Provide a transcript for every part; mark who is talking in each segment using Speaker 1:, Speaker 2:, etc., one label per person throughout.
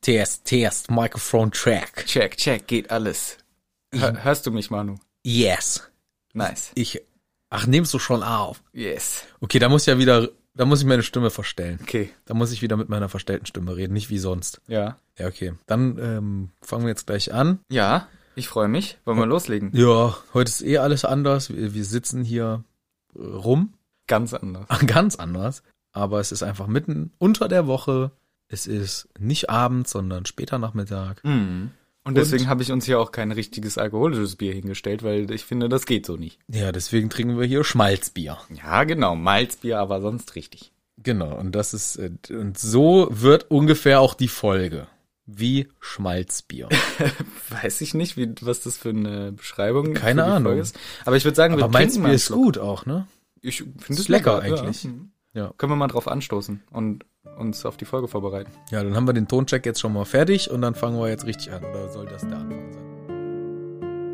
Speaker 1: Test, Test, Microphone Track.
Speaker 2: Check, check, geht alles. Hör, hörst du mich, Manu?
Speaker 1: Yes.
Speaker 2: Mhm. Nice.
Speaker 1: Ich. Ach, nimmst du schon auf?
Speaker 2: Yes.
Speaker 1: Okay, da muss ich ja wieder. Da muss ich meine Stimme verstellen.
Speaker 2: Okay.
Speaker 1: Da muss ich wieder mit meiner verstellten Stimme reden, nicht wie sonst.
Speaker 2: Ja.
Speaker 1: Ja, okay. Dann ähm, fangen wir jetzt gleich an.
Speaker 2: Ja, ich freue mich. Wollen wir loslegen?
Speaker 1: Ja, heute ist eh alles anders. Wir, wir sitzen hier äh, rum.
Speaker 2: Ganz anders.
Speaker 1: Ganz anders. Aber es ist einfach mitten unter der Woche. Es ist nicht abends, sondern später Nachmittag.
Speaker 2: Mhm. Und deswegen habe ich uns hier auch kein richtiges alkoholisches Bier hingestellt, weil ich finde, das geht so nicht.
Speaker 1: Ja, deswegen trinken wir hier Schmalzbier.
Speaker 2: Ja, genau. Malzbier, aber sonst richtig.
Speaker 1: Genau, und das ist, äh, und so wird ungefähr auch die Folge. Wie Schmalzbier.
Speaker 2: Weiß ich nicht, wie, was das für eine Beschreibung
Speaker 1: Keine
Speaker 2: für die
Speaker 1: Ahnung.
Speaker 2: Folge ist. Aber ich würde sagen,
Speaker 1: Aber
Speaker 2: wir trinken
Speaker 1: Malzbier
Speaker 2: mal einen
Speaker 1: ist
Speaker 2: Schluck.
Speaker 1: gut auch, ne?
Speaker 2: Ich finde
Speaker 1: Ist
Speaker 2: es
Speaker 1: lecker
Speaker 2: lecker,
Speaker 1: eigentlich.
Speaker 2: Ja. Mhm.
Speaker 1: Ja.
Speaker 2: Können wir mal drauf anstoßen und uns auf die Folge vorbereiten.
Speaker 1: Ja, dann haben wir den Toncheck jetzt schon mal fertig und dann fangen wir jetzt richtig an. Oder soll das der Anfang sein?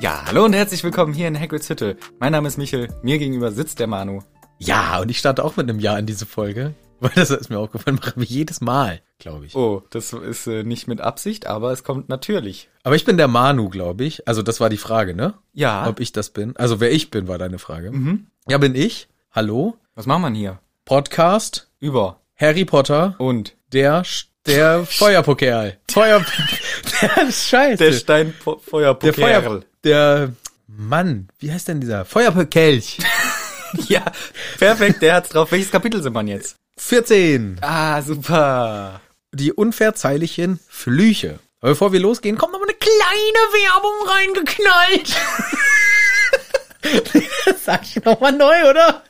Speaker 2: Ja, hallo und herzlich willkommen hier in Hagrid's Hütte. Mein Name ist Michel, mir gegenüber sitzt der Manu.
Speaker 1: Ja, und ich starte auch mit einem Ja in diese Folge. Weil das ist mir aufgefallen, machen wir jedes Mal, glaube ich.
Speaker 2: Oh, das ist äh, nicht mit Absicht, aber es kommt natürlich.
Speaker 1: Aber ich bin der Manu, glaube ich. Also das war die Frage, ne?
Speaker 2: Ja. Mhm.
Speaker 1: Ob ich das bin. Also wer ich bin, war deine Frage. Ja, bin ich. Hallo.
Speaker 2: Was macht man hier?
Speaker 1: Podcast.
Speaker 2: Über
Speaker 1: Harry Potter.
Speaker 2: und
Speaker 1: Der, Sch- der Feuerpokal. Feuer, der Scheiße.
Speaker 2: der Steinfeuerpokerl.
Speaker 1: der Feuer, der Mann, wie heißt denn dieser? Feuerpokelch.
Speaker 2: Ja, perfekt, der hat's drauf. Welches Kapitel sind man jetzt?
Speaker 1: 14.
Speaker 2: Ah, super.
Speaker 1: Die unverzeihlichen Flüche. Aber bevor wir losgehen, kommt noch mal eine kleine Werbung reingeknallt. das sag ich nochmal neu, oder?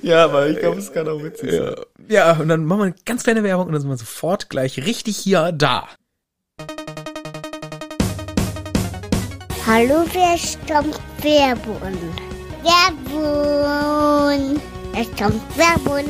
Speaker 2: Ja, aber ich glaube, es kann auch witzig sein.
Speaker 1: Ja. Äh, ja, und dann machen wir eine ganz kleine Werbung und dann sind wir sofort gleich richtig hier da.
Speaker 3: Hallo, wer stammt Werbun? Werbun! Es kommt Werbun!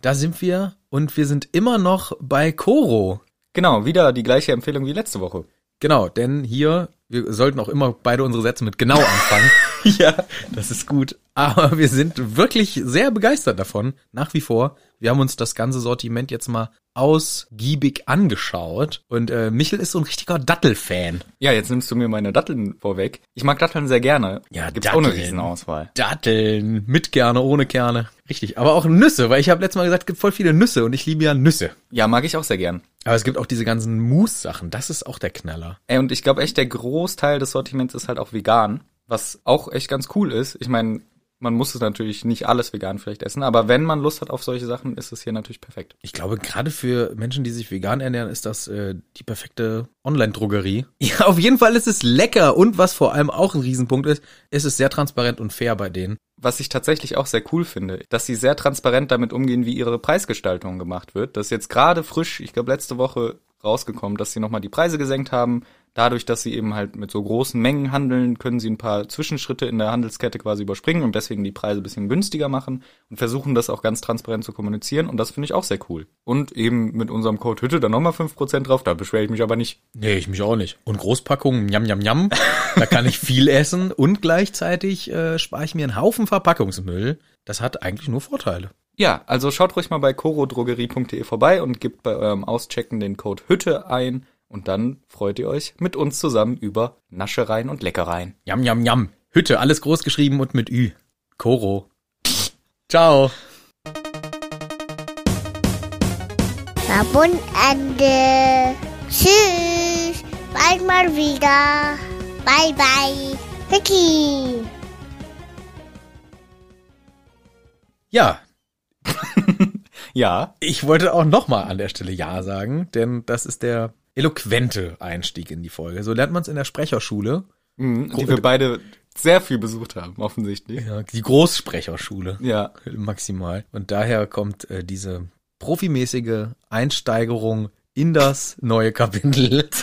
Speaker 1: Da sind wir und wir sind immer noch bei Koro.
Speaker 2: Genau, wieder die gleiche Empfehlung wie letzte Woche.
Speaker 1: Genau, denn hier, wir sollten auch immer beide unsere Sätze mit genau anfangen.
Speaker 2: Ja.
Speaker 1: das ist gut. Aber wir sind wirklich sehr begeistert davon, nach wie vor. Wir haben uns das ganze Sortiment jetzt mal ausgiebig angeschaut. Und äh, Michel ist so ein richtiger Dattel-Fan.
Speaker 2: Ja, jetzt nimmst du mir meine Datteln vorweg. Ich mag Datteln sehr gerne.
Speaker 1: Ja,
Speaker 2: Gibt's auch eine
Speaker 1: Datteln.
Speaker 2: Riesenauswahl.
Speaker 1: Datteln, mit Kerne, ohne Kerne. Richtig, aber auch Nüsse, weil ich habe letztes Mal gesagt, es gibt voll viele Nüsse und ich liebe ja Nüsse.
Speaker 2: Ja, mag ich auch sehr gern.
Speaker 1: Aber es gibt auch diese ganzen Mousse-Sachen, das ist auch der Knaller.
Speaker 2: Ey, und ich glaube echt, der Großteil des Sortiments ist halt auch vegan, was auch echt ganz cool ist. Ich meine, man muss es natürlich nicht alles vegan vielleicht essen, aber wenn man Lust hat auf solche Sachen, ist es hier natürlich perfekt.
Speaker 1: Ich glaube, gerade für Menschen, die sich vegan ernähren, ist das äh, die perfekte Online-Drogerie. Ja, auf jeden Fall ist es lecker und was vor allem auch ein Riesenpunkt ist, ist es sehr transparent und fair bei denen.
Speaker 2: Was ich tatsächlich auch sehr cool finde, dass sie sehr transparent damit umgehen, wie ihre Preisgestaltung gemacht wird. Das ist jetzt gerade frisch, ich glaube letzte Woche rausgekommen, dass sie nochmal die Preise gesenkt haben. Dadurch, dass sie eben halt mit so großen Mengen handeln, können sie ein paar Zwischenschritte in der Handelskette quasi überspringen und deswegen die Preise ein bisschen günstiger machen und versuchen das auch ganz transparent zu kommunizieren und das finde ich auch sehr cool. Und eben mit unserem Code Hütte dann nochmal 5% drauf, da beschwere ich mich aber nicht.
Speaker 1: Nee, ich mich auch nicht. Und Großpackungen, njam, njam, njam. Da kann ich viel essen und gleichzeitig äh, spare ich mir einen Haufen Verpackungsmüll. Das hat eigentlich nur Vorteile.
Speaker 2: Ja, also schaut ruhig mal bei corodrogerie.de vorbei und gebt bei eurem Auschecken den Code Hütte ein und dann freut ihr euch mit uns zusammen über Naschereien und Leckereien.
Speaker 1: Jam, jam, jam. Hütte, alles groß geschrieben und mit Ü. Koro. Ciao.
Speaker 3: Werbun Ende! Tschüss! Bald mal wieder! Bye, bye! Vicky!
Speaker 1: Ja,
Speaker 2: Ja,
Speaker 1: Ich wollte auch nochmal an der Stelle Ja sagen, denn das ist der eloquente Einstieg in die Folge. So lernt man es in der Sprecherschule.
Speaker 2: Mhm, die wir beide sehr viel besucht haben, offensichtlich.
Speaker 1: Ja, die Großsprecherschule.
Speaker 2: Ja.
Speaker 1: Maximal. Und daher kommt äh, diese profimäßige Einsteigerung in das neue Kapitel.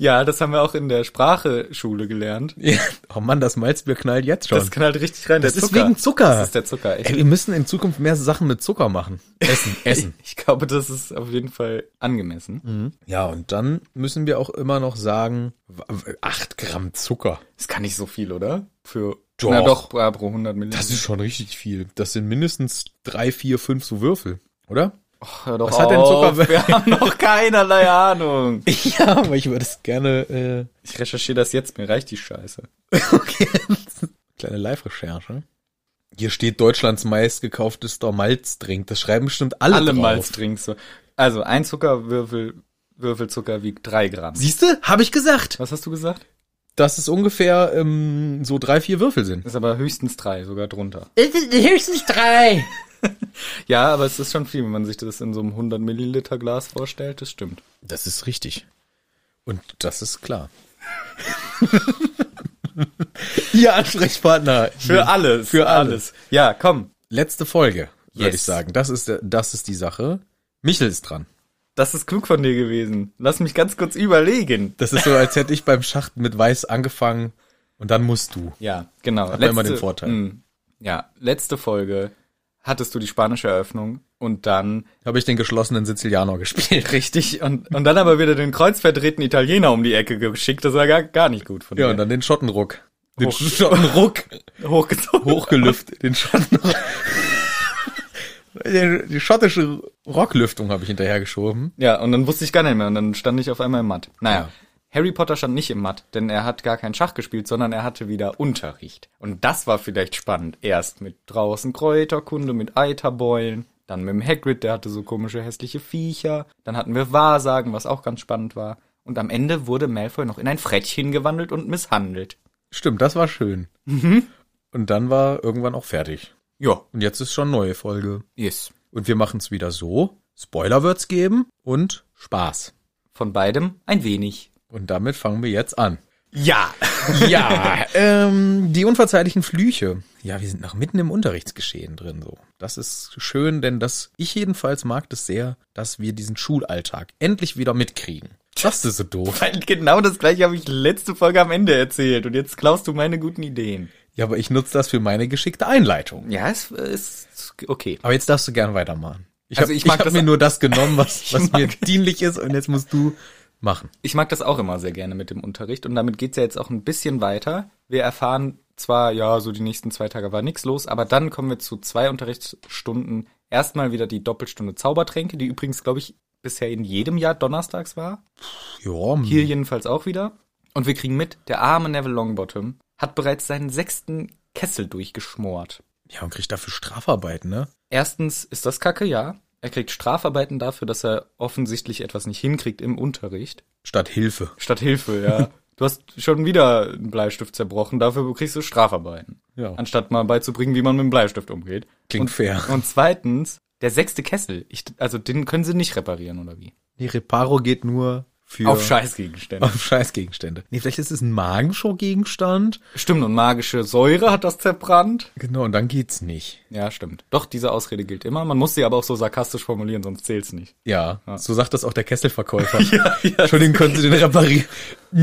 Speaker 2: Ja, das haben wir auch in der Spracheschule gelernt.
Speaker 1: Ja. oh Mann, das Malzbier knallt jetzt schon.
Speaker 2: Das knallt richtig rein.
Speaker 1: Das ist wegen Zucker.
Speaker 2: Das ist der Zucker.
Speaker 1: Ey,
Speaker 2: Ich,
Speaker 1: wir müssen in Zukunft mehr Sachen mit Zucker machen. Essen, essen.
Speaker 2: ich glaube, das ist auf jeden Fall angemessen.
Speaker 1: Ja, und dann müssen wir auch immer noch sagen, w- w- acht Gramm Zucker.
Speaker 2: Das kann nicht so viel, oder? Für
Speaker 1: Doch.
Speaker 2: Na doch, ja, pro 100 Milliliter.
Speaker 1: Das ist schon richtig viel. Das sind mindestens drei, vier, fünf so Würfel, oder?
Speaker 2: Och, hör doch
Speaker 1: Was hat denn
Speaker 2: auf.
Speaker 1: Zucker-
Speaker 2: Wir haben noch keinerlei Ahnung.
Speaker 1: Ja, aber ich würde es gerne,
Speaker 2: Ich recherchiere das jetzt, mir reicht die Scheiße.
Speaker 1: äh, okay. Kleine Live-Recherche. Hier steht Deutschlands meistgekauftes Malzdrink. Das schreiben bestimmt alle,
Speaker 2: Alle
Speaker 1: drauf.
Speaker 2: Malzdrinks. so. Also, ein Zuckerwürfel, Würfelzucker wiegt drei Gramm.
Speaker 1: Siehste, habe ich gesagt,
Speaker 2: Was hast du gesagt?
Speaker 1: dass es ungefähr ähm, so drei, vier Würfel sind.
Speaker 2: Ist aber höchstens drei, sogar drunter.
Speaker 1: Es sind höchstens drei.
Speaker 2: Ja, aber es ist schon viel, wenn man sich das in so einem 100 Milliliter Glas vorstellt. Das stimmt.
Speaker 1: Das ist richtig. Und das ist klar. Ihr Ansprechpartner.
Speaker 2: Für alles.
Speaker 1: Für alles.
Speaker 2: Ja, komm.
Speaker 1: Letzte Folge, würde
Speaker 2: Yes.
Speaker 1: ich sagen. Das ist, der- das ist die Sache. Michel ist dran.
Speaker 2: Das ist klug von dir gewesen. Lass mich ganz kurz überlegen.
Speaker 1: Das ist so, als hätte ich beim Schacht mit Weiß angefangen und dann musst du.
Speaker 2: Ja, genau.
Speaker 1: man immer den Vorteil.
Speaker 2: Mm. ja, letzte Folge hattest du die spanische Eröffnung und dann
Speaker 1: Habe ich den geschlossenen Sizilianer gespielt.
Speaker 2: richtig und, und dann aber wieder den kreuzverdrehten Italiener um die Ecke geschickt. Das war gar, gar nicht gut von
Speaker 1: Ja, und
Speaker 2: dir.
Speaker 1: dann den Schottenruck. Den
Speaker 2: Hoch-
Speaker 1: Schottenruck
Speaker 2: Hochgezogen.
Speaker 1: hochgelüftet. Den Schottenruck. Den- Die schottische Rocklüftung habe ich hinterhergeschoben.
Speaker 2: Ja, und dann wusste ich gar nicht mehr und dann stand ich auf einmal im Matt. Naja,
Speaker 1: Ja.
Speaker 2: Harry Potter stand nicht im Matt, denn er hat gar kein Schach gespielt, sondern er hatte wieder Unterricht. Und das war vielleicht spannend. Erst mit draußen Kräuterkunde, mit Eiterbeulen, dann mit dem Hagrid, der hatte so komische hässliche Viecher. Dann hatten wir Wahrsagen, was auch ganz spannend war. Und am Ende wurde Malfoy noch in ein Frettchen gewandelt und misshandelt.
Speaker 1: Stimmt, das war schön. Mhm. Und dann war irgendwann auch fertig.
Speaker 2: Ja,
Speaker 1: Und jetzt ist schon neue Folge.
Speaker 2: yes.
Speaker 1: Und wir machen es wieder so. Spoiler wird's geben und Spaß.
Speaker 2: Von beidem ein wenig.
Speaker 1: Und damit fangen wir jetzt an.
Speaker 2: Ja.
Speaker 1: Ja, ähm, die unverzeihlichen Flüche. Ja, wir sind noch mitten im Unterrichtsgeschehen drin, so. Das ist schön, denn das, ich jedenfalls mag das sehr, dass wir diesen Schulalltag endlich wieder mitkriegen. Das ist so doof.
Speaker 2: Weil genau das gleiche habe ich letzte Folge am Ende erzählt. Und jetzt klaust du meine guten Ideen.
Speaker 1: Ja, aber ich nutze das für meine geschickte Einleitung.
Speaker 2: Ja, es ist okay.
Speaker 1: Aber jetzt darfst du gern weitermachen. Ich habe
Speaker 2: Also
Speaker 1: also
Speaker 2: ich mag
Speaker 1: hab
Speaker 2: das-
Speaker 1: mir nur das genommen, was, was mir
Speaker 2: mag-
Speaker 1: dienlich ist und jetzt musst du machen.
Speaker 2: Ich mag das auch immer sehr gerne mit dem Unterricht und damit geht's ja jetzt auch ein bisschen weiter. Wir erfahren zwar, ja, so die nächsten zwei Tage war nichts los, aber dann kommen wir zu zwei Unterrichtsstunden. Erstmal wieder die Doppelstunde Zaubertränke, die übrigens, glaube ich, bisher in jedem Jahr donnerstags war.
Speaker 1: Ja, m-
Speaker 2: Hier jedenfalls auch wieder. Und wir kriegen mit, der arme Neville Longbottom hat bereits seinen sechsten Kessel durchgeschmort.
Speaker 1: ja und kriegt dafür Strafarbeit, ne?
Speaker 2: Erstens ist das Kacke, ja. Er kriegt Strafarbeiten dafür, dass er offensichtlich etwas nicht hinkriegt im Unterricht.
Speaker 1: Statt Hilfe.
Speaker 2: Statt Hilfe, ja. Du hast schon wieder einen Bleistift zerbrochen, dafür kriegst du Strafarbeiten.
Speaker 1: Ja.
Speaker 2: Anstatt mal beizubringen, wie man mit dem Bleistift umgeht.
Speaker 1: Klingt
Speaker 2: und,
Speaker 1: fair.
Speaker 2: Und zweitens, der sechste Kessel. Ich, also den können sie nicht reparieren, oder wie?
Speaker 1: Die Reparo geht nur für
Speaker 2: Auf Scheißgegenstände.
Speaker 1: auf Scheißgegenstände. Nee, vielleicht ist es ein magischer Gegenstand.
Speaker 2: Stimmt, und magische Säure hat das zerbrannt.
Speaker 1: Genau, und dann geht's nicht.
Speaker 2: Ja, stimmt. Doch, diese Ausrede gilt immer. Man muss sie aber auch so sarkastisch formulieren, sonst zählt's nicht.
Speaker 1: Ja, so sagt das auch der Kesselverkäufer. Entschuldigung, können Sie den reparieren?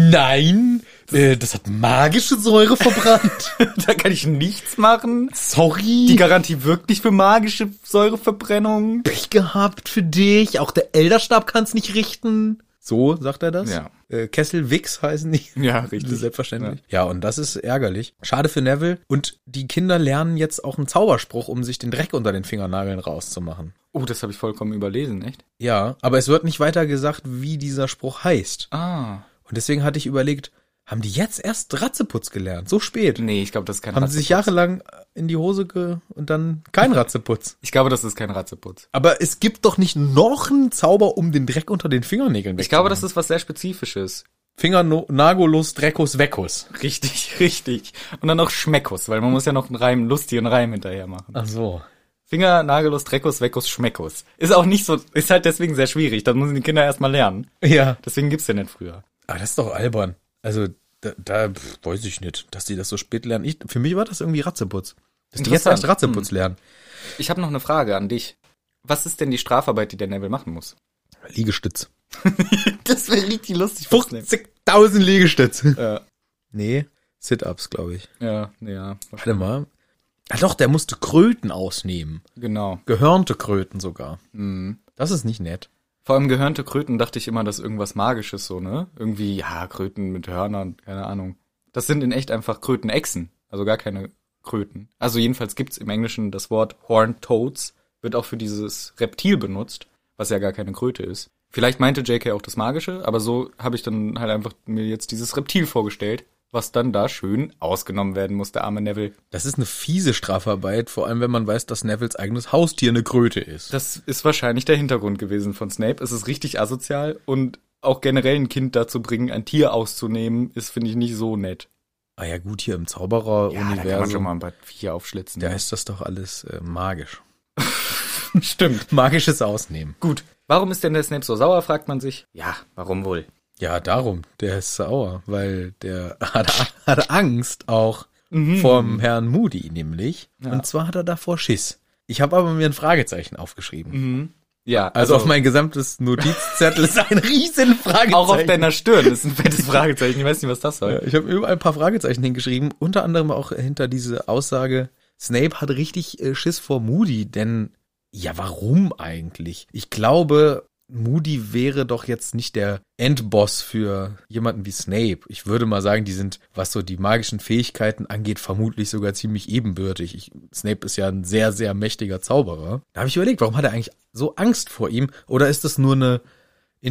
Speaker 1: Nein, äh, das hat magische Säure verbrannt.
Speaker 2: da kann ich nichts machen.
Speaker 1: Sorry,
Speaker 2: Die Garantie wirkt nicht für magische Säureverbrennung.
Speaker 1: Pech gehabt für dich. Auch der Elderstab kann's nicht richten. So sagt er das?
Speaker 2: Ja.
Speaker 1: Äh, Kessel Wix heißen die.
Speaker 2: Ja, richtig.
Speaker 1: Selbstverständlich. Ja. und das ist ärgerlich. Schade für Neville. Und die Kinder lernen jetzt auch einen Zauberspruch, um sich den Dreck unter den Fingernageln rauszumachen.
Speaker 2: Oh, das habe ich vollkommen überlesen, echt?
Speaker 1: Ja, aber es wird nicht weiter gesagt, wie dieser Spruch heißt.
Speaker 2: Ah.
Speaker 1: Und deswegen hatte ich überlegt, haben die jetzt erst Ratzeputz gelernt? So spät.
Speaker 2: Nee, ich glaube, das ist kein
Speaker 1: Haben sie sich jahrelang in die Hose ge und dann kein Ratzeputz.
Speaker 2: Ich glaube, das ist kein Ratzeputz.
Speaker 1: Aber es gibt doch nicht noch einen Zauber, um den Dreck unter den Fingernägeln
Speaker 2: Ich glaube, das ist was sehr Spezifisches.
Speaker 1: Fingernagolus Dreckus Veckus.
Speaker 2: Richtig, richtig. Und dann noch Schmeckus, weil man muss ja noch einen Reim, lustigen Reim hinterher machen.
Speaker 1: Ach so.
Speaker 2: Finger, Nagelus, Dreckus, Weckus, Schmeckus. Ist auch nicht so, ist halt deswegen sehr schwierig. Das müssen die Kinder erstmal lernen.
Speaker 1: Ja.
Speaker 2: Deswegen gibt's den nicht früher.
Speaker 1: Aber das ist doch albern. Also, da, da pf, weiß ich nicht, dass die das so spät lernen. Ich, für mich war das irgendwie Ratzeputz. Dass die jetzt
Speaker 2: Interessant. Hm.
Speaker 1: erst Ratzeputz lernen.
Speaker 2: Ich habe noch eine Frage an dich. Was ist denn die Strafarbeit, die der Neville machen muss?
Speaker 1: Liegestütz.
Speaker 2: Das wäre richtig lustig.
Speaker 1: 50.000 Liegestütz.
Speaker 2: Ja,
Speaker 1: Nee, Sit-Ups, glaube ich.
Speaker 2: Äh, ja, ja,
Speaker 1: Warte mal. Ah doch, der musste Kröten ausnehmen.
Speaker 2: genau.
Speaker 1: Gehörnte Kröten sogar.
Speaker 2: Mhm.
Speaker 1: Das ist nicht nett.
Speaker 2: Vor allem gehörnte Kröten dachte ich immer, dass irgendwas Magisches so, ne? Irgendwie, ja, Kröten mit Hörnern, keine Ahnung. Das sind in echt einfach Krötenechsen, also gar keine Kröten. Also jedenfalls gibt's im Englischen das Wort Horned Toads, wird auch für dieses Reptil benutzt, was ja gar keine Kröte ist. Vielleicht meinte JK auch das Magische, aber so habe ich dann halt einfach mir jetzt dieses Reptil vorgestellt, was dann da schön ausgenommen werden muss, der arme Neville.
Speaker 1: Das ist eine fiese Strafarbeit, vor allem wenn man weiß, dass Nevils eigenes Haustier eine Kröte ist.
Speaker 2: Das ist wahrscheinlich der Hintergrund gewesen von Snape. Es ist richtig asozial und auch generell ein Kind dazu bringen, ein Tier auszunehmen, ist, finde ich, nicht so nett.
Speaker 1: ah ja gut, hier im Zauberer-Universum,
Speaker 2: mal ein paar Viecher aufschlitzen.
Speaker 1: da
Speaker 2: Ja,
Speaker 1: ist das doch alles äh, magisch.
Speaker 2: ne? stimmt.
Speaker 1: Magisches Ausnehmen.
Speaker 2: Gut. Warum ist denn der Snape so sauer, fragt man sich. Ja, warum wohl?
Speaker 1: Ja, darum. Der ist sauer, weil der hat, hat Angst auch
Speaker 2: Mhm.
Speaker 1: vom Herrn Moody nämlich. Und zwar hat er davor Schiss. Ich habe aber mir ein Fragezeichen
Speaker 2: Mhm.
Speaker 1: aufgeschrieben.
Speaker 2: Ja,
Speaker 1: Also, auf mein gesamtes Notizzettel ist ein riesen Fragezeichen.
Speaker 2: auch auf deiner Stirn ist ein fettes Fragezeichen. Ich weiß nicht, was das soll.
Speaker 1: Ja, ich habe überall ein paar Fragezeichen hingeschrieben, unter anderem auch hinter diese Aussage, Snape hat richtig äh, Schiss vor Moody, denn ja, warum eigentlich? Ich glaube, Moody wäre doch jetzt nicht der Endboss für jemanden wie Snape. Ich würde mal sagen, die sind, was so die magischen Fähigkeiten angeht, vermutlich sogar ziemlich ebenbürtig. Ich, Snape ist ja ein sehr, sehr mächtiger Zauberer. Da habe ich überlegt, warum hat er eigentlich so Angst vor ihm? Oder ist das nur eine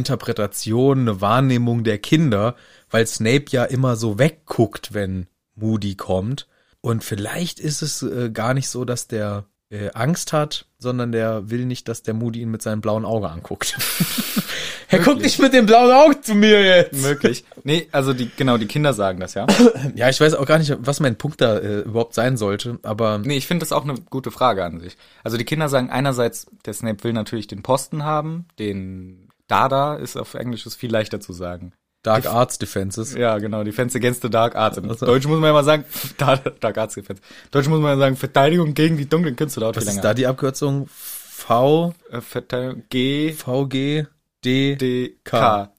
Speaker 1: Interpretation, eine Wahrnehmung der Kinder, weil Snape ja immer so wegguckt, wenn Moody kommt. Und vielleicht ist es äh, gar nicht so, dass der äh, Angst hat, sondern der will nicht, dass der Moody ihn mit seinem blauen Auge anguckt. er guckt nicht mit dem blauen Auge zu mir jetzt.
Speaker 2: Möglich. Nee, also die, genau, die Kinder sagen das, ja.
Speaker 1: Ja, ich weiß auch gar nicht, was mein Punkt da äh, überhaupt sein sollte, aber
Speaker 2: Nee, ich finde das auch eine gute Frage an sich. Also die Kinder sagen einerseits, der Snape will natürlich den Posten haben, den Dada ist auf Englisch ist viel leichter zu sagen.
Speaker 1: Dark Arts Defenses.
Speaker 2: Ja, genau, Defense Against the Dark Arts. In Deutsch muss man ja mal sagen, Dada- Dark Arts Defense. Deutsch muss man ja sagen, Verteidigung gegen die dunklen Künste dauert
Speaker 1: Was
Speaker 2: viel
Speaker 1: ist
Speaker 2: länger.
Speaker 1: da die Abkürzung? V,
Speaker 2: Äh, Verteidigung G,
Speaker 1: VG, D, D.
Speaker 2: D,
Speaker 1: K.
Speaker 2: K.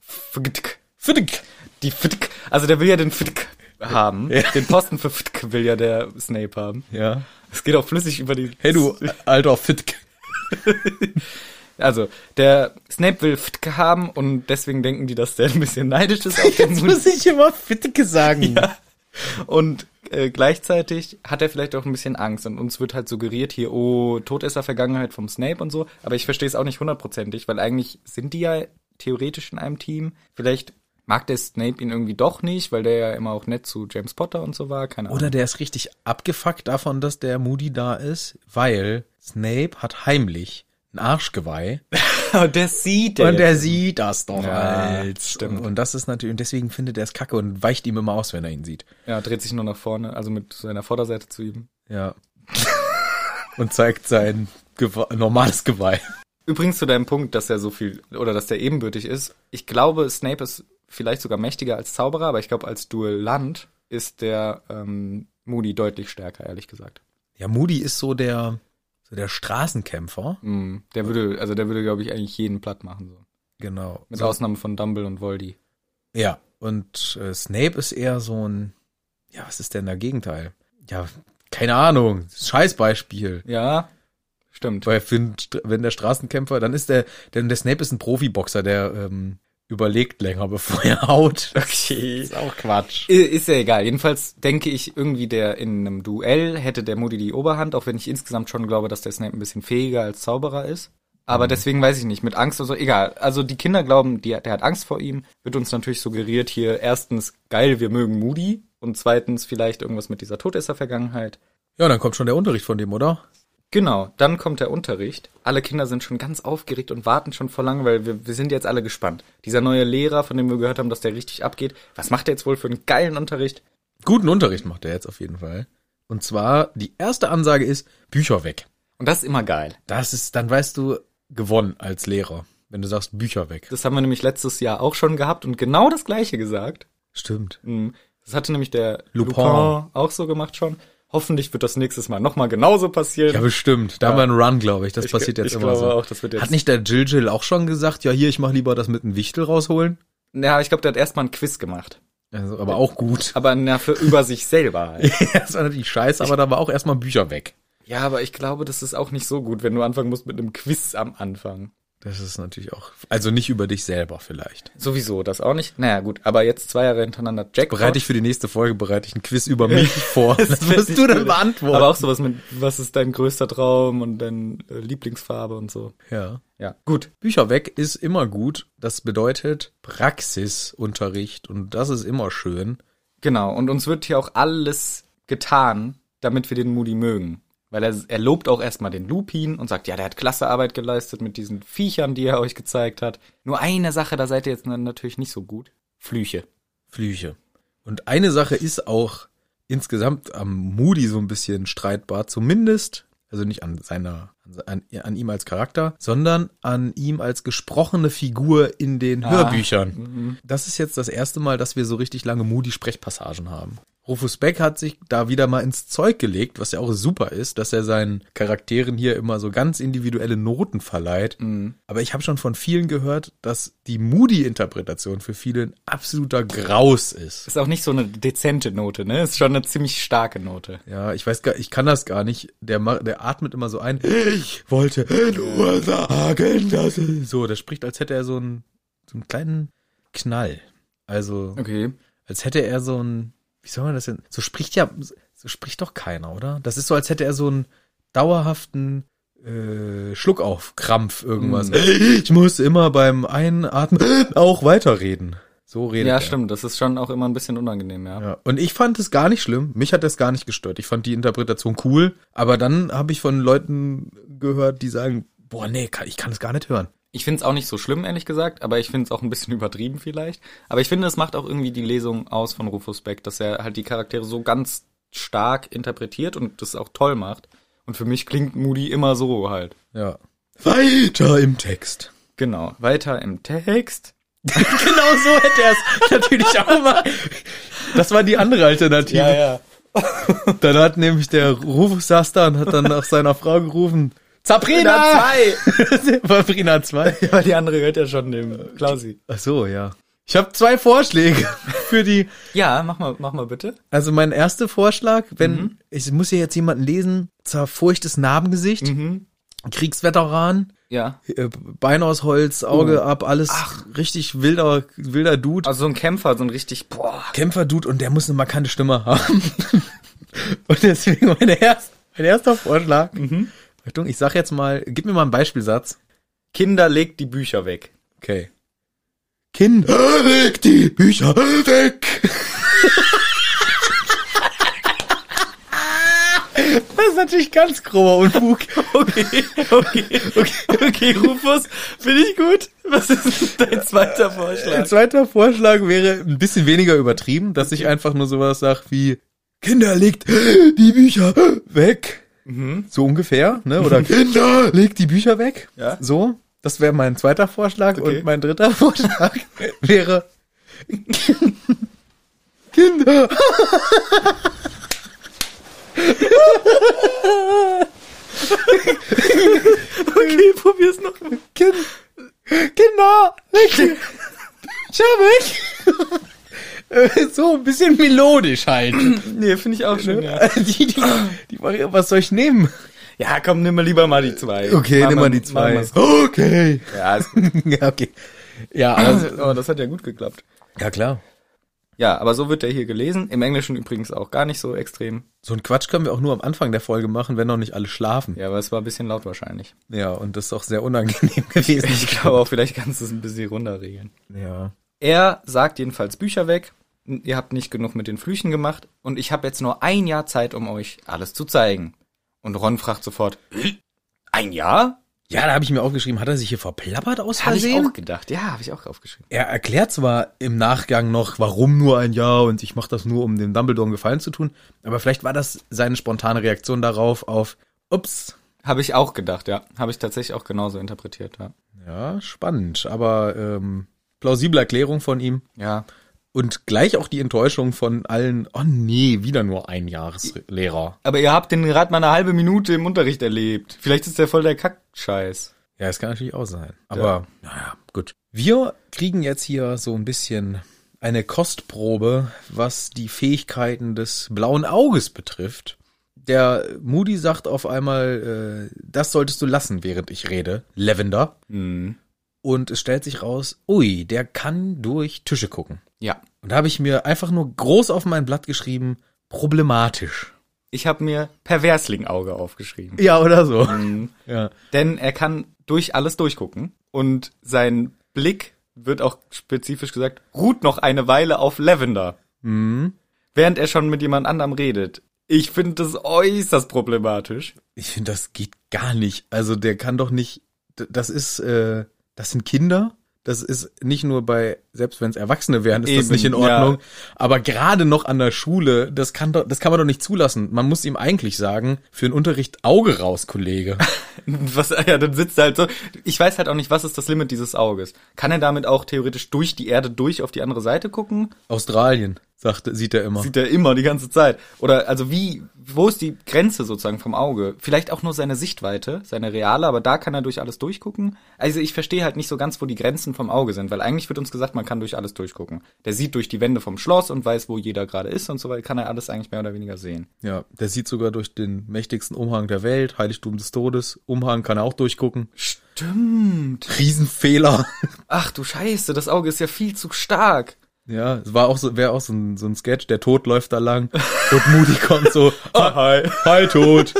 Speaker 2: Fdk. Die Fdk. Also der will ja den Fdk haben. Den Posten für Fdk will ja der Snape haben.
Speaker 1: Ja.
Speaker 2: Es geht auch flüssig über die...
Speaker 1: Hey du, alter Fitk.
Speaker 2: Also, der Snape will Fdk haben und deswegen denken die, dass der ein bisschen neidisch ist auf den Mund.
Speaker 1: ich immer Fitke sagen.
Speaker 2: Und äh, gleichzeitig hat er vielleicht auch ein bisschen Angst und uns wird halt suggeriert hier, oh, Todesser-Vergangenheit vom Snape und so. Aber ich verstehe es auch nicht hundertprozentig, weil eigentlich sind die ja theoretisch in einem Team. Vielleicht mag der Snape ihn irgendwie doch nicht, weil der ja immer auch nett zu James Potter und so war, keine Ahnung.
Speaker 1: Oder der ist richtig abgefuckt davon, dass der Moody da ist, weil Snape hat heimlich ein Arschgeweih.
Speaker 2: Oder der sieht
Speaker 1: Und der sieht das doch
Speaker 2: Ja,
Speaker 1: als.
Speaker 2: stimmt.
Speaker 1: Und das ist natürlich, und deswegen findet er es kacke und weicht ihm immer aus, wenn er ihn sieht.
Speaker 2: Ja, dreht sich nur nach vorne, also mit seiner Vorderseite zu ihm.
Speaker 1: Ja. und zeigt sein Gewe normales Geweih.
Speaker 2: Übrigens zu deinem Punkt, dass er so viel oder dass der ebenbürtig ist. Ich glaube, Snape ist vielleicht sogar mächtiger als Zauberer, aber ich glaube, als Duellant ist der ähm, Moody deutlich stärker, ehrlich gesagt.
Speaker 1: Ja, Moody ist so der, so der Straßenkämpfer.
Speaker 2: Mm, Der würde, also der würde, glaube ich, eigentlich jeden platt machen. So.
Speaker 1: Genau.
Speaker 2: Mit
Speaker 1: So-
Speaker 2: Ausnahme von Dumble und Voldy.
Speaker 1: Ja, und äh, Snape ist eher so ein, ja, was ist denn da Gegenteil? Ja, keine Ahnung, Scheißbeispiel.
Speaker 2: Ja, stimmt.
Speaker 1: Weil für, einen St- wenn der Straßenkämpfer, dann ist der, denn der Snape ist ein Profiboxer, der ähm, überlegt länger, bevor er haut.
Speaker 2: Okay.
Speaker 1: Ist auch Quatsch.
Speaker 2: I- Äh, Ist ja egal. Jedenfalls denke ich irgendwie, der in einem Duell hätte der Moody die Oberhand, auch wenn ich insgesamt schon glaube, dass der Snape ein bisschen fähiger als Zauberer ist. Aber deswegen weiß ich nicht, mit Angst oder so, egal. Also die Kinder glauben, die, der hat Angst vor ihm, wird uns natürlich suggeriert hier erstens, geil, wir mögen Moody und zweitens vielleicht irgendwas mit dieser Todesser-Vergangenheit.
Speaker 1: Ja, dann kommt schon der Unterricht von dem, oder?
Speaker 2: Genau, dann kommt der Unterricht. Alle Kinder sind schon ganz aufgeregt und warten schon vor lange, weil wir, wir sind jetzt alle gespannt. Dieser neue Lehrer, von dem wir gehört haben, dass der richtig abgeht, was macht er jetzt wohl für einen geilen Unterricht?
Speaker 1: Guten Unterricht macht er jetzt auf jeden Fall. Und zwar, die erste Ansage ist, Bücher weg.
Speaker 2: Und das ist immer geil.
Speaker 1: Das ist, dann weißt du, gewonnen als Lehrer, wenn du sagst, Bücher weg.
Speaker 2: Das haben wir nämlich letztes Jahr auch schon gehabt und genau das gleiche gesagt.
Speaker 1: Stimmt.
Speaker 2: Mhm. Das hatte nämlich der
Speaker 1: Lupin.
Speaker 2: Lupin, auch so gemacht schon. Hoffentlich wird das nächstes Mal nochmal genauso passieren.
Speaker 1: Ja, bestimmt. Da haben wir einen Run, glaube ich. Das
Speaker 2: Ich-
Speaker 1: passiert jetzt
Speaker 2: ich
Speaker 1: immer
Speaker 2: glaube
Speaker 1: so.
Speaker 2: auch, das wird jetzt-
Speaker 1: Hat nicht der Jill Jill auch schon gesagt, ja, hier, ich mache lieber das mit einem Wichtel rausholen?
Speaker 2: ja, ich glaube, der hat erstmal ein Quiz gemacht.
Speaker 1: Also, aber auch gut.
Speaker 2: Aber na, für über sich selber halt.
Speaker 1: das war natürlich scheiße, aber da war auch erstmal Bücher weg.
Speaker 2: Ja, aber ich glaube, das ist auch nicht so gut, wenn du anfangen musst mit einem Quiz am Anfang.
Speaker 1: Das ist natürlich auch, also nicht über dich selber vielleicht.
Speaker 2: Sowieso, das auch nicht. Naja, gut, aber jetzt zwei Jahre hintereinander Jackpot.
Speaker 1: Bereite ich für die nächste Folge, bereite ich ein Quiz über mich vor. Das
Speaker 2: Finde
Speaker 1: wirst
Speaker 2: ich
Speaker 1: du dann
Speaker 2: blöd.
Speaker 1: beantworten.
Speaker 2: Aber auch sowas mit, was ist dein größter Traum und deine äh, Lieblingsfarbe und so.
Speaker 1: ja.
Speaker 2: Ja, gut.
Speaker 1: Bücher weg ist immer gut. Das bedeutet Praxisunterricht und das ist immer schön.
Speaker 2: Genau, und uns wird hier auch alles getan, damit wir den Moody mögen. Weil er, er lobt auch erstmal den Lupin und sagt, ja, der hat klasse Arbeit geleistet mit diesen Viechern, die er euch gezeigt hat. Nur eine Sache, da seid ihr jetzt dann natürlich nicht so gut. Flüche.
Speaker 1: Flüche. Und eine Sache ist auch insgesamt am Moody so ein bisschen streitbar, zumindest, also nicht an seiner, an, an ihm als Charakter, sondern an ihm als gesprochene Figur in den Hörbüchern. Das ist jetzt das erste Mal, dass wir so richtig lange Moody-Sprechpassagen haben. Rufus Beck hat sich da wieder mal ins Zeug gelegt, was ja auch super ist, dass er seinen Charakteren hier immer so ganz individuelle Noten verleiht.
Speaker 2: Mhm.
Speaker 1: Aber ich habe schon von vielen gehört, dass die Moody-Interpretation für viele ein absoluter Graus ist.
Speaker 2: Ist auch nicht so eine dezente Note, ne? Ist schon eine ziemlich starke Note.
Speaker 1: Ja, ich weiß gar, ich kann das gar nicht. Der, ma- der atmet immer so ein. Ich wollte nur sagen, dass es so. Der spricht, als hätte er so einen, so einen kleinen Knall. Also
Speaker 2: Okay.
Speaker 1: als hätte er so ein, wie soll man das denn? So spricht ja, so spricht doch keiner, oder? Das ist so, als hätte er so einen dauerhaften äh, Schluckaufkrampf irgendwas.
Speaker 2: Mhm.
Speaker 1: Ich muss immer beim Einatmen auch weiterreden. So redet
Speaker 2: Ja,
Speaker 1: er.
Speaker 2: stimmt. Das ist schon auch immer ein bisschen unangenehm, ja.
Speaker 1: Ja. Und ich fand es gar nicht schlimm. Mich hat das gar nicht gestört. Ich fand die Interpretation cool. Aber dann habe ich von Leuten gehört, die sagen, boah, nee, kann, ich kann es gar nicht hören.
Speaker 2: Ich finde es auch nicht so schlimm, ehrlich gesagt, aber ich finde es auch ein bisschen übertrieben vielleicht. Aber ich finde, es macht auch irgendwie die Lesung aus von Rufus Beck, dass er halt die Charaktere so ganz stark interpretiert und das auch toll macht. Und für mich klingt Moody immer so halt.
Speaker 1: Ja. Weiter im Text.
Speaker 2: Genau. Weiter im Text.
Speaker 1: Genau so hätte er es natürlich auch mal. Das war die andere Alternative.
Speaker 2: ja.
Speaker 1: Dann hat nämlich der Rufus saß da und hat dann nach seiner Frau gerufen. Sabrina!
Speaker 2: Sabrina
Speaker 1: 2! 2.
Speaker 2: Aber die andere hört ja schon dem Klausi.
Speaker 1: Ach so, ja. Ich habe zwei Vorschläge für die.
Speaker 2: Ja, mach mal, mach mal bitte.
Speaker 1: Also mein erster Vorschlag, wenn ich muss hier jetzt jemanden lesen, zerfurchtes Narbengesicht, Kriegsveteran,
Speaker 2: Ja.
Speaker 1: äh, Bein aus Holz, Auge ab, alles richtig wilder wilder Dude.
Speaker 2: Also so ein Kämpfer, so ein richtig, boah.
Speaker 1: Kämpferdude und der muss eine markante Stimme haben. und deswegen mein, erst, mein erster Vorschlag.
Speaker 2: Mhm.
Speaker 1: Achtung, ich sag jetzt mal, gib mir mal einen Beispielsatz.
Speaker 2: Kinder legt die Bücher weg.
Speaker 1: Okay. Kinder, leg die Bücher weg! Das ist natürlich ganz grober Unfug.
Speaker 2: Okay, okay, okay, okay, Rufus, finde ich gut. Was ist dein zweiter
Speaker 1: Ein
Speaker 2: Vorschlag?
Speaker 1: zweiter Vorschlag wäre ein bisschen weniger übertrieben, dass ich einfach nur sowas sag wie Kinder legt die Bücher weg.
Speaker 2: Mhm.
Speaker 1: So ungefähr, ne? Oder Kinder legt die Bücher weg.
Speaker 2: Ja.
Speaker 1: So. Das wäre mein zweiter Vorschlag
Speaker 2: Okay.
Speaker 1: und mein dritter Vorschlag wäre Kinder.
Speaker 2: Okay, probier's noch. mal.
Speaker 1: Kind, Kinder, weg! Schau weg! Äh, so ein bisschen melodisch halt.
Speaker 2: Nee, finde ich auch schön, ja.
Speaker 1: Die, die, die, Maria, was soll ich nehmen?
Speaker 2: Ja, komm, nimm mal lieber mal die zwei.
Speaker 1: Okay,
Speaker 2: Mach
Speaker 1: nimm mal die
Speaker 2: mach
Speaker 1: zwei.
Speaker 2: mal's.
Speaker 1: Okay.
Speaker 2: Ja, ist gut.
Speaker 1: Ja, okay. Ja, also,
Speaker 2: Also, aber das hat ja gut geklappt.
Speaker 1: ja klar.
Speaker 2: Ja, aber so wird der hier gelesen. Im Englischen übrigens auch gar nicht so extrem.
Speaker 1: So einen Quatsch können wir auch nur am Anfang der Folge machen, wenn noch nicht alle schlafen. Ja,
Speaker 2: Ja, aber es war ein bisschen laut wahrscheinlich. Also,
Speaker 1: und das ist auch sehr unangenehm gewesen.
Speaker 2: Ich glaube auch, vielleicht kannst du es ein bisschen runterregeln.
Speaker 1: Ja.
Speaker 2: Er sagt jedenfalls Bücher weg. Ihr habt nicht genug mit den Flüchen gemacht. Und ich habe jetzt nur ein Jahr Zeit, um euch alles zu zeigen. Und Ron fragt sofort, ein Jahr?
Speaker 1: Ja, da habe ich mir aufgeschrieben, hat er sich hier verplappert aus
Speaker 2: Habe ich
Speaker 1: Versehen?
Speaker 2: auch gedacht. Ja, habe ich auch aufgeschrieben.
Speaker 1: Er erklärt zwar im Nachgang noch, warum nur ein Jahr und ich mache das nur, um dem Dumbledore einen Gefallen zu tun, aber vielleicht war das seine spontane Reaktion darauf auf, ups,
Speaker 2: Habe ich auch gedacht, ja. Habe ich tatsächlich auch genauso interpretiert, ja.
Speaker 1: Ja, spannend, aber ähm, plausible Erklärung von ihm.
Speaker 2: Ja,
Speaker 1: Und gleich auch die Enttäuschung von allen, oh nee, wieder nur ein Jahreslehrer.
Speaker 2: Aber ihr habt den gerade mal eine halbe Minute im Unterricht erlebt. Vielleicht ist der voll der Kackscheiß.
Speaker 1: Ja, es kann natürlich auch sein. Aber naja, gut. Wir kriegen jetzt hier so ein bisschen eine Kostprobe, was die Fähigkeiten des blauen Auges betrifft. Der Moody sagt auf einmal, äh, das solltest du lassen, während ich rede. Lavender.
Speaker 2: Mhm.
Speaker 1: Und es stellt sich raus, ui, der kann durch Tische gucken.
Speaker 2: Ja.
Speaker 1: Und da habe ich mir einfach nur groß auf mein Blatt geschrieben, problematisch.
Speaker 2: Ich habe mir Perversling-Auge aufgeschrieben.
Speaker 1: Ja, oder so.
Speaker 2: Mhm.
Speaker 1: Ja.
Speaker 2: Denn er kann durch alles durchgucken. Und sein Blick, wird auch spezifisch gesagt, ruht noch eine Weile auf Lavender.
Speaker 1: Mhm.
Speaker 2: Während er schon mit jemand anderem redet. Ich finde das äußerst problematisch.
Speaker 1: Ich finde, das geht gar nicht. Also der kann doch nicht. d- Das ist, äh, das sind Kinder. Das ist nicht nur bei, selbst wenn es Erwachsene wären, ist das
Speaker 2: Eben,
Speaker 1: nicht in
Speaker 2: ja.
Speaker 1: Ordnung. Aber gerade noch an der Schule, das kann doch, das kann man doch nicht zulassen. Man muss ihm eigentlich sagen, für den Unterricht Auge raus, Kollege.
Speaker 2: Was, ja, dann sitzt er halt so. Ich weiß halt auch nicht, was ist das Limit dieses Auges. Kann er damit auch theoretisch durch die Erde durch auf die andere Seite gucken?
Speaker 1: Australien, sagt, sieht er immer.
Speaker 2: sieht er immer die ganze Zeit. Oder also wie, wo ist die Grenze sozusagen vom Auge? Vielleicht auch nur seine Sichtweite, seine reale, aber da kann er durch alles durchgucken. Also ich verstehe halt nicht so ganz, wo die Grenzen vom Auge sind, weil eigentlich wird uns gesagt, man kann durch alles durchgucken. Der sieht durch die Wände vom Schloss und weiß, wo jeder gerade ist und so weiter, kann er alles eigentlich mehr oder weniger sehen.
Speaker 1: ja, der sieht sogar durch den mächtigsten Umhang der Welt, Heiligtum des Todes. Umhang kann er auch durchgucken.
Speaker 2: Stimmt.
Speaker 1: Riesenfehler.
Speaker 2: Ach du Scheiße, das Auge ist ja viel zu stark.
Speaker 1: Ja, es war auch so, wäre auch so ein, so ein Sketch, der Tod läuft da lang und Moody kommt so, ah,
Speaker 2: hi.
Speaker 1: hi Tod.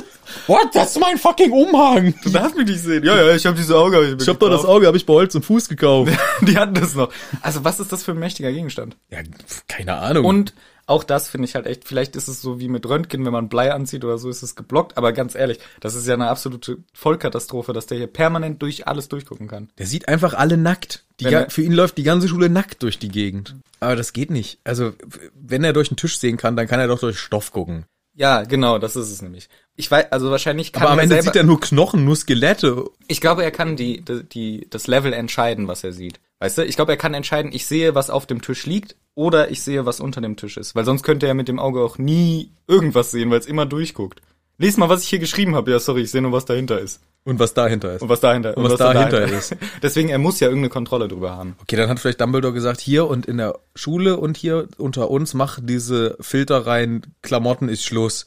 Speaker 1: What? Das ist mein fucking Umhang.
Speaker 2: Du darfst mich nicht sehen. Ja, ja, ich habe dieses Auge. hab mir
Speaker 1: Ich hab doch das
Speaker 2: gekauft.
Speaker 1: Auge, hab ich bei Holz und Fuß gekauft.
Speaker 2: Die hatten das noch. Also was ist das für ein mächtiger Gegenstand?
Speaker 1: Ja, pf, keine Ahnung.
Speaker 2: Und auch das finde ich halt echt, vielleicht ist es so wie mit Röntgen, wenn man Blei anzieht oder so, ist es geblockt. Aber ganz ehrlich, das ist ja eine absolute Vollkatastrophe, dass der hier permanent durch alles durchgucken kann.
Speaker 1: der sieht einfach alle nackt. Die,
Speaker 2: Wenn
Speaker 1: ga-
Speaker 2: er-
Speaker 1: für ihn läuft die ganze Schule nackt durch die Gegend. Aber das geht nicht. Also, f- wenn er durch den Tisch sehen kann, dann kann er doch durch Stoff gucken.
Speaker 2: Ja, genau, das ist es nämlich. Ich weiß, also wahrscheinlich kann
Speaker 1: Aber am
Speaker 2: er
Speaker 1: Ende
Speaker 2: selber,
Speaker 1: sieht er nur Knochen, nur Skelette.
Speaker 2: ich glaube, er kann die, die, die, das Level entscheiden, was er sieht. Weißt du, ich glaube, er kann entscheiden, ich sehe, was auf dem Tisch liegt oder ich sehe, was unter dem Tisch ist. Weil sonst könnte er mit dem Auge auch nie irgendwas sehen, weil es immer durchguckt. Lies mal, was ich hier geschrieben habe. Ja, sorry, ich sehe nur, was dahinter ist.
Speaker 1: Und was dahinter ist.
Speaker 2: Und was dahinter,
Speaker 1: Und was dahinter
Speaker 2: Deswegen, er muss ja irgendeine Kontrolle drüber haben.
Speaker 1: Okay, dann hat vielleicht Dumbledore gesagt, hier und in der Schule und hier unter uns mach diese Filter rein, Klamotten ist Schluss.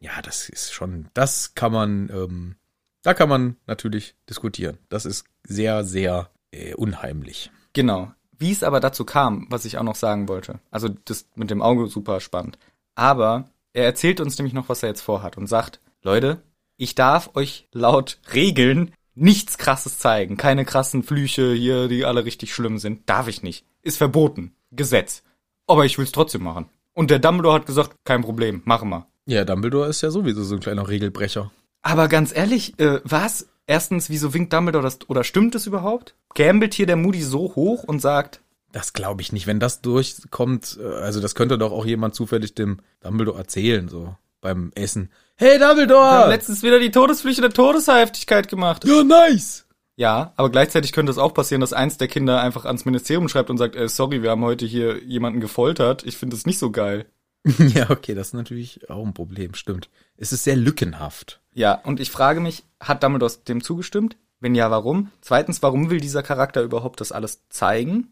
Speaker 1: Ja, das ist schon, das kann man, ähm, da kann man natürlich diskutieren. Das ist sehr, sehr äh, unheimlich.
Speaker 2: Genau. Wie es aber dazu kam, was ich auch noch sagen wollte. Also das mit dem Auge super spannend. Aber er erzählt uns nämlich noch, was er jetzt vorhat und sagt, Leute, ich darf euch laut Regeln nichts Krasses zeigen. Keine krassen Flüche hier, die alle richtig schlimm sind. Darf ich nicht. Ist verboten. Gesetz. Aber ich will's trotzdem machen. Und der Dumbledore hat gesagt, kein Problem, machen wir.
Speaker 1: Ja, Dumbledore ist ja sowieso so ein kleiner Regelbrecher.
Speaker 2: Aber ganz ehrlich, äh, was? Erstens, wieso winkt Dumbledore das? Oder stimmt es überhaupt? Gambelt hier der Moody so hoch und sagt,
Speaker 1: Das glaube ich nicht. Wenn das durchkommt, äh, also das könnte doch auch jemand zufällig dem Dumbledore erzählen, so beim Essen. Hey
Speaker 2: wir haben
Speaker 1: Dumbledore!
Speaker 2: letztens wieder die Todesflüche der Todeshaftigkeit gemacht.
Speaker 1: You're nice!
Speaker 2: Ja, aber gleichzeitig könnte es auch passieren, dass eins der Kinder einfach ans Ministerium schreibt und sagt, äh, sorry, wir haben heute hier jemanden gefoltert. Ich finde es nicht so geil.
Speaker 1: Ja, okay, das ist natürlich auch ein Problem, stimmt. Es ist sehr lückenhaft.
Speaker 2: Ja, und ich frage mich, hat Dumbledore dem zugestimmt? Wenn ja, warum? Zweitens, warum will dieser Charakter überhaupt das alles zeigen?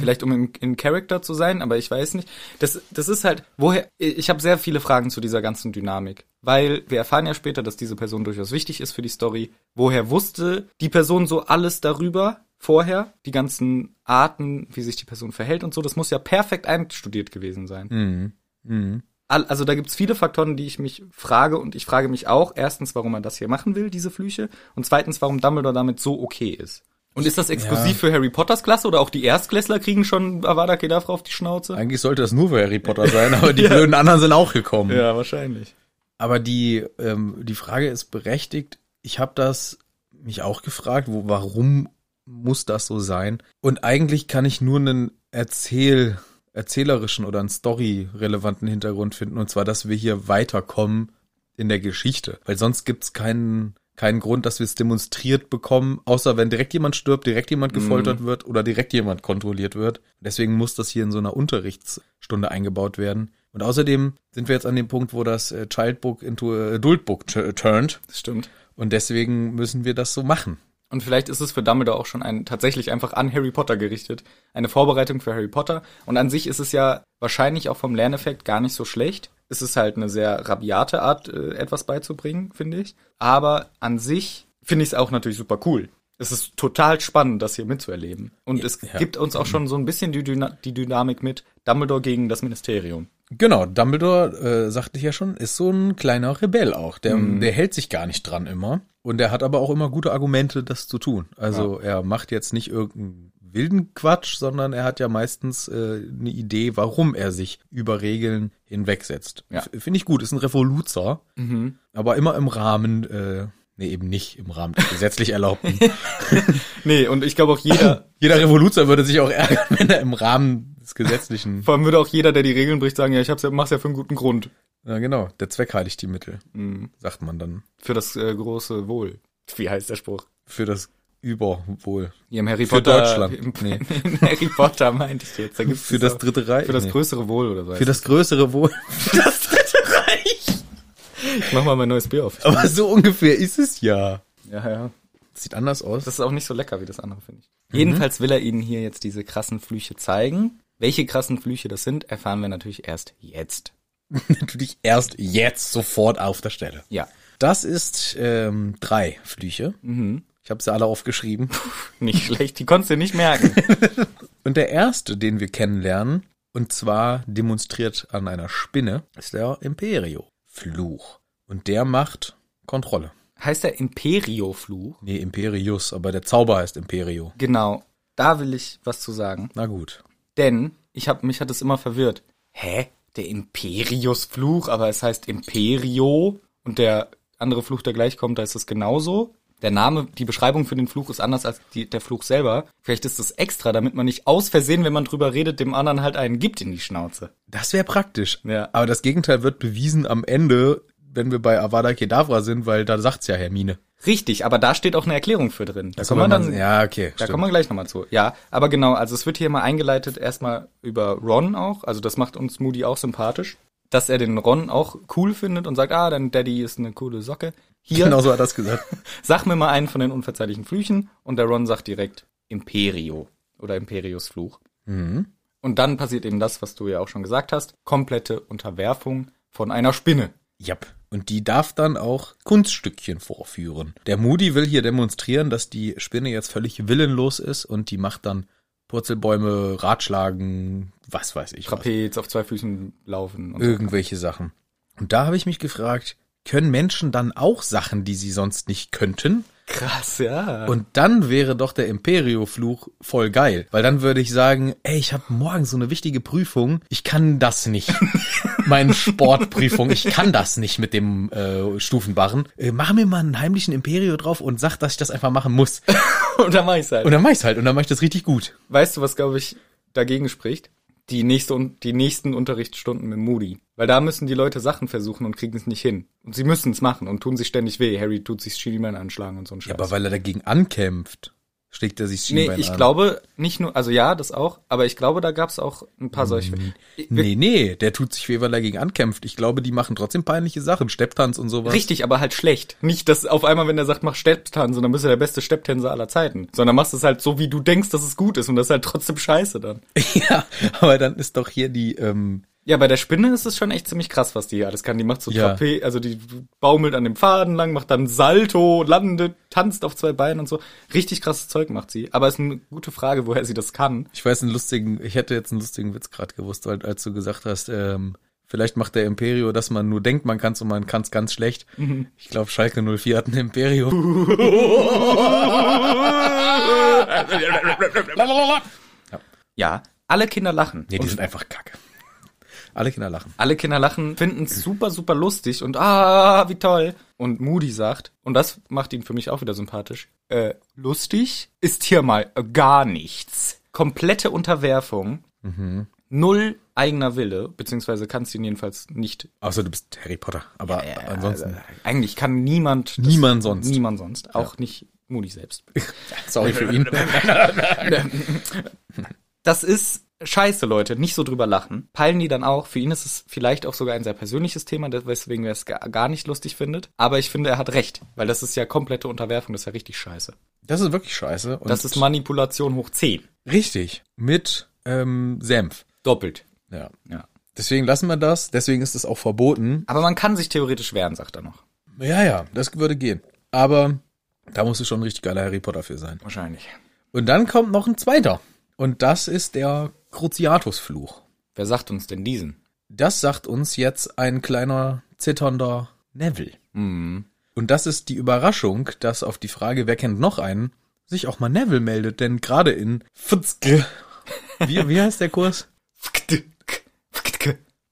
Speaker 2: Vielleicht um in, in Character zu sein, aber ich weiß nicht. Das, das ist halt, woher, ich habe sehr viele Fragen zu dieser ganzen Dynamik. Weil wir erfahren ja später, dass diese Person durchaus wichtig ist für die Story. Woher wusste die Person so alles darüber vorher? Die ganzen Arten, wie sich die Person verhält und so, das muss ja perfekt einstudiert gewesen sein.
Speaker 1: Mhm. Mhm.
Speaker 2: All- also da gibt's viele Faktoren, die ich mich frage und ich frage mich auch erstens, warum er das hier machen will, diese Flüche und zweitens, warum Dumbledore damit so okay ist. Und ist das exklusiv für Harry Potters Klasse oder auch die Erstklässler kriegen schon Avada Kedavra auf die Schnauze?
Speaker 1: Eigentlich sollte das nur für Harry Potter sein, aber die blöden anderen sind auch gekommen.
Speaker 2: Ja, wahrscheinlich.
Speaker 1: Aber die, ähm, die Frage ist berechtigt. Ich habe das mich auch gefragt, wo, warum muss das so sein? Und eigentlich kann ich nur einen Erzähl, erzählerischen oder einen story-relevanten Hintergrund finden, und zwar, dass wir hier weiterkommen in der Geschichte. Weil sonst gibt's keinen, keinen Grund, dass wir es demonstriert bekommen, außer wenn direkt jemand stirbt, direkt jemand gefoltert wird oder direkt jemand kontrolliert wird. Deswegen muss das hier in so einer Unterrichtsstunde eingebaut werden. Und außerdem sind wir jetzt an dem Punkt, wo das äh, Childbook into äh, Adultbook tu- turned.
Speaker 2: Das stimmt.
Speaker 1: Und deswegen müssen wir das so machen.
Speaker 2: Und vielleicht ist es für Dumbledore auch schon ein, tatsächlich einfach an Harry Potter gerichtet. Eine Vorbereitung für Harry Potter. Und an sich ist es ja wahrscheinlich auch vom Lerneffekt gar nicht so schlecht. Es ist halt eine sehr rabiate Art, äh, etwas beizubringen, finde ich. Aber an sich finde ich es auch natürlich super cool. Es ist total spannend, das hier mitzuerleben. Und es
Speaker 1: ja. Mhm.
Speaker 2: gibt uns auch schon so ein bisschen die, Dyna die Dynamik mit Dumbledore gegen das Ministerium.
Speaker 1: Genau, Dumbledore, äh, sagte ich ja schon, ist so ein kleiner Rebell auch. Der, der hält sich gar nicht dran immer. Und er hat aber auch immer gute Argumente, das zu tun. Also er macht jetzt nicht irgendeinen wilden Quatsch, sondern er hat ja meistens äh, eine Idee, warum er sich über Regeln hinwegsetzt.
Speaker 2: Ja.
Speaker 1: F- Finde ich gut, ist ein Revoluzer, aber immer im Rahmen, äh, nee, eben nicht im Rahmen des gesetzlich Erlaubten.
Speaker 2: Nee, und ich glaube auch jeder,
Speaker 1: Jeder Revoluzer würde sich auch ärgern, wenn er im Rahmen des gesetzlichen.
Speaker 2: vor allem würde auch jeder, der die Regeln bricht, sagen, ja, ich hab's ja, mach's ja für einen guten Grund.
Speaker 1: Ja, genau, der Zweck heiligt die Mittel, sagt man dann.
Speaker 2: Für das äh, große Wohl. Wie heißt der Spruch?
Speaker 1: für das Überwohl.
Speaker 2: Ja, im Harry
Speaker 1: Für
Speaker 2: Potter.
Speaker 1: Deutschland.
Speaker 2: Im,
Speaker 1: Nee.
Speaker 2: in Harry Potter meinte ich jetzt. Da gibt's
Speaker 1: Für das
Speaker 2: auch-
Speaker 1: Dritte Reich?
Speaker 2: Für das
Speaker 1: Nee.
Speaker 2: größere Wohl oder so.
Speaker 1: Für das größere Wohl. Für das dritte Reich.
Speaker 2: ich mach mal mein neues Bier auf.
Speaker 1: Aber so ungefähr ist es ja. Mhm.
Speaker 2: Ja, ja.
Speaker 1: Sieht anders aus.
Speaker 2: Das ist auch nicht so lecker wie das andere, finde ich. Jedenfalls will er Ihnen hier jetzt diese krassen Flüche zeigen. Welche krassen Flüche das sind, erfahren wir natürlich erst jetzt.
Speaker 1: natürlich erst jetzt sofort auf der Stelle.
Speaker 2: Ja.
Speaker 1: Das ist ähm, drei Flüche. Ich habe sie alle aufgeschrieben.
Speaker 2: Nicht schlecht, die konntest du nicht merken.
Speaker 1: Und der erste, den wir kennenlernen, und zwar demonstriert an einer Spinne, ist der Imperio. Fluch. Und der macht Kontrolle.
Speaker 2: heißt der Imperio-Fluch?
Speaker 1: Nee, Imperius, aber der Zauber heißt Imperio.
Speaker 2: Genau. Da will ich was zu sagen.
Speaker 1: Na gut.
Speaker 2: Denn ich hab, mich hat es immer verwirrt. Hä? Der Imperius-Fluch, aber es heißt Imperio und der andere Fluch, der gleich kommt, da ist es genauso. Der Name, die Beschreibung für den Fluch ist anders als die, der Fluch selber. Vielleicht ist das extra, damit man nicht aus Versehen, wenn man drüber redet, dem anderen halt einen gibt in die Schnauze.
Speaker 1: Das wäre praktisch.
Speaker 2: Ja.
Speaker 1: Aber das Gegenteil wird bewiesen am Ende, wenn wir bei Avada Kedavra sind, weil da sagt's ja Hermine.
Speaker 2: Richtig, aber da steht auch eine Erklärung für drin. Da,
Speaker 1: Soll man- ja, okay.
Speaker 2: Da
Speaker 1: stimmt.
Speaker 2: kommen wir gleich nochmal zu. Ja, aber genau, also es wird hier mal eingeleitet erstmal über Ron auch. Also das macht uns Moody auch sympathisch, dass er den Ron auch cool findet und sagt, ah, dein Daddy ist eine coole Socke. Hier,
Speaker 1: Genau so hat das gesagt.
Speaker 2: sag mir mal einen von den unverzeihlichen Flüchen. Und der Ron sagt direkt Imperio oder Imperius Fluch.
Speaker 1: Mhm.
Speaker 2: Und dann passiert eben das, was du ja auch schon gesagt hast. Komplette Unterwerfung von einer Spinne.
Speaker 1: Jap. Und die darf dann auch Kunststückchen vorführen. Der Moody will hier demonstrieren, dass die Spinne jetzt völlig willenlos ist und die macht dann Purzelbäume, Ratschlagen, was weiß ich. was.
Speaker 2: Trapez, auf zwei Füßen laufen. Und so.
Speaker 1: Irgendwelche Sachen. Und da habe ich mich gefragt, können Menschen dann auch Sachen, die sie sonst nicht könnten?
Speaker 2: Krass, ja.
Speaker 1: Und dann wäre doch der Imperio-Fluch voll geil. Weil dann würde ich sagen, ey, ich habe morgen so eine wichtige Prüfung. Ich kann das nicht. Meine Sportprüfung. Ich kann das nicht mit dem äh, Stufenbarren. Äh, mach mir mal einen heimlichen Imperio drauf und sag, dass ich das einfach machen muss.
Speaker 2: Und dann mach ich's halt.
Speaker 1: Und dann mach ich's halt. Und dann mach ich das richtig gut.
Speaker 2: Weißt du, was, glaube ich, dagegen spricht? Die, nächste, un- die nächsten Unterrichtsstunden mit Moody. Weil da müssen die Leute Sachen versuchen und kriegen es nicht hin. Und sie müssen es machen und tun sich ständig weh. Harry tut sich Schienbein anschlagen und so ein Scheiß.
Speaker 1: Aber weil er dagegen ankämpft, schlägt er sich
Speaker 2: nee,
Speaker 1: Schienbein
Speaker 2: ich
Speaker 1: an.
Speaker 2: glaube, nicht nur, also ja, das auch, aber ich glaube, da gab es auch ein paar solche.
Speaker 1: Hm.
Speaker 2: Ich- wir-
Speaker 1: Nee, nee, der tut sich weh, weil er dagegen ankämpft. Ich glaube, die machen trotzdem peinliche Sachen. Stepptanz und sowas.
Speaker 2: Richtig, aber halt schlecht. Nicht, dass auf einmal, wenn er sagt, mach Stepptanz, und dann bist du der beste Stepptänzer aller Zeiten. Sondern machst es halt so, wie du denkst, dass es gut ist und das ist halt trotzdem scheiße dann.
Speaker 1: Ja, aber dann ist doch hier die, ähm,
Speaker 2: Ja, bei der Spinne ist es schon echt ziemlich krass, was die hier alles kann. Die macht so
Speaker 1: Ja.
Speaker 2: Trapez, also die baumelt an dem Faden lang, macht dann Salto, landet, tanzt auf zwei Beinen und so. Richtig krasses Zeug macht sie. Aber ist eine gute Frage, woher sie das kann.
Speaker 1: Ich weiß einen lustigen, ich hätte jetzt einen lustigen Witz gerade gewusst, weil, als du gesagt hast, ähm, vielleicht macht der Imperio, dass man nur denkt, man kann's und man kann's ganz schlecht.
Speaker 2: Mhm.
Speaker 1: Ich glaube, Schalke 04 hat ein Imperio.
Speaker 2: Ja, alle Kinder lachen.
Speaker 1: Nee, die
Speaker 2: Und
Speaker 1: sind einfach kacke. Alle Kinder lachen.
Speaker 2: alle Kinder lachen, finden es super, super lustig und ah, wie toll. Und Moody sagt, und das macht ihn für mich auch wieder sympathisch, äh, lustig ist hier mal gar nichts. komplette Unterwerfung,
Speaker 1: Mhm.
Speaker 2: null eigener Wille, beziehungsweise kannst du ihn jedenfalls nicht.
Speaker 1: Außer du bist Harry Potter. Aber ansonsten.
Speaker 2: Äh, Eigentlich kann niemand. das-
Speaker 1: Niemand sonst.
Speaker 2: Niemand sonst. Auch nicht Moody selbst.
Speaker 1: Sorry für ihn.
Speaker 2: Das ist scheiße, Leute. Nicht so drüber lachen. Peilen die dann auch. Für ihn ist es vielleicht auch sogar ein sehr persönliches Thema, das- weswegen er es ga- gar nicht lustig findet. Aber ich finde, er hat recht. Weil das ist ja komplette Unterwerfung. Das ist ja richtig scheiße.
Speaker 1: Das ist wirklich scheiße. Und
Speaker 2: Das ist Manipulation hoch 10.
Speaker 1: Richtig. Mit ähm, Senf.
Speaker 2: Doppelt.
Speaker 1: Ja.
Speaker 2: Ja.
Speaker 1: Deswegen lassen wir das. Deswegen ist es auch verboten.
Speaker 2: Aber man kann sich theoretisch wehren, sagt er noch.
Speaker 1: Ja, ja, das würde gehen. Aber da musst du schon ein richtig geiler Harry Potter für sein.
Speaker 2: Wahrscheinlich.
Speaker 1: Und dann kommt noch ein zweiter. Und das ist der Cruciatus-Fluch.
Speaker 2: Wer sagt uns denn diesen?
Speaker 1: Das sagt uns jetzt ein kleiner zitternder Neville.
Speaker 2: Hm.
Speaker 1: Und das ist die Überraschung, dass auf die Frage, wer kennt noch einen, sich auch mal Neville meldet, denn gerade in Fitzke. Wie, wie heißt der Kurs?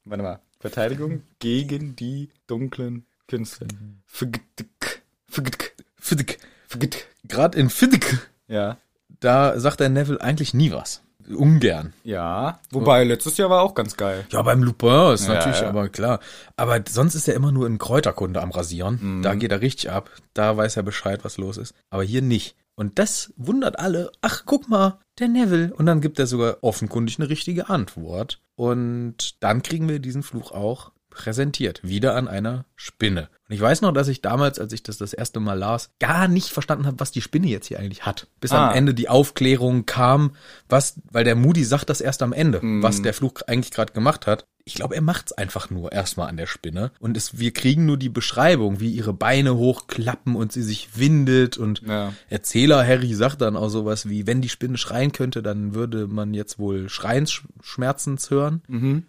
Speaker 2: Warte mal. Verteidigung gegen die dunklen Künste. Fgtk. Fgtk.
Speaker 1: Fitzke.
Speaker 2: Fgtk.
Speaker 1: Gerade in Fitzke,
Speaker 2: Ja.
Speaker 1: da sagt der Neville eigentlich nie was. Ungern.
Speaker 2: Ja. Wobei, letztes Jahr war auch ganz geil.
Speaker 1: Ja, beim Lupin ist
Speaker 2: Ja,
Speaker 1: natürlich,
Speaker 2: ja.
Speaker 1: aber klar. Aber sonst ist er immer nur in Kräuterkunde am Rasieren.
Speaker 2: Mhm.
Speaker 1: Da geht er richtig ab. Da weiß er Bescheid, was los ist. Aber hier nicht. Und das wundert alle. Ach, guck mal, der Neville. Und dann gibt er sogar offenkundig eine richtige Antwort. Und dann kriegen wir diesen Fluch auch präsentiert. Wieder an einer Spinne. Und ich weiß noch, dass ich damals, als ich das das erste Mal las, gar nicht verstanden habe, was die Spinne jetzt hier eigentlich hat. Bis
Speaker 2: Ah.
Speaker 1: am Ende die Aufklärung kam, was, weil der Moody sagt das erst am Ende, was der Fluch eigentlich gerade gemacht hat. Ich glaube, er macht's einfach nur erstmal an der Spinne. Und es, wir kriegen nur die Beschreibung, wie ihre Beine hochklappen und sie sich windet. Und
Speaker 2: Ja.
Speaker 1: Erzähler Harry sagt dann auch sowas wie, wenn die Spinne schreien könnte, dann würde man jetzt wohl Schreinsschmerzens hören.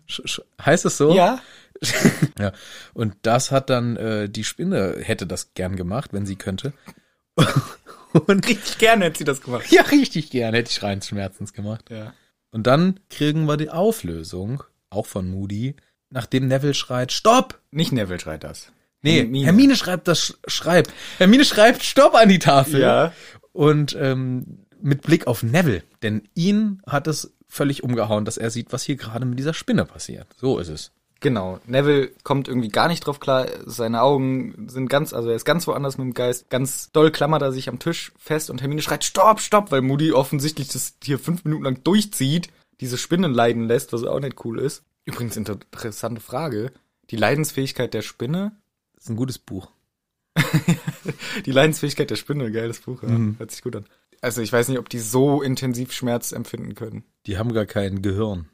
Speaker 1: Sch sch heißt es so?
Speaker 2: Ja.
Speaker 1: Ja, und das hat dann äh, die Spinne hätte das gern gemacht, wenn sie könnte. und
Speaker 2: Richtig gerne hätte sie das gemacht.
Speaker 1: ja, richtig gern hätte ich Schreinsschmerzens gemacht.
Speaker 2: Ja.
Speaker 1: Und dann kriegen wir die Auflösung, auch von Moody, nachdem Neville schreit, Stopp!
Speaker 2: Nicht Neville schreit das.
Speaker 1: Nee,
Speaker 2: Hermine.
Speaker 1: Hermine, schreibt das, sch- schreibt. Hermine schreibt Stopp an die Tafel.
Speaker 2: Ja.
Speaker 1: Und ähm, mit Blick auf Neville, denn ihn hat es völlig umgehauen, dass er sieht, was hier gerade mit dieser Spinne passiert. So ist es.
Speaker 2: Genau. Neville kommt irgendwie gar nicht drauf klar. Seine Augen sind ganz, also er ist ganz woanders mit dem Geist. Ganz doll klammert er sich am Tisch fest und Hermine schreit, stopp, stopp, weil Moody offensichtlich das hier fünf Minuten lang durchzieht, diese Spinnen leiden lässt, was auch nicht cool ist. Übrigens inter- interessante Frage. Die Leidensfähigkeit der Spinne?
Speaker 1: Ist ein gutes Buch.
Speaker 2: Die Leidensfähigkeit der Spinne, geiles Buch, ja. hört sich gut an. Also ich weiß nicht, ob die so intensiv Schmerz empfinden können.
Speaker 1: Die haben gar kein Gehirn.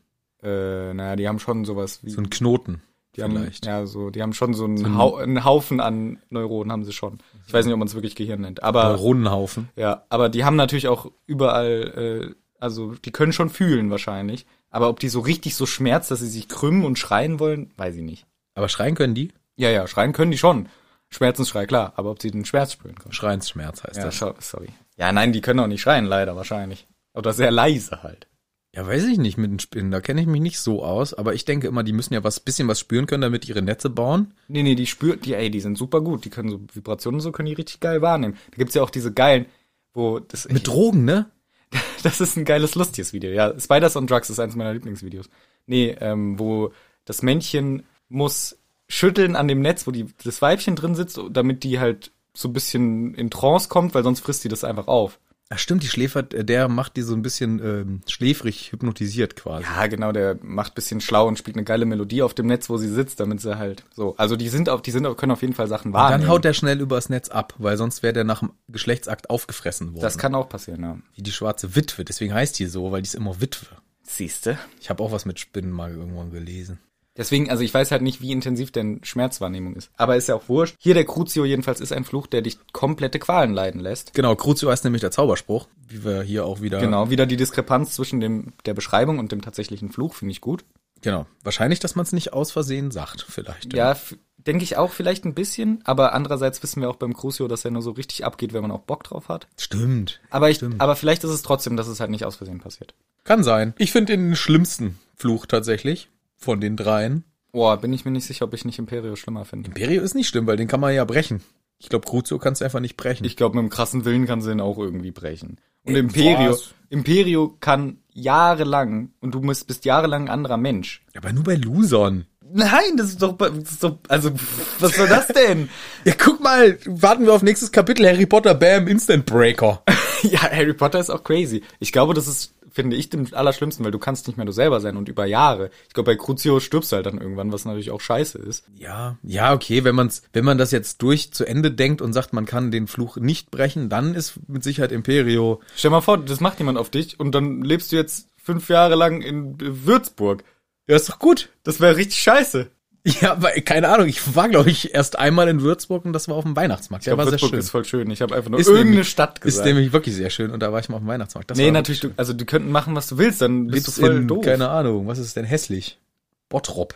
Speaker 2: Äh, naja, die haben schon sowas wie.
Speaker 1: So ein Knoten.
Speaker 2: Die haben,
Speaker 1: Vielleicht.
Speaker 2: ja, so, die haben schon so einen, Hau einen Haufen an Neuronen haben sie schon. Ich weiß nicht, ob man es wirklich Gehirn nennt, aber
Speaker 1: Neuronenhaufen.
Speaker 2: ja, aber die haben natürlich auch überall, äh, also die können schon fühlen wahrscheinlich, aber ob die so richtig so Schmerz, dass sie sich krümmen und schreien wollen, weiß ich nicht.
Speaker 1: Aber schreien können die?
Speaker 2: Ja, ja, schreien können die schon. Schmerzensschrei, klar, aber ob sie den Schmerz spüren können.
Speaker 1: Schreinsschmerz heißt
Speaker 2: Ja,
Speaker 1: das.
Speaker 2: scho- sorry. Ja, nein, die können auch nicht schreien, leider wahrscheinlich. Oder sehr leise halt.
Speaker 1: Ja, weiß ich nicht mit den Spinnen. Da kenne ich mich nicht so aus. Aber ich denke immer, die müssen ja was bisschen was spüren können, damit die ihre Netze bauen.
Speaker 2: Nee, nee, die spürt, die, ey, die sind super gut. Die können so Vibrationen und so, können die richtig geil wahrnehmen. Da gibt's ja auch diese geilen, wo das
Speaker 1: Mit Drogen, ne?
Speaker 2: Das ist ein geiles, lustiges Video. Ja, Spiders on Drugs ist eins meiner Lieblingsvideos. Nee, ähm, wo das Männchen muss schütteln an dem Netz, wo die, das Weibchen drin sitzt, damit die halt so ein bisschen in Trance kommt, weil sonst frisst die das einfach auf.
Speaker 1: Ach stimmt, die Schläfert, äh, der macht die so ein bisschen ähm, schläfrig hypnotisiert quasi.
Speaker 2: Ja, genau, der macht bisschen schlau und spielt eine geile Melodie auf dem Netz, wo sie sitzt, damit sie halt so. Also die sind auf, die sind auf, können auf jeden Fall Sachen wahrnehmen.
Speaker 1: Dann haut der schnell übers Netz ab, weil sonst wäre der nach dem Geschlechtsakt aufgefressen worden.
Speaker 2: das kann auch passieren, ja.
Speaker 1: Wie die schwarze Witwe, deswegen heißt die so, weil die ist immer Witwe.
Speaker 2: Siehste.
Speaker 1: Ich habe auch was mit Spinnen mal irgendwann gelesen.
Speaker 2: Deswegen, also ich weiß halt nicht, wie intensiv denn Schmerzwahrnehmung ist. Aber ist ja auch wurscht. Hier der Crucio jedenfalls ist ein Fluch, der dich komplette Qualen leiden lässt.
Speaker 1: Genau, Crucio heißt nämlich der Zauberspruch, wie wir hier auch wieder.
Speaker 2: Genau, wieder die Diskrepanz zwischen dem, der Beschreibung und dem tatsächlichen Fluch, finde ich gut.
Speaker 1: Genau. Wahrscheinlich, dass man es nicht aus Versehen sagt, vielleicht.
Speaker 2: Ja, f- denke ich auch vielleicht ein bisschen, aber andererseits wissen wir auch beim Crucio, dass er nur so richtig abgeht, wenn man auch Bock drauf hat.
Speaker 1: Stimmt.
Speaker 2: Aber, ich, aber vielleicht ist es trotzdem, dass es halt nicht aus Versehen passiert.
Speaker 1: Kann sein. Ich finde den schlimmsten Fluch tatsächlich von den dreien.
Speaker 2: Boah, bin ich mir nicht sicher, ob ich nicht Imperio schlimmer finde.
Speaker 1: Imperio ist nicht schlimm, weil den kann man ja brechen. Ich glaube, Cruzo kannst du einfach nicht brechen.
Speaker 2: Ich glaube, mit dem krassen Willen kann sie den auch irgendwie brechen. Und Imperio,
Speaker 1: was?
Speaker 2: Imperio kann jahrelang, und du bist, bist jahrelang ein anderer Mensch.
Speaker 1: aber nur bei Losern.
Speaker 2: Nein, das ist doch, das ist doch also, pff, was soll das denn?
Speaker 1: Ja, guck mal, warten wir auf nächstes Kapitel Harry Potter, bam, Instant Breaker.
Speaker 2: ja, Harry Potter ist auch crazy. Ich glaube, das ist, finde ich, dem Allerschlimmsten, weil du kannst nicht mehr du selber sein und über Jahre. Ich glaube, bei Crucio stirbst du halt dann irgendwann, was natürlich auch scheiße ist.
Speaker 1: Ja, ja, okay, wenn man's, wenn man das jetzt durch zu Ende denkt und sagt, man kann den Fluch nicht brechen, dann ist mit Sicherheit Imperio.
Speaker 2: Stell mal vor, das macht jemand auf dich und dann lebst du jetzt fünf Jahre lang in Würzburg.
Speaker 1: Ja, ist doch gut.
Speaker 2: Das wäre richtig scheiße.
Speaker 1: Ja, aber keine Ahnung, ich war, glaube ich, erst einmal in Würzburg und das war auf dem Weihnachtsmarkt. Der
Speaker 2: Ja,
Speaker 1: war sehr
Speaker 2: Würzburg
Speaker 1: schön.
Speaker 2: ist voll schön. Ich habe einfach nur
Speaker 1: Ist
Speaker 2: irgendeine
Speaker 1: nämlich-
Speaker 2: Stadt
Speaker 1: Ist
Speaker 2: gesagt.
Speaker 1: nämlich wirklich sehr schön und da war ich mal auf dem Weihnachtsmarkt. Das
Speaker 2: nee,
Speaker 1: war
Speaker 2: natürlich, du, also die könnten machen, was du willst, dann bist
Speaker 1: Lebst
Speaker 2: du voll
Speaker 1: in,
Speaker 2: doof.
Speaker 1: keine Ahnung, was ist denn hässlich? Bottrop.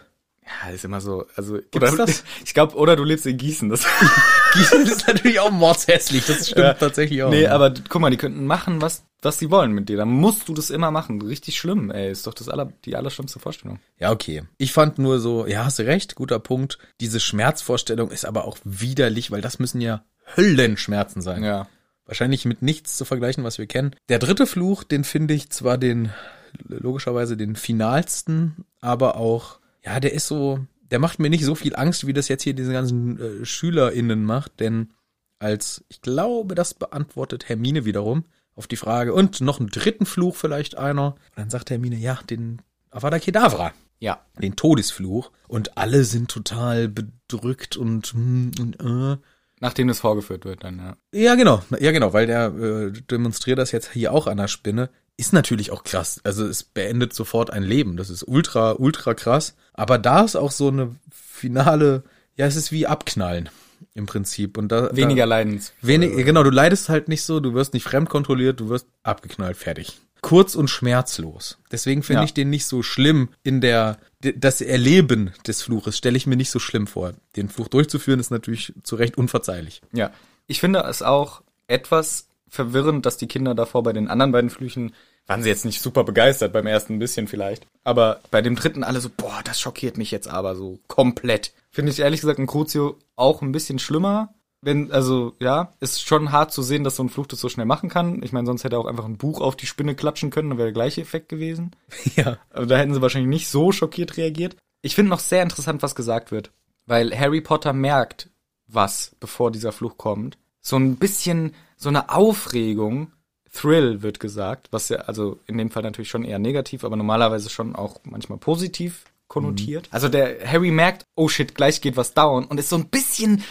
Speaker 2: Ja, ist immer so, also
Speaker 1: Gibt's
Speaker 2: oder,
Speaker 1: das?
Speaker 2: ich glaube, oder du lebst in Gießen. Das
Speaker 1: Gießen ist natürlich auch mordshässlich, das stimmt
Speaker 2: Ja.
Speaker 1: tatsächlich auch.
Speaker 2: Äh, Nee, aber d- guck mal, die könnten machen, was, was sie wollen mit dir. Dann musst du das immer machen. Richtig schlimm, ey. Ist doch das aller, die allerschlimmste Vorstellung.
Speaker 1: Ja, okay. Ich fand nur so, ja, hast du recht, guter Punkt. Diese Schmerzvorstellung ist aber auch widerlich, weil das müssen ja Höllenschmerzen sein.
Speaker 2: Ja.
Speaker 1: Wahrscheinlich mit nichts zu vergleichen, was wir kennen. Der dritte Fluch, den finde ich zwar den, logischerweise den finalsten, aber auch, ja, der ist so, der macht mir nicht so viel Angst, wie das jetzt hier diese ganzen äh, SchülerInnen macht, denn als, ich glaube, das beantwortet Hermine wiederum auf die Frage, und noch einen dritten Fluch vielleicht einer. Und dann sagt Hermine, ja, den Avada Kedavra
Speaker 2: Ja.
Speaker 1: den Todesfluch und alle sind total bedrückt und, hm, und
Speaker 2: Nachdem das vorgeführt wird, dann, ja.
Speaker 1: äh. ja genau, ja genau, weil der äh, demonstriert das jetzt hier auch an der Spinne. Ist natürlich auch krass. Also es beendet sofort ein Leben. Das ist ultra, ultra krass. Aber da ist auch so eine finale, ja, es ist wie abknallen im Prinzip. Und da,
Speaker 2: Weniger
Speaker 1: da,
Speaker 2: Leidens.
Speaker 1: wenig, genau, du leidest halt nicht so, du wirst nicht fremdkontrolliert, du wirst abgeknallt, fertig. Kurz und schmerzlos. Deswegen finde
Speaker 2: Ja.
Speaker 1: ich den nicht so schlimm in der, d- das Erleben des Fluches stelle ich mir nicht so schlimm vor. Den Fluch durchzuführen ist natürlich zu Recht unverzeihlich.
Speaker 2: Ja. Ich finde es auch etwas verwirrend, dass die Kinder davor bei den anderen beiden Flüchen waren sie jetzt nicht super begeistert, beim ersten ein bisschen vielleicht. Aber bei dem dritten alle so, boah, das schockiert mich jetzt aber so komplett. Finde ich ehrlich gesagt in Crucio auch ein bisschen schlimmer. Wenn, also, ja, ist schon hart zu sehen, dass so ein Fluch das so schnell machen kann. Ich meine, sonst hätte er auch einfach ein Buch auf die Spinne klatschen können, dann wäre der gleiche Effekt gewesen.
Speaker 1: Ja.
Speaker 2: Also da hätten sie wahrscheinlich nicht so schockiert reagiert. Ich finde noch sehr interessant, was gesagt wird. Weil Harry Potter merkt, was, bevor dieser Fluch kommt. So ein bisschen, so eine Aufregung, Thrill wird gesagt, was ja, also in dem Fall natürlich schon eher negativ, aber normalerweise schon auch manchmal positiv konnotiert. Also der Harry merkt, oh shit, gleich geht was down und ist so ein bisschen,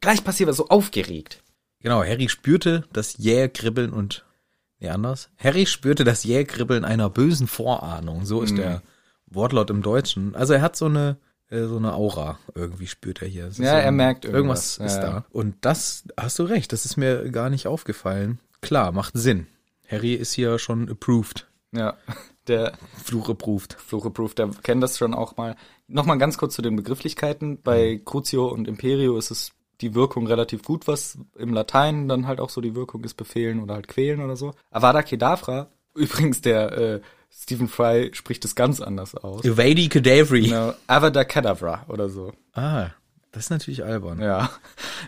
Speaker 2: gleich passiert was, so aufgeregt.
Speaker 1: Genau, Harry spürte das jähe Kribbeln und, nee, anders. Harry spürte das jähe Kribbeln einer bösen Vorahnung. So ist
Speaker 2: Mhm.
Speaker 1: der Wortlaut im Deutschen. Also er hat so eine, äh, so eine Aura irgendwie spürt er hier. Es ist
Speaker 2: Ja,
Speaker 1: so
Speaker 2: er
Speaker 1: ein-
Speaker 2: merkt
Speaker 1: irgendwas.
Speaker 2: irgendwas.
Speaker 1: ist
Speaker 2: Ja,
Speaker 1: da.
Speaker 2: ja.
Speaker 1: Und das, hast du recht, das ist mir gar nicht aufgefallen. Klar, macht Sinn. Harry ist hier schon approved.
Speaker 2: Ja, der
Speaker 1: Fluch approved.
Speaker 2: Fluche-Proof, der kennt das schon auch mal. Nochmal ganz kurz zu den Begrifflichkeiten. Bei Crucio und Imperio ist es die Wirkung relativ gut, was im Latein dann halt auch so die Wirkung ist, befehlen oder halt quälen oder so. Avada Kedavra, übrigens der äh, Stephen Fry spricht es ganz anders aus.
Speaker 1: Evady Cadaveri.
Speaker 2: Genau, Avada Kedavra oder so.
Speaker 1: Ah, das ist natürlich albern.
Speaker 2: Ja.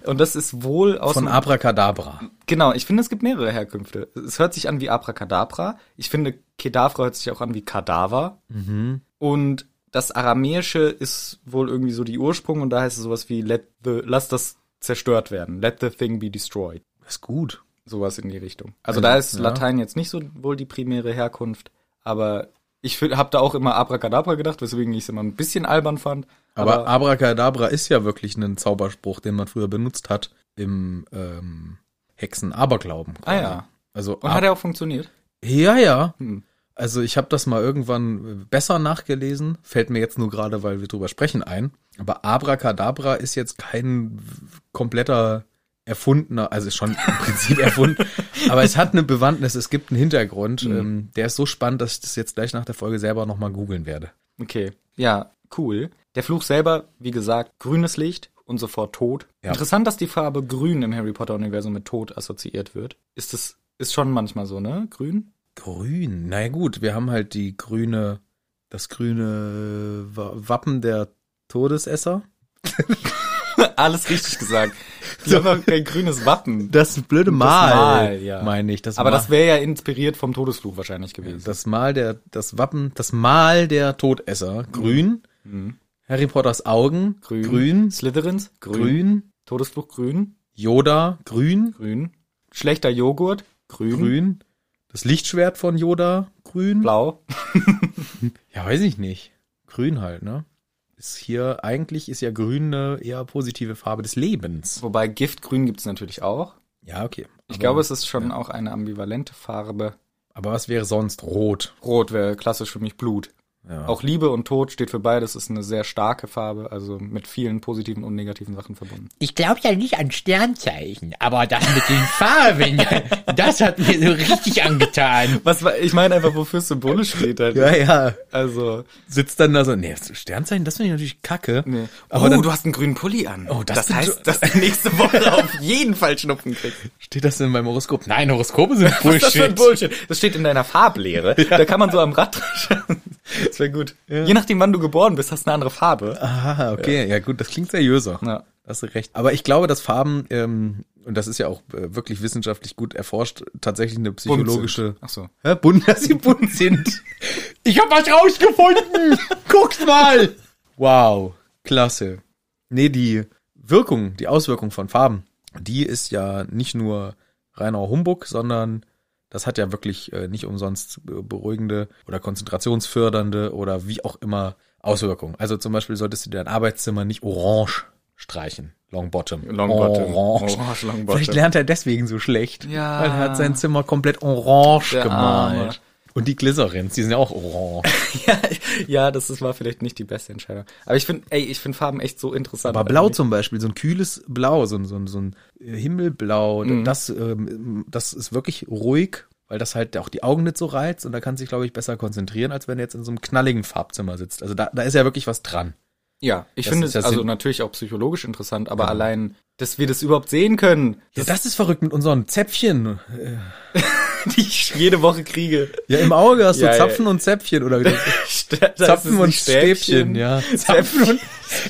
Speaker 2: Und das ist wohl aus
Speaker 1: Von
Speaker 2: dem-
Speaker 1: Abracadabra.
Speaker 2: Genau, ich finde, es gibt mehrere Herkünfte. Es hört sich an wie Abracadabra. Ich finde, Kedavra hört sich auch an wie Kadaver. Und das Aramäische ist wohl irgendwie so die Ursprung und da heißt es sowas wie let the, lass das zerstört werden. Let the thing be destroyed.
Speaker 1: Ist gut.
Speaker 2: Sowas in die Richtung. Also da ist Latein jetzt nicht so wohl die primäre Herkunft, aber ich habe da auch immer Abracadabra gedacht, weswegen ich es immer ein bisschen albern fand.
Speaker 1: Aber, Abracadabra ist ja wirklich ein Zauberspruch, den man früher benutzt hat im ähm, Hexenaberglauben. quasi.
Speaker 2: Ah, ja.
Speaker 1: Also ah,
Speaker 2: und hat er auch funktioniert?
Speaker 1: Ja, ja.
Speaker 2: Hm.
Speaker 1: Also ich habe das mal irgendwann äh, besser nachgelesen, fällt mir jetzt nur gerade, weil wir drüber sprechen, ein. Aber Abracadabra ist jetzt kein kompletter erfundener, also ist schon im Prinzip erfunden, aber es hat eine Bewandtnis, es gibt einen Hintergrund,
Speaker 2: Hm.
Speaker 1: ähm, der ist so spannend, dass ich das jetzt gleich nach der Folge selber nochmal googeln werde.
Speaker 2: Okay. Ja, cool. Der Fluch selber, wie gesagt, grünes Licht und sofort tot.
Speaker 1: Ja.
Speaker 2: Interessant, dass die Farbe grün im Harry Potter Universum mit Tod assoziiert wird. Ist das ist schon manchmal so, ne? Grün?
Speaker 1: Grün, na ja, gut, wir haben halt die grüne, das grüne Wa- Wappen der Todesesser.
Speaker 2: Alles richtig gesagt. Die haben doch kein grünes Wappen.
Speaker 1: Das blöde Mal,
Speaker 2: Mal,
Speaker 1: meine ich. Das
Speaker 2: Aber
Speaker 1: Mal,
Speaker 2: das wäre ja inspiriert vom Todesfluch wahrscheinlich gewesen.
Speaker 1: das Mal der, das Wappen, das Mal der Todesser. Grün. Harry Potters Augen. Mhm. Grün. Grün.
Speaker 2: Slytherins? Todesfluch grün.
Speaker 1: Yoda. Grün.
Speaker 2: Grün. Schlechter Joghurt? Grün.
Speaker 1: Grün. Das Lichtschwert von Yoda. Grün.
Speaker 2: Blau.
Speaker 1: Ja, weiß ich nicht. Grün halt, ne? Ist hier, eigentlich ist ja grün eine eher positive Farbe des Lebens.
Speaker 2: Wobei Giftgrün gibt's natürlich auch.
Speaker 1: Ja, okay.
Speaker 2: Ich
Speaker 1: Aber-
Speaker 2: glaube, es ist schon auch eine ambivalente Farbe.
Speaker 1: Aber was wäre sonst rot?
Speaker 2: Rot wäre klassisch für mich Blut.
Speaker 1: Ja.
Speaker 2: Auch Liebe und Tod steht für beides, ist eine sehr starke Farbe, also mit vielen positiven und negativen Sachen verbunden.
Speaker 4: Ich glaube ja nicht an Sternzeichen, aber das mit den Farben, das hat mir so richtig angetan.
Speaker 2: Was war, ich meine einfach, wofür es symbolisch steht halt.
Speaker 1: Ja, ja.
Speaker 2: Also,
Speaker 1: Sitzt dann da so, nee, Sternzeichen, das finde ich natürlich kacke.
Speaker 2: nee. Oh,
Speaker 1: Aber dann
Speaker 2: hast einen grünen Pulli an.
Speaker 1: Oh, das
Speaker 2: das
Speaker 1: sind
Speaker 2: heißt, dass du nächste Woche auf jeden Fall Schnupfen kriegst.
Speaker 1: steht das in meinem Horoskop. Nein, Horoskope sind Bullshit.
Speaker 2: Das ist schon Bullshit. Das steht in deiner Farblehre. Da kann man so am Rad dran Das wäre gut. Ah. Je nachdem, wann du geboren bist, hast du eine andere Farbe.
Speaker 1: Aha, okay, ja. gut, das klingt seriöser.
Speaker 2: Ja.
Speaker 1: Hast du recht. Aber ich glaube, dass Farben, ähm, und das ist ja auch äh, wirklich wissenschaftlich gut erforscht, tatsächlich eine psychologische.
Speaker 2: Ach so.
Speaker 1: Hä? Bunt, dass sie bunt sind. Ich hab was rausgefunden. Guckt mal. Wow, klasse. Nee, die Wirkung, die Auswirkung von Farben, die ist ja nicht nur reiner Humbug, sondern das hat ja wirklich äh, nicht umsonst äh, beruhigende oder konzentrationsfördernde oder wie auch immer Auswirkungen. Also zum Beispiel solltest du dein Arbeitszimmer nicht orange streichen. Longbottom.
Speaker 2: Longbottom.
Speaker 1: Orange.
Speaker 2: Orange Longbottom.
Speaker 1: Vielleicht lernt er deswegen so schlecht.
Speaker 2: Ja.
Speaker 1: Weil er hat sein Zimmer komplett orange
Speaker 2: Der
Speaker 1: gemalt.
Speaker 2: Arme.
Speaker 1: Und die Glycerins, die sind ja auch orange.
Speaker 2: Ja, das ist, war vielleicht nicht die beste Entscheidung. Aber ich finde, ey, ich finde Farben echt so interessant.
Speaker 1: Aber blau
Speaker 2: eigentlich.
Speaker 1: zum Beispiel, so ein kühles Blau, so ein, so ein, so ein Himmelblau,
Speaker 2: Mhm.
Speaker 1: das, ähm, das ist wirklich ruhig, weil das halt auch die Augen nicht so reizt und da kann sich, glaube ich, besser konzentrieren, als wenn er jetzt in so einem knalligen Farbzimmer sitzt. Also da, da ist ja wirklich was dran.
Speaker 2: Ja, ich
Speaker 1: Das
Speaker 2: finde
Speaker 1: ist
Speaker 2: es
Speaker 1: ja
Speaker 2: also
Speaker 1: Sinn-
Speaker 2: natürlich auch psychologisch interessant, aber allein, dass wir das überhaupt sehen können,
Speaker 1: Ja, das ist verrückt mit unseren Zäpfchen.
Speaker 2: die ich jede Woche kriege.
Speaker 1: Ja, im Auge hast du
Speaker 2: Ja, ja.
Speaker 1: Zapfen und Zäpfchen oder
Speaker 2: Zapfen
Speaker 1: Zapfen und Stäbchen, ja.
Speaker 2: Zapfen und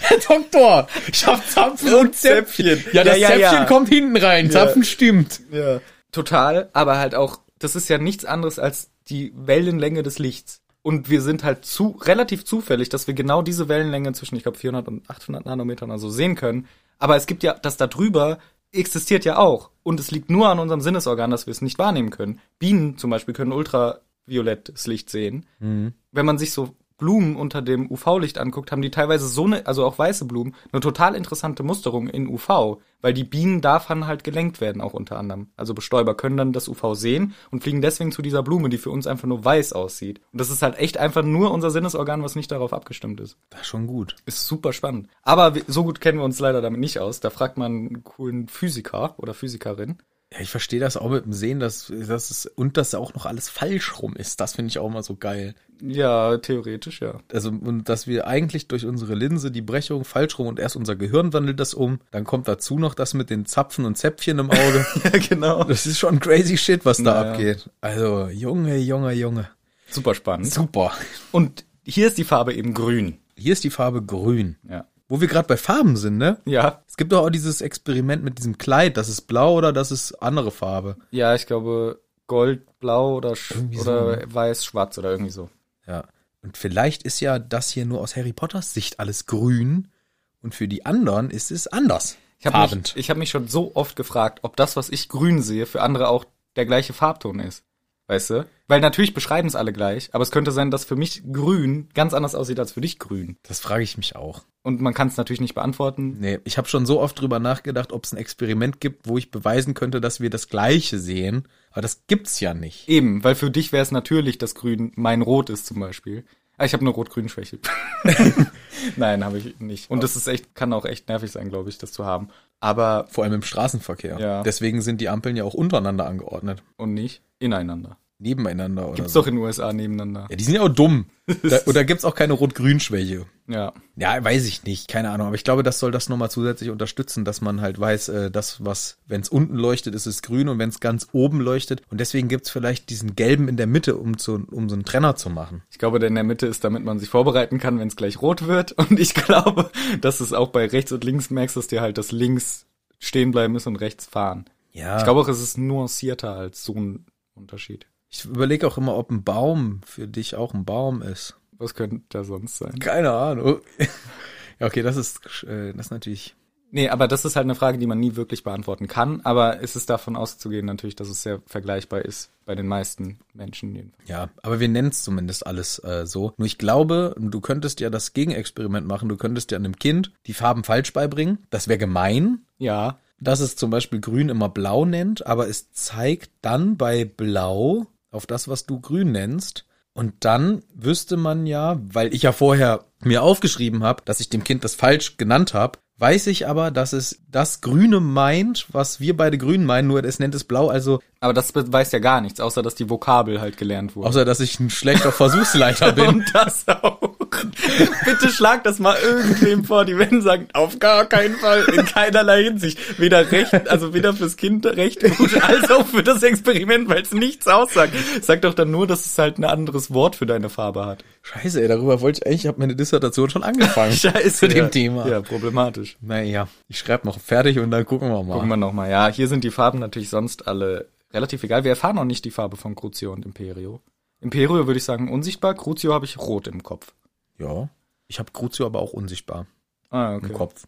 Speaker 1: Herr Doktor, ich hab Zapfen und Zäpfchen. Ja, das
Speaker 2: Ja, ja,
Speaker 1: Zäpfchen
Speaker 2: ja.
Speaker 1: kommt hinten rein. Zapfen stimmt.
Speaker 2: ja. Total, aber halt auch, das ist ja nichts anderes als die Wellenlänge des Lichts. Und wir sind halt zu, relativ zufällig, dass wir genau diese Wellenlänge zwischen, ich glaube, 400 und 800 Nanometern also sehen können. Aber es gibt ja, das da drüber existiert ja auch. Und es liegt nur an unserem Sinnesorgan, dass wir es nicht wahrnehmen können. Bienen zum Beispiel können ultraviolettes Licht sehen. Wenn man sich so Blumen unter dem UV-Licht anguckt, haben die teilweise so eine, also auch weiße Blumen, eine total interessante Musterung in UV, weil die Bienen davon halt gelenkt werden, auch unter anderem. Also Bestäuber können dann das UV sehen und fliegen deswegen zu dieser Blume, die für uns einfach nur weiß aussieht. Und das ist halt echt einfach nur unser Sinnesorgan, was nicht darauf abgestimmt ist.
Speaker 1: Das ist schon gut.
Speaker 2: Ist super spannend. Aber wir- so gut kennen wir uns leider damit nicht aus. Da fragt man einen coolen Physiker oder Physikerin.
Speaker 1: Ja, ich verstehe das auch mit dem Sehen, dass, dass es, und dass auch noch alles falsch rum ist. Das finde ich auch immer so geil.
Speaker 2: Ja, theoretisch, ja.
Speaker 1: Also, und dass wir eigentlich durch unsere Linse die Brechung falsch rum und erst unser Gehirn wandelt das um. Dann kommt dazu noch das mit den Zapfen und Zäpfchen im Auge.
Speaker 2: ja, genau.
Speaker 1: das ist schon crazy shit, was da
Speaker 2: Naja.
Speaker 1: abgeht. Also, Junge, Junge, Junge.
Speaker 2: Super spannend.
Speaker 1: Super.
Speaker 2: Und hier ist die Farbe eben grün.
Speaker 1: Hier ist die Farbe grün.
Speaker 2: Ja.
Speaker 1: Wo wir gerade bei Farben sind, ne?
Speaker 2: Ja,
Speaker 1: Es gibt doch auch dieses Experiment mit diesem Kleid. Das ist blau oder das ist andere Farbe.
Speaker 2: Ja, ich glaube Gold, Blau oder, sch-
Speaker 1: Irgendwie so, ne?
Speaker 2: oder Weiß, Schwarz oder irgendwie so.
Speaker 1: Ja. Und vielleicht ist ja das hier nur aus Harry Potters Sicht alles grün. Und für die anderen ist es anders.
Speaker 2: Ich habe
Speaker 1: Farbend.
Speaker 2: mich, ich hab mich schon so oft gefragt, ob das, was ich grün sehe, für andere auch der gleiche Farbton ist. Weißt du? Weil natürlich beschreiben es alle gleich, aber es könnte sein, dass für mich grün ganz anders aussieht als für dich grün.
Speaker 1: Das frage ich mich auch.
Speaker 2: Und man kann es natürlich nicht beantworten.
Speaker 1: Nee, ich habe schon so oft drüber nachgedacht, ob es ein Experiment gibt, wo ich beweisen könnte, dass wir das Gleiche sehen. Aber das gibt's ja nicht.
Speaker 2: Eben, weil für dich wäre es natürlich, dass grün mein Rot ist zum Beispiel. Ah, ich habe eine Rot-Grün-Schwäche. Nein, habe ich nicht. Und das ist echt, kann auch echt nervig sein, glaube ich, das zu haben. Aber,
Speaker 1: Vor allem im Straßenverkehr.
Speaker 2: Ja.
Speaker 1: Deswegen sind die Ampeln ja auch untereinander angeordnet.
Speaker 2: und nicht ineinander.
Speaker 1: nebeneinander oder
Speaker 2: Gibt's
Speaker 1: so.
Speaker 2: doch in den USA nebeneinander.
Speaker 1: Ja, die sind ja auch dumm. Da, und da gibt's auch keine Rot-Grün-Schwäche.
Speaker 2: Ja.
Speaker 1: Ja, weiß ich nicht, keine Ahnung. Aber ich glaube, das soll das nochmal zusätzlich unterstützen, dass man halt weiß, äh, das, was, wenn es unten leuchtet, ist es grün und wenn es ganz oben leuchtet. Und deswegen gibt's vielleicht diesen gelben in der Mitte, um, zu, um so einen Trenner zu machen.
Speaker 2: Ich glaube, der in der Mitte ist, damit man sich vorbereiten kann, wenn es gleich rot wird. Und ich glaube, dass es auch bei rechts und links merkst, dass dir halt das links stehen bleiben ist und rechts fahren.
Speaker 1: Ja.
Speaker 2: Ich glaube auch, es ist nuancierter als so ein Unterschied.
Speaker 1: Ich überlege auch immer, ob ein Baum für dich auch ein Baum ist.
Speaker 2: Was könnte da sonst sein?
Speaker 1: Keine Ahnung. Ja, okay, das ist, äh, das ist natürlich.
Speaker 2: Nee, aber das ist halt eine Frage, die man nie wirklich beantworten kann. Aber es ist davon auszugehen natürlich, dass es sehr vergleichbar ist bei den meisten Menschen jedenfalls.
Speaker 1: Ja, aber wir nennen es zumindest alles äh, so. Nur ich glaube, du könntest ja das Gegenexperiment machen. Du könntest ja einem Kind die Farben falsch beibringen. Das wäre gemein.
Speaker 2: Ja,
Speaker 1: dass es zum Beispiel grün immer blau nennt, aber es zeigt dann bei blau auf das, was du grün nennst. Und dann wüsste man ja, weil ich ja vorher mir aufgeschrieben habe, dass ich dem Kind das falsch genannt habe, weiß ich aber, dass es das Grüne meint, was wir beide grün meinen, nur es nennt es blau, also
Speaker 2: aber das beweist ja gar nichts, außer dass die Vokabel halt gelernt wurde.
Speaker 1: außer dass ich ein schlechter Versuchsleiter bin.
Speaker 2: Und das auch. Bitte schlag das mal irgendwem vor, die werden sagen, auf gar keinen Fall, in keinerlei Hinsicht. Weder recht, also weder fürs Kind recht gut, als auch für das Experiment, weil es nichts aussagt. Sag doch dann nur, dass es halt ein anderes Wort für deine Farbe hat.
Speaker 1: Scheiße, ey, darüber wollte ich eigentlich, ich habe meine Dissertation schon angefangen.
Speaker 2: Scheiße.
Speaker 1: Zu dem
Speaker 2: ja,
Speaker 1: Thema.
Speaker 2: Ja, problematisch.
Speaker 1: Naja, ich schreibe noch fertig und dann gucken wir mal.
Speaker 2: Gucken wir nochmal. Ja, hier sind die Farben natürlich sonst alle relativ egal. Wir erfahren noch nicht die Farbe von Crucio und Imperio. Imperio würde ich sagen unsichtbar, Crucio habe ich rot im Kopf.
Speaker 1: Ja, ich habe Crucio aber auch unsichtbar
Speaker 2: Ah,
Speaker 1: im Kopf.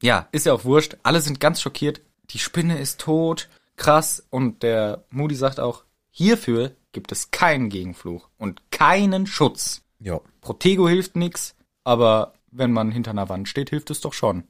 Speaker 2: Ja, ist ja auch wurscht. Alle sind ganz schockiert. Die Spinne ist tot. Krass. Und der Moody sagt auch, hierfür gibt es keinen Gegenfluch und keinen Schutz.
Speaker 1: Ja.
Speaker 2: Protego hilft nix, aber wenn man hinter einer Wand steht, hilft es doch schon.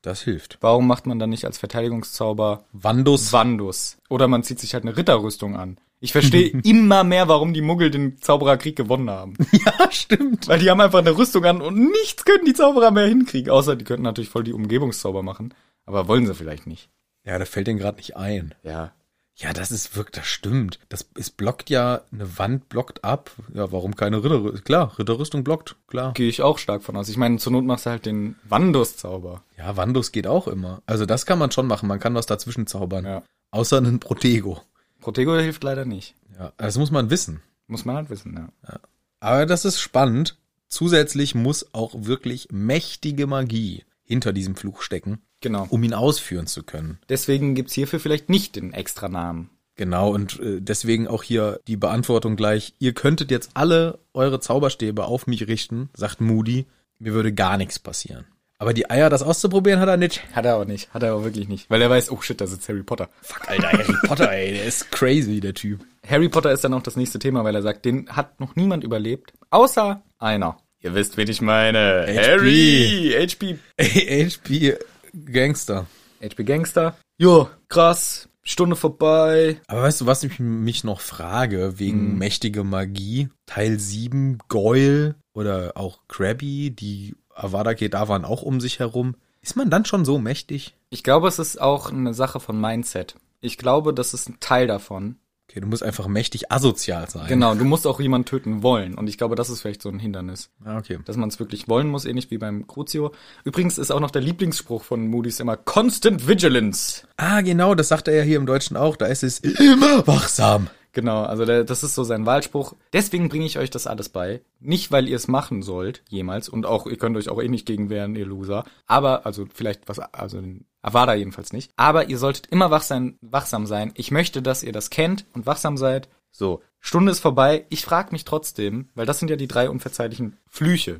Speaker 1: Das hilft.
Speaker 2: Warum macht man dann nicht als Verteidigungszauber
Speaker 1: Wandus.
Speaker 2: Vandus? Oder man zieht sich halt eine Ritterrüstung an. Ich verstehe immer mehr, warum die Muggel den Zaubererkrieg gewonnen haben.
Speaker 1: Ja, stimmt.
Speaker 2: Weil die haben einfach eine Rüstung an und nichts können die Zauberer mehr hinkriegen. Außer die könnten natürlich voll die Umgebungszauber machen. Aber wollen sie vielleicht nicht.
Speaker 1: Ja, da fällt denen gerade nicht ein.
Speaker 2: Ja,
Speaker 1: Ja, das ist wirklich, das stimmt. Das es blockt ja, eine Wand blockt ab. Ja, warum keine Ritterrüstung? Klar, Ritterrüstung blockt, klar.
Speaker 2: Gehe ich auch stark von aus. Ich meine, zur Not machst du halt den Wandus-Zauber.
Speaker 1: Ja, Wandus geht auch immer. Also das kann man schon machen. Man kann was dazwischen zaubern.
Speaker 2: Ja.
Speaker 1: Außer einen Protego.
Speaker 2: Protego hilft leider nicht.
Speaker 1: Ja, das muss man wissen.
Speaker 2: Muss man halt wissen, ja.
Speaker 1: Aber das ist spannend. Zusätzlich muss auch wirklich mächtige Magie hinter diesem Fluch stecken,
Speaker 2: Genau.
Speaker 1: um ihn ausführen zu können.
Speaker 2: Deswegen gibt's hierfür vielleicht nicht den extra Namen.
Speaker 1: Genau, und äh, deswegen auch hier die Beantwortung gleich. Ihr könntet jetzt alle eure Zauberstäbe auf mich richten, sagt Moody. Mir würde gar nichts passieren. Aber die Eier, das auszuprobieren, hat er nicht.
Speaker 2: Hat er auch nicht. Hat er auch wirklich nicht. Weil er weiß, oh shit, da sitzt Harry Potter.
Speaker 1: Fuck, Alter, Harry Potter, ey, der ist crazy, der Typ.
Speaker 2: Harry Potter ist dann auch das nächste Thema, weil er sagt, den hat noch niemand überlebt. Außer einer. Ihr wisst, wen ich meine.
Speaker 1: HP.
Speaker 2: Harry! HP.
Speaker 1: HP Gangster.
Speaker 2: HP Gangster. Jo, krass. Stunde vorbei.
Speaker 1: Aber weißt du, was ich mich noch frage, wegen mächtige Magie, Teil 7, Goyle oder auch Krabby, die Avada Kedavran auch um sich herum. Ist man dann schon so mächtig?
Speaker 2: Ich glaube, es ist auch eine Sache von Mindset. Ich glaube, das ist ein Teil davon.
Speaker 1: Okay, du musst einfach mächtig asozial sein.
Speaker 2: Genau, du musst auch jemanden töten wollen. Und ich glaube, das ist vielleicht so ein Hindernis,
Speaker 1: Ah, okay.
Speaker 2: dass man es wirklich wollen muss, ähnlich wie beim Crucio. Übrigens ist auch noch der Lieblingsspruch von Moody's immer Constant Vigilance.
Speaker 1: Ah, genau, das sagt er ja hier im Deutschen auch. Da ist es immer wachsam.
Speaker 2: Genau, also der, das ist so sein Wahlspruch. Deswegen bringe ich euch das alles bei. Nicht, weil ihr es machen sollt, jemals. Und auch, ihr könnt euch auch eh nicht gegen wehren, ihr Loser. Aber, also vielleicht was, also den Avada jedenfalls nicht. Aber ihr solltet immer wach sein, wachsam sein. Ich möchte, dass ihr das kennt und wachsam seid. So, Stunde ist vorbei. Ich frage mich trotzdem, weil das sind ja die drei unverzeihlichen Flüche.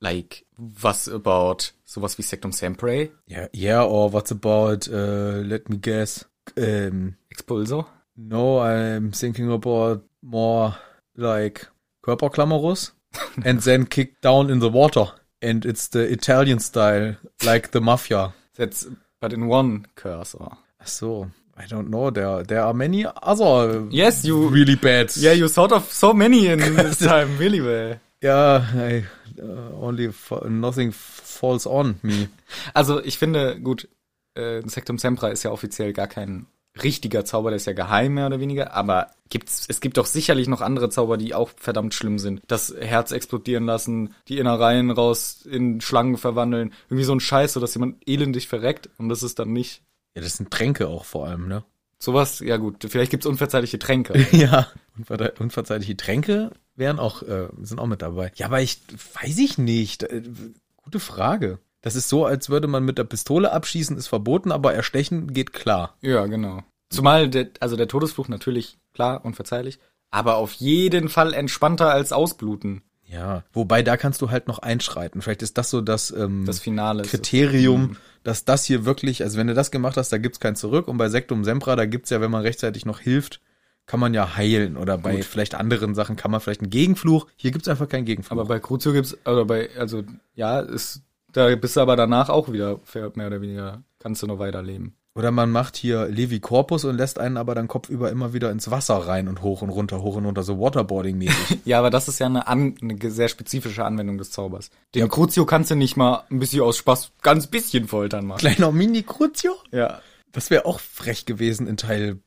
Speaker 2: Like, was about sowas wie Sectum Sampray?
Speaker 1: Yeah, yeah or what's about, uh, let me guess. Ähm,
Speaker 2: Expulso?
Speaker 1: no, I'm thinking about more like Körperklammerus. And then kick down in the water. And it's the Italian style, like the Mafia.
Speaker 2: That's, but in one curse. Or?
Speaker 1: Ach so, I don't know. There, there are many other
Speaker 2: Yes, you...
Speaker 1: really bad.
Speaker 2: Yeah, you thought of so many in this time, really well.
Speaker 1: yeah, I, uh, only fa- nothing falls on me.
Speaker 2: Also ich finde, gut, äh, Sectum Sempra ist ja offiziell gar kein richtiger Zauber, der ist ja geheim mehr oder weniger, aber gibt's, es gibt doch sicherlich noch andere Zauber, die auch verdammt schlimm sind. Das Herz explodieren lassen, die Innereien raus in Schlangen verwandeln, irgendwie so ein Scheiß, so dass jemand elendig verreckt und das ist dann nicht.
Speaker 1: Ja, das sind Tränke auch vor allem, ne?
Speaker 2: Sowas, ja gut, vielleicht gibt's unverzeihliche Tränke.
Speaker 1: Ja, unver- unverzeihliche Tränke wären auch, äh, sind auch mit dabei. Ja, aber ich weiß ich nicht. Äh, Gute Frage. Das ist so, als würde man mit der Pistole abschießen, ist verboten, aber erstechen geht klar.
Speaker 2: Ja, genau. Zumal der, also der Todesfluch natürlich klar unverzeihlich, aber auf jeden Fall entspannter als Ausbluten.
Speaker 1: Ja. Wobei, da kannst du halt noch einschreiten. Vielleicht ist das so das, ähm,
Speaker 2: Das Mhm. Finale. ist-
Speaker 1: Kriterium, dass das hier wirklich, also wenn du das gemacht hast, da gibt's kein Zurück. Und bei Sektum Sempra, da gibt's ja, wenn man rechtzeitig noch hilft, kann man ja heilen. Oder bei
Speaker 2: Gut.
Speaker 1: vielleicht anderen Sachen kann man vielleicht einen Gegenfluch. Hier gibt's einfach keinen Gegenfluch.
Speaker 2: Aber bei Crucio gibt's, oder bei, also ja, ist, da bist du aber danach auch wieder ver- mehr oder weniger, kannst du noch weiterleben.
Speaker 1: Oder man macht hier Levi Corpus und lässt einen aber dann kopfüber immer wieder ins Wasser rein und hoch und runter, hoch und runter, so Waterboarding-mäßig.
Speaker 2: Ja, aber das ist ja eine, an, eine ge- sehr spezifische Anwendung des Zaubers. Den Crucio kannst du nicht mal ein bisschen aus Spaß, ganz bisschen foltern machen.
Speaker 1: Kleiner Mini-Crucio?
Speaker 2: Ja.
Speaker 1: Das wäre auch frech gewesen in Teil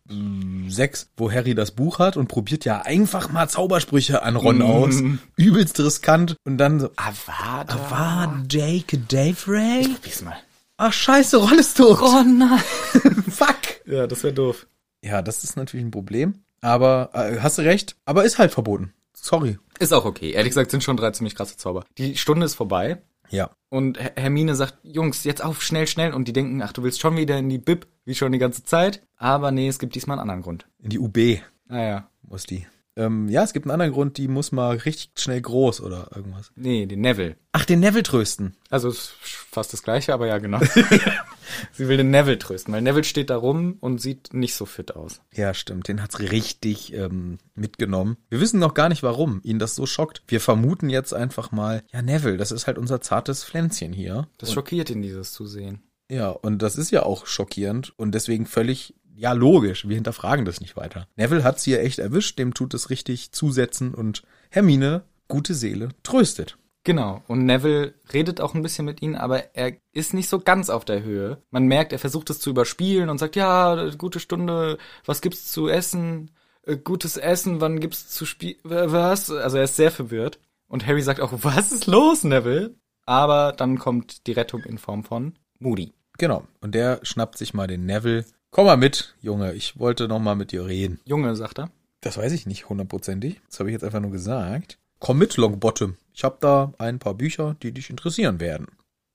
Speaker 1: 6, wo Harry das Buch hat und probiert ja einfach mal Zaubersprüche an Ron
Speaker 2: Mm.
Speaker 1: aus. Übelst riskant. Und dann so,
Speaker 2: Ah,
Speaker 1: "Ah,
Speaker 2: Avada.
Speaker 1: war Jake Dave Ray?
Speaker 2: Probier's mal.
Speaker 1: Ach "Ah, scheiße, Ron ist tot.
Speaker 2: Oh nein.
Speaker 1: Fuck.
Speaker 2: Ja, das wäre doof.
Speaker 1: Ja, das ist natürlich ein Problem. Aber äh, hast du recht, aber ist halt verboten. Sorry.
Speaker 2: Ist auch okay. Ehrlich gesagt sind schon drei ziemlich krasse Zauber. Die Stunde ist vorbei.
Speaker 1: Ja.
Speaker 2: Und Her- Hermine sagt, Jungs, jetzt auf, schnell, schnell. Und die denken, ach, du willst schon wieder in die Bib, wie schon die ganze Zeit. Aber nee, es gibt diesmal einen anderen Grund. Ah
Speaker 1: In die UB
Speaker 2: Naja,
Speaker 1: muss die. Ähm, ja, es gibt einen anderen Grund, die muss mal richtig schnell groß oder irgendwas.
Speaker 2: nee, den Neville.
Speaker 1: Ach, den Neville trösten.
Speaker 2: Also ist fast das Gleiche, aber ja, genau. Sie will den Neville trösten, weil Neville steht da rum und sieht nicht so fit aus.
Speaker 1: Ja, stimmt. Den hat's richtig ähm, mitgenommen. Wir wissen noch gar nicht, warum ihn das so schockt. Wir vermuten jetzt einfach mal, ja, Neville, das ist halt unser zartes Pflänzchen hier.
Speaker 2: Das schockiert ihn, dieses zu sehen.
Speaker 1: Ja, und das ist ja auch schockierend und deswegen völlig, ja, logisch. Wir hinterfragen das nicht weiter. Neville hat's hier echt erwischt, dem tut es richtig zusetzen und Hermine, gute Seele, tröstet.
Speaker 2: Genau. Und Neville redet auch ein bisschen mit ihnen, aber er ist nicht so ganz auf der Höhe. Man merkt, er versucht es zu überspielen und sagt, ja, gute Stunde, was gibt's zu essen? Äh, Gutes Essen, wann gibt's zu spielen? Was? Also er ist sehr verwirrt. Und Harry sagt auch, was ist los, Neville? Aber dann kommt die Rettung in Form von Moody.
Speaker 1: Genau. Und der schnappt sich mal den Neville. Komm mal mit, Junge, ich wollte noch mal mit dir reden.
Speaker 2: Junge, sagt er.
Speaker 1: Das weiß ich nicht hundertprozentig. Das habe ich jetzt einfach nur gesagt. Komm mit, Longbottom. Ich habe da ein paar Bücher, die dich interessieren werden.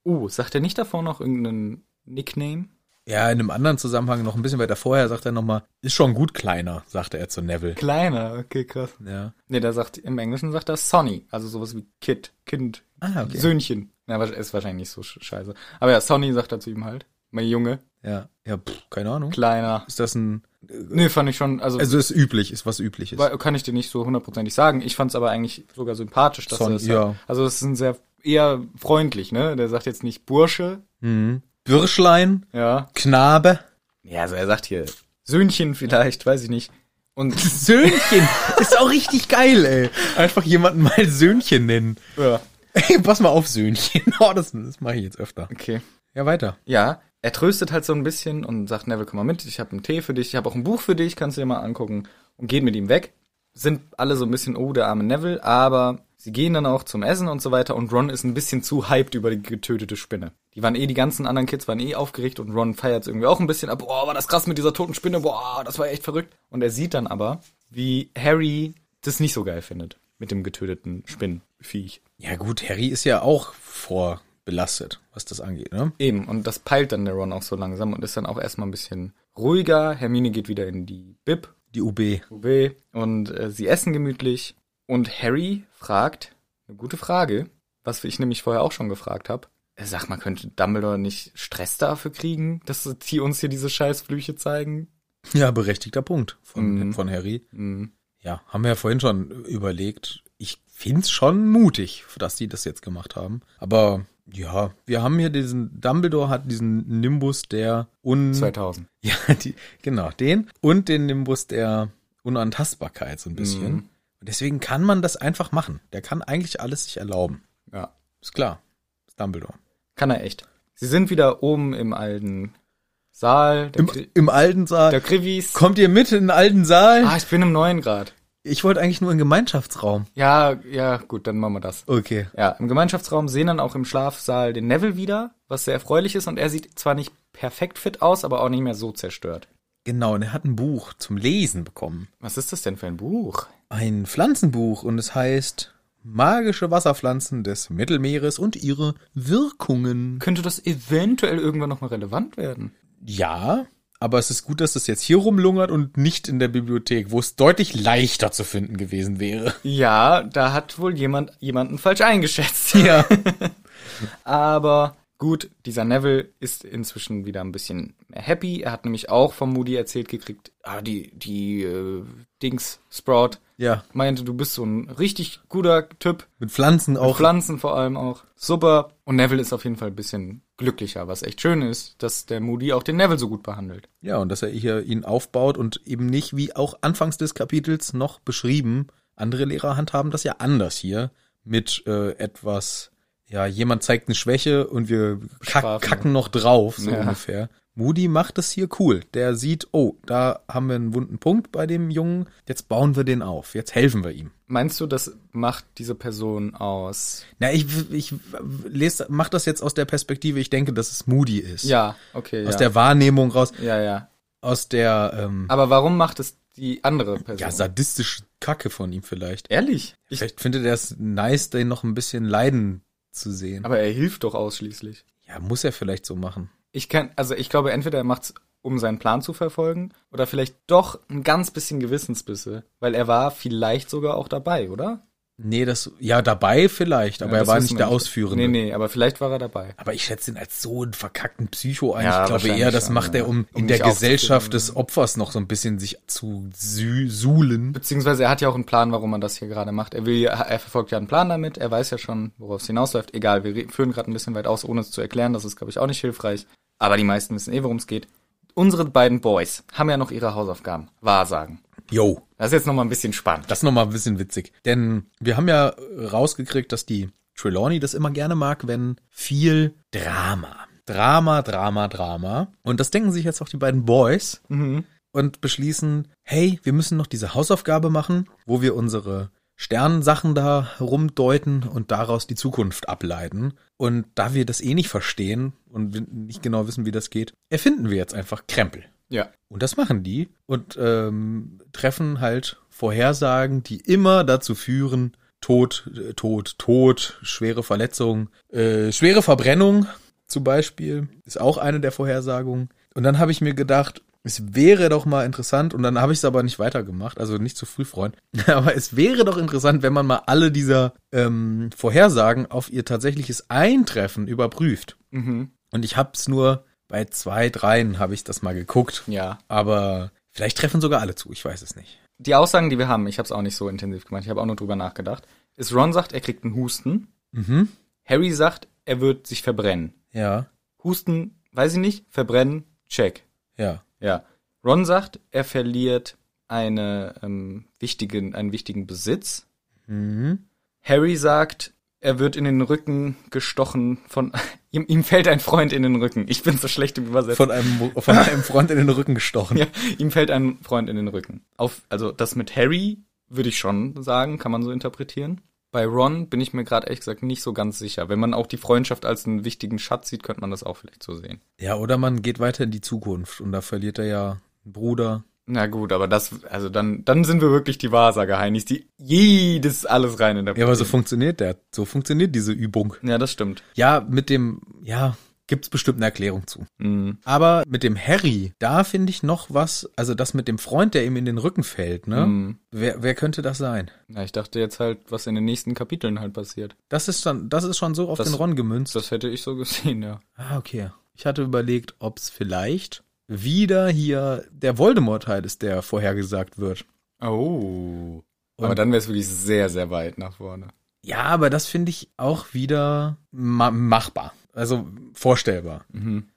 Speaker 2: Uh, sagt er nicht davor noch irgendeinen Nickname?
Speaker 1: Ja, in einem anderen Zusammenhang noch ein bisschen weiter vorher sagt er nochmal, ist schon gut kleiner, sagte er zu Neville.
Speaker 2: Kleiner, okay, krass.
Speaker 1: Ja.
Speaker 2: Nee, der sagt, im Englischen sagt er Sonny, also sowas wie Kid, Kind,
Speaker 1: Ah, okay.
Speaker 2: Söhnchen. Na, wasch- ist wahrscheinlich nicht so sch- scheiße. Aber ja, Sonny sagt er zu ihm halt. Mein Junge,
Speaker 1: Ja, ja, pff, keine Ahnung.
Speaker 2: kleiner.
Speaker 1: Ist das ein
Speaker 2: Nee, fand ich schon, also,
Speaker 1: Also ist üblich, ist was übliches.
Speaker 2: wa- kann ich dir nicht so hundertprozentig sagen. Ich fand's aber eigentlich sogar sympathisch, dass
Speaker 1: Son-
Speaker 2: er das
Speaker 1: ja.
Speaker 2: sagt. Also es ist ein sehr eher freundlich, ne? Der sagt jetzt nicht Bursche,
Speaker 1: Mhm. Bürschlein,
Speaker 2: ja.
Speaker 1: Knabe,
Speaker 2: Ja, also er sagt hier Söhnchen vielleicht, weiß ich nicht. Und
Speaker 1: Söhnchen. ist auch richtig geil, ey. Einfach jemanden mal Söhnchen nennen.
Speaker 2: ja,
Speaker 1: Ey, pass mal auf, Söhnchen. Oh, das, das mache ich jetzt öfter.
Speaker 2: okay.
Speaker 1: Ja, weiter.
Speaker 2: Ja, er tröstet halt so ein bisschen und sagt, Neville, komm mal mit, ich habe einen Tee für dich, ich habe auch ein Buch für dich, kannst du dir mal angucken und geht mit ihm weg. Sind alle so ein bisschen, oh, der arme Neville, aber sie gehen dann auch zum Essen und so weiter und Ron ist ein bisschen zu hyped über die getötete Spinne. Die waren eh, die ganzen anderen Kids waren eh aufgeregt und Ron feiert irgendwie auch ein bisschen ab, boah, war das krass mit dieser toten Spinne, boah, das war echt verrückt. Und er sieht dann aber, wie Harry das nicht so geil findet mit dem getöteten Spinnenviech.
Speaker 1: Ja gut, Harry ist ja auch vorbelastet, was das angeht, ne?
Speaker 2: Eben, und das peilt dann der Ron auch so langsam und ist dann auch erstmal ein bisschen ruhiger. Hermine geht wieder in die Bib,
Speaker 1: Die UB.
Speaker 2: UB, und äh, sie essen gemütlich. Und Harry fragt, eine gute Frage, was ich nämlich vorher auch schon gefragt habe. Äh, Sag mal, könnte Dumbledore nicht Stress dafür kriegen, dass die uns hier diese scheiß Flüche zeigen?
Speaker 1: Ja, berechtigter Punkt von,
Speaker 2: Mhm.
Speaker 1: von Harry.
Speaker 2: Hm.
Speaker 1: Ja, haben wir ja vorhin schon überlegt. Ich find's schon mutig, dass die das jetzt gemacht haben. Aber ja, wir haben hier diesen, Dumbledore hat diesen Nimbus der un...
Speaker 2: 2000.
Speaker 1: Ja, die, genau, den und den Nimbus der Unantastbarkeit so ein bisschen.
Speaker 2: Mhm.
Speaker 1: Und deswegen kann man das einfach machen. Der kann eigentlich alles sich erlauben.
Speaker 2: Ja,
Speaker 1: Ist klar. Ist Dumbledore.
Speaker 2: kann er echt. Sie sind wieder oben im alten Saal, der,
Speaker 1: Im,
Speaker 2: Kri
Speaker 1: im alten
Speaker 2: der
Speaker 1: Saal.
Speaker 2: Krivis.
Speaker 1: Kommt ihr mit in den alten Saal?
Speaker 2: Ah, ich bin im neuen Grad.
Speaker 1: Ich wollte eigentlich nur in den Gemeinschaftsraum.
Speaker 2: Ja, ja, gut, dann machen wir das.
Speaker 1: Okay.
Speaker 2: Ja, im Gemeinschaftsraum sehen dann auch im Schlafsaal den Neville wieder, was sehr erfreulich ist und er sieht zwar nicht perfekt fit aus, aber auch nicht mehr so zerstört.
Speaker 1: Genau, und er hat ein Buch zum Lesen bekommen.
Speaker 2: Was ist das denn für ein Buch?
Speaker 1: Ein Pflanzenbuch und es heißt Magische Wasserpflanzen des Mittelmeeres und ihre Wirkungen.
Speaker 2: Könnte das eventuell irgendwann nochmal relevant werden?
Speaker 1: Ja, aber es ist gut, dass es jetzt hier rumlungert und nicht in der Bibliothek, wo es deutlich leichter zu finden gewesen wäre.
Speaker 2: Ja, da hat wohl jemand jemanden falsch eingeschätzt.
Speaker 1: Ja.
Speaker 2: Aber gut, dieser Neville ist inzwischen wieder ein bisschen mehr happy. Er hat nämlich auch vom Moody erzählt gekriegt, ah, die, die äh, Dings Sprout
Speaker 1: Ja,
Speaker 2: meinte, du bist so ein richtig guter Typ.
Speaker 1: mit Pflanzen auch.
Speaker 2: Pflanzen vor allem auch. Super. Und Neville ist auf jeden Fall ein bisschen glücklicher, was echt schön ist, dass der Moody auch den Neville so gut behandelt.
Speaker 1: ja, und dass er hier ihn aufbaut und eben nicht, wie auch anfangs des Kapitels noch beschrieben, andere Lehrer handhaben das ja anders hier mit äh, etwas, ja, jemand zeigt eine Schwäche und wir kack,
Speaker 2: Bestrafen.
Speaker 1: kacken noch drauf, so
Speaker 2: ne? Ja.
Speaker 1: ungefähr. Moody macht es hier cool. Der sieht, oh, da haben wir einen wunden Punkt bei dem Jungen. Jetzt bauen wir den auf. Jetzt helfen wir ihm.
Speaker 2: Meinst du, das macht diese Person aus?
Speaker 1: Na, ich, ich lese, mach das jetzt aus der Perspektive, ich denke, dass es Moody ist.
Speaker 2: Ja, okay.
Speaker 1: Aus
Speaker 2: ja.
Speaker 1: der Wahrnehmung raus,
Speaker 2: ja, ja.
Speaker 1: aus der, ähm,
Speaker 2: Aber warum macht es die andere Person?
Speaker 1: ja, sadistische Kacke von ihm vielleicht.
Speaker 2: Ehrlich? Ich,
Speaker 1: Vielleicht findet er es nice, den noch ein bisschen leiden zu sehen.
Speaker 2: aber er hilft doch ausschließlich.
Speaker 1: ja, muss er vielleicht so machen.
Speaker 2: Ich kann, also ich glaube, entweder er macht's, um seinen Plan zu verfolgen, oder vielleicht doch ein ganz bisschen Gewissensbisse, weil er war vielleicht sogar auch dabei, oder?
Speaker 1: Nee, das, ja, dabei vielleicht, aber
Speaker 2: Ja,
Speaker 1: er
Speaker 2: das
Speaker 1: war
Speaker 2: wissen
Speaker 1: nicht
Speaker 2: wir
Speaker 1: der Ausführende.
Speaker 2: Nee, nee, aber vielleicht war er dabei.
Speaker 1: Aber ich schätze ihn als so einen verkackten Psycho ein.
Speaker 2: Ja,
Speaker 1: ich glaube
Speaker 2: wahrscheinlich
Speaker 1: eher, das
Speaker 2: schon,
Speaker 1: macht
Speaker 2: ja.
Speaker 1: er, um,
Speaker 2: Um
Speaker 1: in der
Speaker 2: sich aufzuführen,
Speaker 1: Gesellschaft des Opfers noch so ein bisschen sich zu sü suhlen.
Speaker 2: Beziehungsweise er hat ja auch einen Plan, warum man das hier gerade macht. Er will, ja- er verfolgt ja einen Plan damit. Er weiß ja schon, worauf es hinausläuft. Egal, wir re- führen gerade ein bisschen weit aus, ohne es zu erklären. Das ist, glaube ich, auch nicht hilfreich. Aber die meisten wissen eh, worum es geht. Unsere beiden Boys haben ja noch ihre Hausaufgaben. Wahrsagen.
Speaker 1: Yo.
Speaker 2: Das ist jetzt nochmal ein bisschen spannend.
Speaker 1: Das ist nochmal ein bisschen witzig. Denn wir haben ja rausgekriegt, dass die Trelawney das immer gerne mag, wenn viel Drama. Drama, Drama, Drama. Und das denken sich jetzt auch die beiden Boys und beschließen, hey, wir müssen noch diese Hausaufgabe machen, wo wir unsere Sternsachen da herumdeuten und daraus die Zukunft ableiten. Und da wir das eh nicht verstehen und wir nicht genau wissen, wie das geht, erfinden wir jetzt einfach Krempel.
Speaker 2: Ja.
Speaker 1: Und das machen die und ähm, treffen halt Vorhersagen, die immer dazu führen, Tod, äh, Tod, Tod, schwere Verletzungen, äh, schwere Verbrennung zum Beispiel ist auch eine der Vorhersagungen. Und dann habe ich mir gedacht, es wäre doch mal interessant, und dann habe ich es aber nicht weitergemacht, also nicht zu früh, Freund. Aber es wäre doch interessant, wenn man mal alle dieser ähm, Vorhersagen auf ihr tatsächliches Eintreffen überprüft.
Speaker 2: Mhm.
Speaker 1: Und ich hab's nur bei zwei, dreien habe ich das mal geguckt.
Speaker 2: Ja.
Speaker 1: Aber vielleicht treffen sogar alle zu, ich weiß es nicht.
Speaker 2: Die Aussagen, die wir haben, ich habe es auch nicht so intensiv gemacht. Ich habe auch nur drüber nachgedacht. Ist Ron sagt, er kriegt einen Husten.
Speaker 1: Mhm.
Speaker 2: Harry sagt, er wird sich verbrennen.
Speaker 1: Ja,
Speaker 2: Husten, weiß ich nicht. Verbrennen, check.
Speaker 1: ja.
Speaker 2: Ja. Ron sagt, er verliert eine, ähm, wichtigen, einen wichtigen Besitz.
Speaker 1: Mhm.
Speaker 2: Harry sagt, er wird in den Rücken gestochen von. ihm, ihm fällt ein Freund in den Rücken. Ich bin so schlecht im Übersetzen.
Speaker 1: Von einem, von einem Front in den Rücken gestochen.
Speaker 2: ja, ihm fällt ein Freund in den Rücken. Auf, also das mit Harry würde ich schon sagen, kann man so interpretieren. Bei Ron bin ich mir gerade ehrlich gesagt nicht so ganz sicher. Wenn man auch die Freundschaft als einen wichtigen Schatz sieht, könnte man das auch vielleicht so sehen.
Speaker 1: Ja, oder man geht weiter in die Zukunft und da verliert er ja einen Bruder.
Speaker 2: Na gut, aber das, also dann, dann sind wir wirklich die Wahrsager-Heinis, die jedes alles rein in der
Speaker 1: Ja, aber so funktioniert der. So funktioniert diese Übung.
Speaker 2: Ja, das stimmt.
Speaker 1: Ja, mit dem, ja, gibt's bestimmt eine Erklärung zu.
Speaker 2: Mhm.
Speaker 1: Aber mit dem Harry, da finde ich noch was, also das mit dem Freund, der ihm in den Rücken fällt, ne?
Speaker 2: Mhm.
Speaker 1: Wer, wer könnte das sein?
Speaker 2: Na, ich dachte jetzt halt, was in den nächsten Kapiteln halt passiert.
Speaker 1: Das ist dann, das ist schon so auf
Speaker 2: Das-
Speaker 1: den Ron gemünzt.
Speaker 2: Das hätte ich so gesehen, ja.
Speaker 1: Ah, okay. Ich hatte überlegt, ob es vielleicht wieder hier der Voldemort-Teil ist, der vorhergesagt wird.
Speaker 2: Oh.
Speaker 1: Und-
Speaker 2: Aber dann wäre es wirklich sehr, sehr weit nach vorne.
Speaker 1: Ja, aber das finde ich auch wieder ma machbar. Also vorstellbar.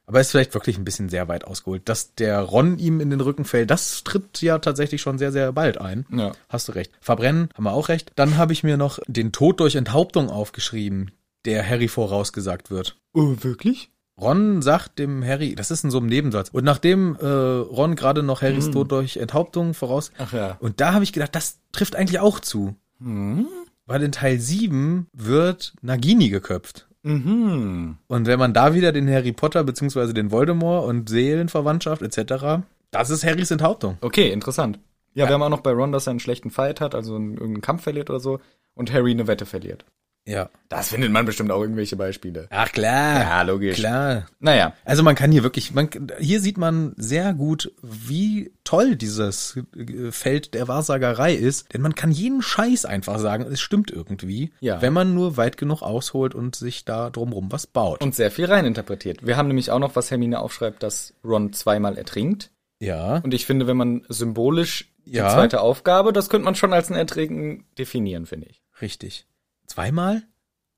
Speaker 1: Aber ist vielleicht wirklich ein bisschen sehr weit ausgeholt. Dass der Ron ihm in den Rücken fällt, das tritt ja tatsächlich schon sehr, sehr bald ein.
Speaker 2: Ja.
Speaker 1: Hast du recht. Verbrennen, haben wir auch recht. Dann habe ich mir noch den Tod durch Enthauptung aufgeschrieben, der Harry vorausgesagt wird.
Speaker 2: Oh, wirklich?
Speaker 1: Ron sagt dem Harry, das ist in so einem Nebensatz. Und nachdem äh, Ron gerade noch Harrys Tod durch Enthauptung voraus.
Speaker 2: Ach ja.
Speaker 1: Und da habe ich gedacht, das trifft eigentlich auch zu. Hm? Weil in Teil 7 wird Nagini geköpft.
Speaker 2: Mhm.
Speaker 1: Und wenn man da wieder den Harry Potter beziehungsweise den Voldemort und Seelenverwandtschaft etc., das ist Harrys Enthauptung.
Speaker 2: Okay, interessant. Ja, wir haben auch noch bei Ron, dass er einen schlechten Fight hat, also einen, irgendeinen Kampf verliert oder so, und Harry eine Wette verliert.
Speaker 1: Ja.
Speaker 2: Das findet man bestimmt auch irgendwelche Beispiele.
Speaker 1: Ach klar.
Speaker 2: Ja, logisch.
Speaker 1: Klar.
Speaker 2: Naja,
Speaker 1: Also man kann hier wirklich, man, hier sieht man sehr gut, wie toll dieses äh, Feld der Wahrsagerei ist, denn man kann jeden Scheiß einfach sagen, es stimmt irgendwie,
Speaker 2: Ja.
Speaker 1: wenn man nur weit genug ausholt und sich da drumrum was baut.
Speaker 2: und sehr viel reininterpretiert. Wir haben nämlich auch noch, was Hermine aufschreibt, dass Ron zweimal ertrinkt.
Speaker 1: ja.
Speaker 2: Und ich finde, wenn man symbolisch die
Speaker 1: Ja.
Speaker 2: zweite Aufgabe, das könnte man schon als ein Ertrinken definieren, finde ich.
Speaker 1: Richtig. Zweimal?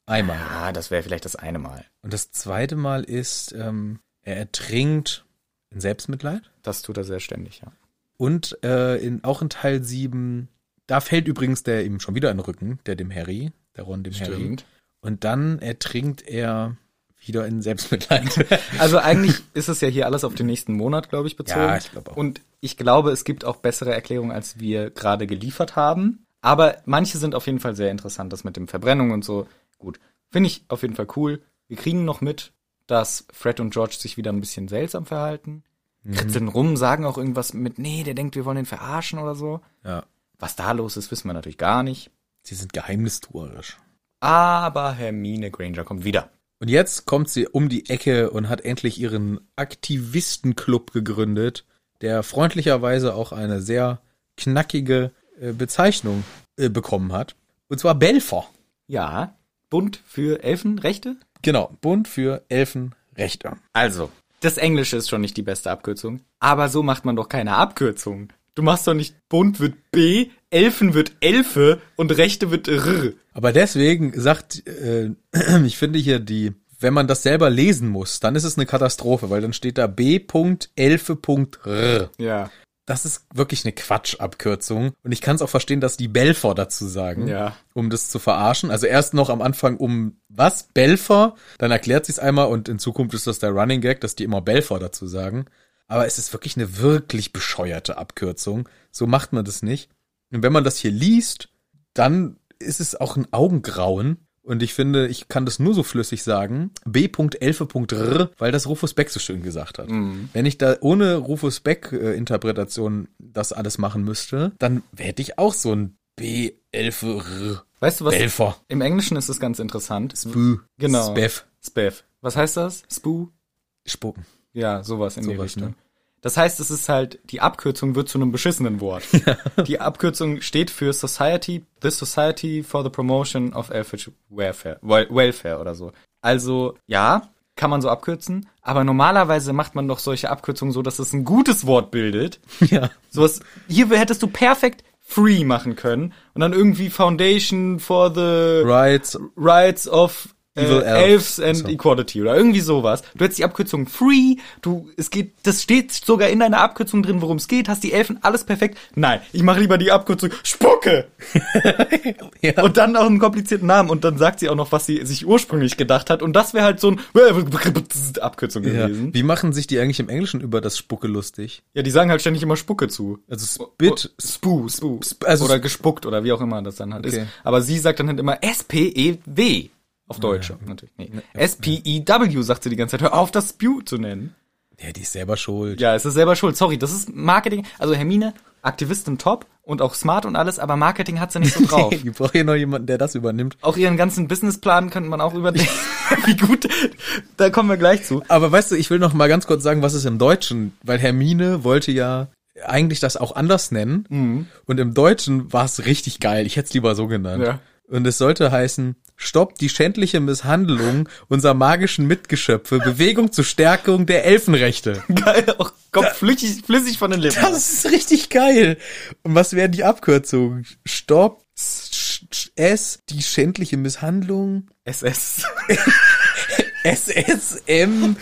Speaker 1: Einmal.
Speaker 2: Ah, das wäre vielleicht das eine Mal.
Speaker 1: Und das zweite Mal ist, ähm, er ertrinkt in Selbstmitleid.
Speaker 2: Das tut er sehr ständig, ja.
Speaker 1: Und äh, in, auch in Teil 7, da fällt übrigens der ihm schon wieder in den Rücken, der dem Harry, der Ron dem Harry. Und dann ertrinkt er wieder in Selbstmitleid.
Speaker 2: Also eigentlich ist es ja hier alles auf den nächsten Monat, glaube ich, bezogen.
Speaker 1: Ja, ich glaube auch.
Speaker 2: Und ich glaube, es gibt auch bessere Erklärungen, als wir gerade geliefert haben. Aber manche sind auf jeden Fall sehr interessant, das mit dem Verbrennung und so. Gut, finde ich auf jeden Fall cool. Wir kriegen noch mit, dass Fred und George sich wieder ein bisschen seltsam verhalten.
Speaker 1: Mhm.
Speaker 2: Kritzeln rum, sagen auch irgendwas mit, nee, der denkt, wir wollen den verarschen oder so.
Speaker 1: ja,
Speaker 2: Was da los ist, wissen wir natürlich gar nicht.
Speaker 1: sie sind geheimnistuerisch.
Speaker 2: Aber Hermine Granger kommt wieder.
Speaker 1: Und jetzt kommt sie um die Ecke und hat endlich ihren Aktivistenclub gegründet, der freundlicherweise auch eine sehr knackige äh, Bezeichnung äh, bekommen hat. Und zwar Belfer.
Speaker 2: Ja, Bund für Elfenrechte?
Speaker 1: Genau, Bund für Elfenrechte.
Speaker 2: Also, das Englische ist schon nicht die beste Abkürzung, aber so macht man doch keine Abkürzung. Du machst doch nicht Bund wird B, Elfen wird Elfe und Rechte wird R.
Speaker 1: Aber deswegen sagt, äh, ich finde hier die, wenn man das selber lesen muss, dann ist es eine Katastrophe, weil dann steht da B.11.r.
Speaker 2: Ja,
Speaker 1: Das ist wirklich eine Quatschabkürzung. Und ich kann es auch verstehen, dass die Belfer dazu sagen,
Speaker 2: Ja.
Speaker 1: um das zu verarschen. Also erst noch am Anfang um was? Belfer? Dann erklärt sie es einmal und in Zukunft ist das der Running Gag, dass die immer Belfer dazu sagen. Aber es ist wirklich eine wirklich bescheuerte Abkürzung. So macht man das nicht. Und wenn man das hier liest, dann ist es auch ein Augengrauen. Und ich finde, ich kann das nur so flüssig sagen, B.11.r, weil das Rufus Beck so schön gesagt hat.
Speaker 2: Mhm.
Speaker 1: Wenn ich da ohne Rufus Beck-Interpretation das alles machen müsste, dann hätte ich auch so ein B.11.r.
Speaker 2: weißt du was?
Speaker 1: Belfer.
Speaker 2: Im Englischen ist es ganz interessant.
Speaker 1: Spü.
Speaker 2: Genau.
Speaker 1: Speff.
Speaker 2: Spaff. Was heißt das? Spoo?
Speaker 1: Spucken.
Speaker 2: Ja, sowas in die
Speaker 1: Sowas,
Speaker 2: Richtung.
Speaker 1: ne?
Speaker 2: Das heißt, es ist halt, die Abkürzung wird zu einem beschissenen Wort. Die Abkürzung steht für Society, The Society for the Promotion of Elfish Welfare, Wel- Welfare oder so. Also, ja, kann man so abkürzen, aber normalerweise macht man doch solche Abkürzungen so, dass es ein gutes Wort bildet.
Speaker 1: Ja.
Speaker 2: Sowas, hier hättest du perfekt free machen können und dann irgendwie Foundation for the
Speaker 1: Rights.
Speaker 2: Rights of äh,
Speaker 1: Evil
Speaker 2: Elves
Speaker 1: Elves.
Speaker 2: and
Speaker 1: So.
Speaker 2: Equality oder irgendwie sowas. Du hättest die Abkürzung Free, du, es geht, das steht sogar in deiner Abkürzung drin, worum es geht, hast die Elfen, alles perfekt. Nein, ich mache lieber die Abkürzung Spucke
Speaker 1: Ja.
Speaker 2: und dann auch einen komplizierten Namen und dann sagt sie auch noch, was sie sich ursprünglich gedacht hat und das wäre halt so ein Abkürzung
Speaker 1: ja.
Speaker 2: gewesen.
Speaker 1: Wie machen sich die eigentlich im Englischen über das Spucke lustig?
Speaker 2: Ja, die sagen halt ständig immer Spucke zu.
Speaker 1: Also Spit.
Speaker 2: oh. Spoo, Spoo,
Speaker 1: Sp- also
Speaker 2: oder
Speaker 1: Sp-
Speaker 2: gespuckt oder wie auch immer das dann halt
Speaker 1: Okay.
Speaker 2: ist. Aber sie sagt dann halt immer S-P-E-W. Auf Deutsch natürlich. Nee. S-P-I-W sagt sie die ganze Zeit. Hör auf, das Spew zu nennen.
Speaker 1: Ja, die ist selber schuld.
Speaker 2: Ja, es ist selber schuld. Sorry, das ist Marketing. Also Hermine, Aktivistin top und auch smart und alles, aber Marketing hat sie nicht so drauf.
Speaker 1: Ich brauche hier noch jemanden, der das übernimmt.
Speaker 2: auch ihren ganzen Businessplan könnte man auch überlegen. wie gut. Da kommen wir gleich zu.
Speaker 1: Aber weißt du, ich will noch mal ganz kurz sagen, was es im Deutschen, weil Hermine wollte ja eigentlich das auch anders nennen. Und im Deutschen war es richtig geil. Ich hätte es lieber so genannt.
Speaker 2: Ja.
Speaker 1: Und es sollte heißen, stoppt die schändliche Misshandlung unserer magischen Mitgeschöpfe, Bewegung zur Stärkung der Elfenrechte.
Speaker 2: Geil, auch kommt flüssig, flüssig von den Lippen.
Speaker 1: Das ist richtig geil. Und was wäre die Abkürzung? Stopp, S, die schändliche Misshandlung,
Speaker 2: SS.
Speaker 1: SSM,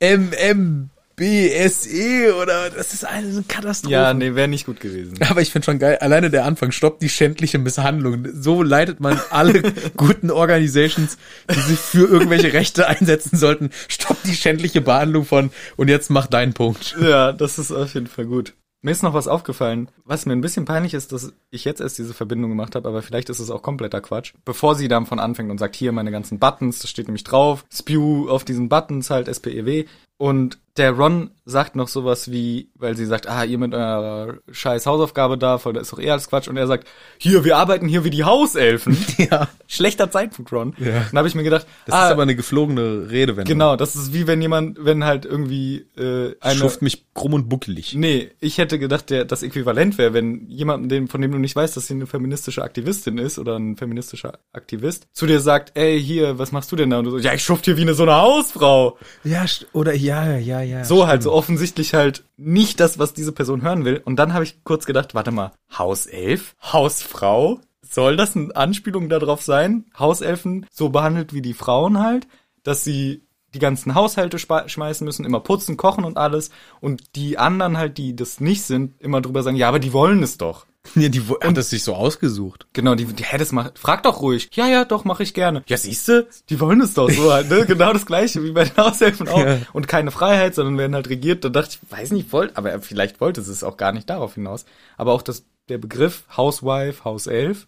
Speaker 1: MM, BSE E oder das ist eine Katastrophe.
Speaker 2: Ja, nee, wäre nicht gut gewesen.
Speaker 1: Aber ich finde schon geil, alleine der Anfang, stoppt die schändliche Misshandlung. So leitet man alle guten Organisations, die sich für irgendwelche Rechte einsetzen sollten, stoppt die schändliche Behandlung von und jetzt mach deinen Punkt.
Speaker 2: Ja, das ist auf jeden Fall gut. Mir ist noch was aufgefallen, was mir ein bisschen peinlich ist, dass ich jetzt erst diese Verbindung gemacht habe, aber vielleicht ist es auch kompletter Quatsch. Bevor sie dann von anfängt und sagt, hier meine ganzen Buttons, das steht nämlich drauf, Spew auf diesen Buttons halt, SPEW. Und der Ron sagt noch sowas wie, weil sie sagt, ah, ihr mit eurer scheiß Hausaufgabe da, voll, das ist doch eher als Quatsch. Und er sagt, hier, wir arbeiten hier wie die Hauselfen.
Speaker 1: Ja. Ah.
Speaker 2: Schlechter Zeitpunkt, Ron.
Speaker 1: Ja.
Speaker 2: Dann habe ich mir gedacht, ah,
Speaker 1: Das ist aber eine geflogene Redewendung.
Speaker 2: Genau, das ist wie wenn jemand, wenn halt irgendwie äh, eine.
Speaker 1: Schuft mich krumm und buckelig.
Speaker 2: Nee, ich hätte gedacht, der das Äquivalent wäre, wenn jemand, dem, von dem du nicht weißt, dass sie eine feministische Aktivistin ist oder ein feministischer Aktivist, zu dir sagt, ey, hier, was machst du denn da? Und du so, ja, ich schuft hier wie eine so eine Hausfrau.
Speaker 1: Ja, st- oder ja, ja, ja.
Speaker 2: So halt, so offensichtlich halt nicht das, was diese Person hören will. Und dann habe ich kurz gedacht, warte mal, Hauself? Hausfrau? Soll das eine Anspielung darauf sein? Hauselfen so behandelt wie die Frauen halt, dass sie die ganzen Haushalte spa- schmeißen müssen, immer putzen, kochen und alles. Und die anderen halt, die das nicht sind, immer drüber sagen, ja, aber die wollen es doch.
Speaker 1: Nee, die wo- hat das sich so ausgesucht.
Speaker 2: Genau, die, die hä, das macht, frag doch ruhig. Ja, ja, doch, mache ich gerne. Ja, siehste, die wollen es doch so halt, ne? Genau das gleiche wie bei den Haushelfen auch.
Speaker 1: Ja.
Speaker 2: Und keine Freiheit, sondern werden halt regiert. Da dachte ich, weiß nicht, wollt, aber vielleicht wollte sie es auch gar nicht darauf hinaus. Aber auch das, der Begriff Housewife, Hauself,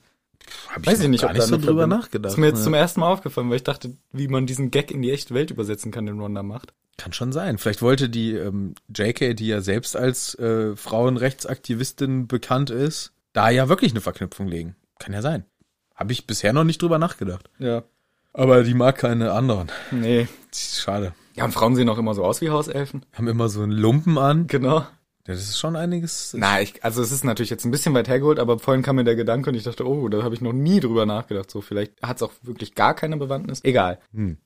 Speaker 1: Hab
Speaker 2: weiß ich nicht,
Speaker 1: gar nicht
Speaker 2: da
Speaker 1: so
Speaker 2: eine
Speaker 1: drüber
Speaker 2: Verbindung-
Speaker 1: nachgedacht. ne?
Speaker 2: Ist mir jetzt
Speaker 1: Ja.
Speaker 2: zum ersten Mal aufgefallen, weil ich dachte, wie man diesen Gag in die echte Welt übersetzen kann, den Ronda macht.
Speaker 1: Kann schon sein. Vielleicht wollte die ähm, JK, die ja selbst als äh, Frauenrechtsaktivistin bekannt ist, da ja wirklich eine Verknüpfung legen. Kann ja sein. Habe ich bisher noch nicht drüber nachgedacht.
Speaker 2: Ja.
Speaker 1: Aber die mag keine anderen.
Speaker 2: Nee.
Speaker 1: Schade.
Speaker 2: Ja, und Frauen sehen auch immer so aus wie Hauselfen.
Speaker 1: Haben immer so einen Lumpen an.
Speaker 2: Genau.
Speaker 1: Ja, das ist schon einiges.
Speaker 2: Na, ich, also es ist natürlich jetzt ein bisschen weit hergeholt, aber vorhin kam mir der Gedanke und ich dachte, oh, da habe ich noch nie drüber nachgedacht. So, vielleicht hat's auch wirklich gar keine Bewandtnis. Egal.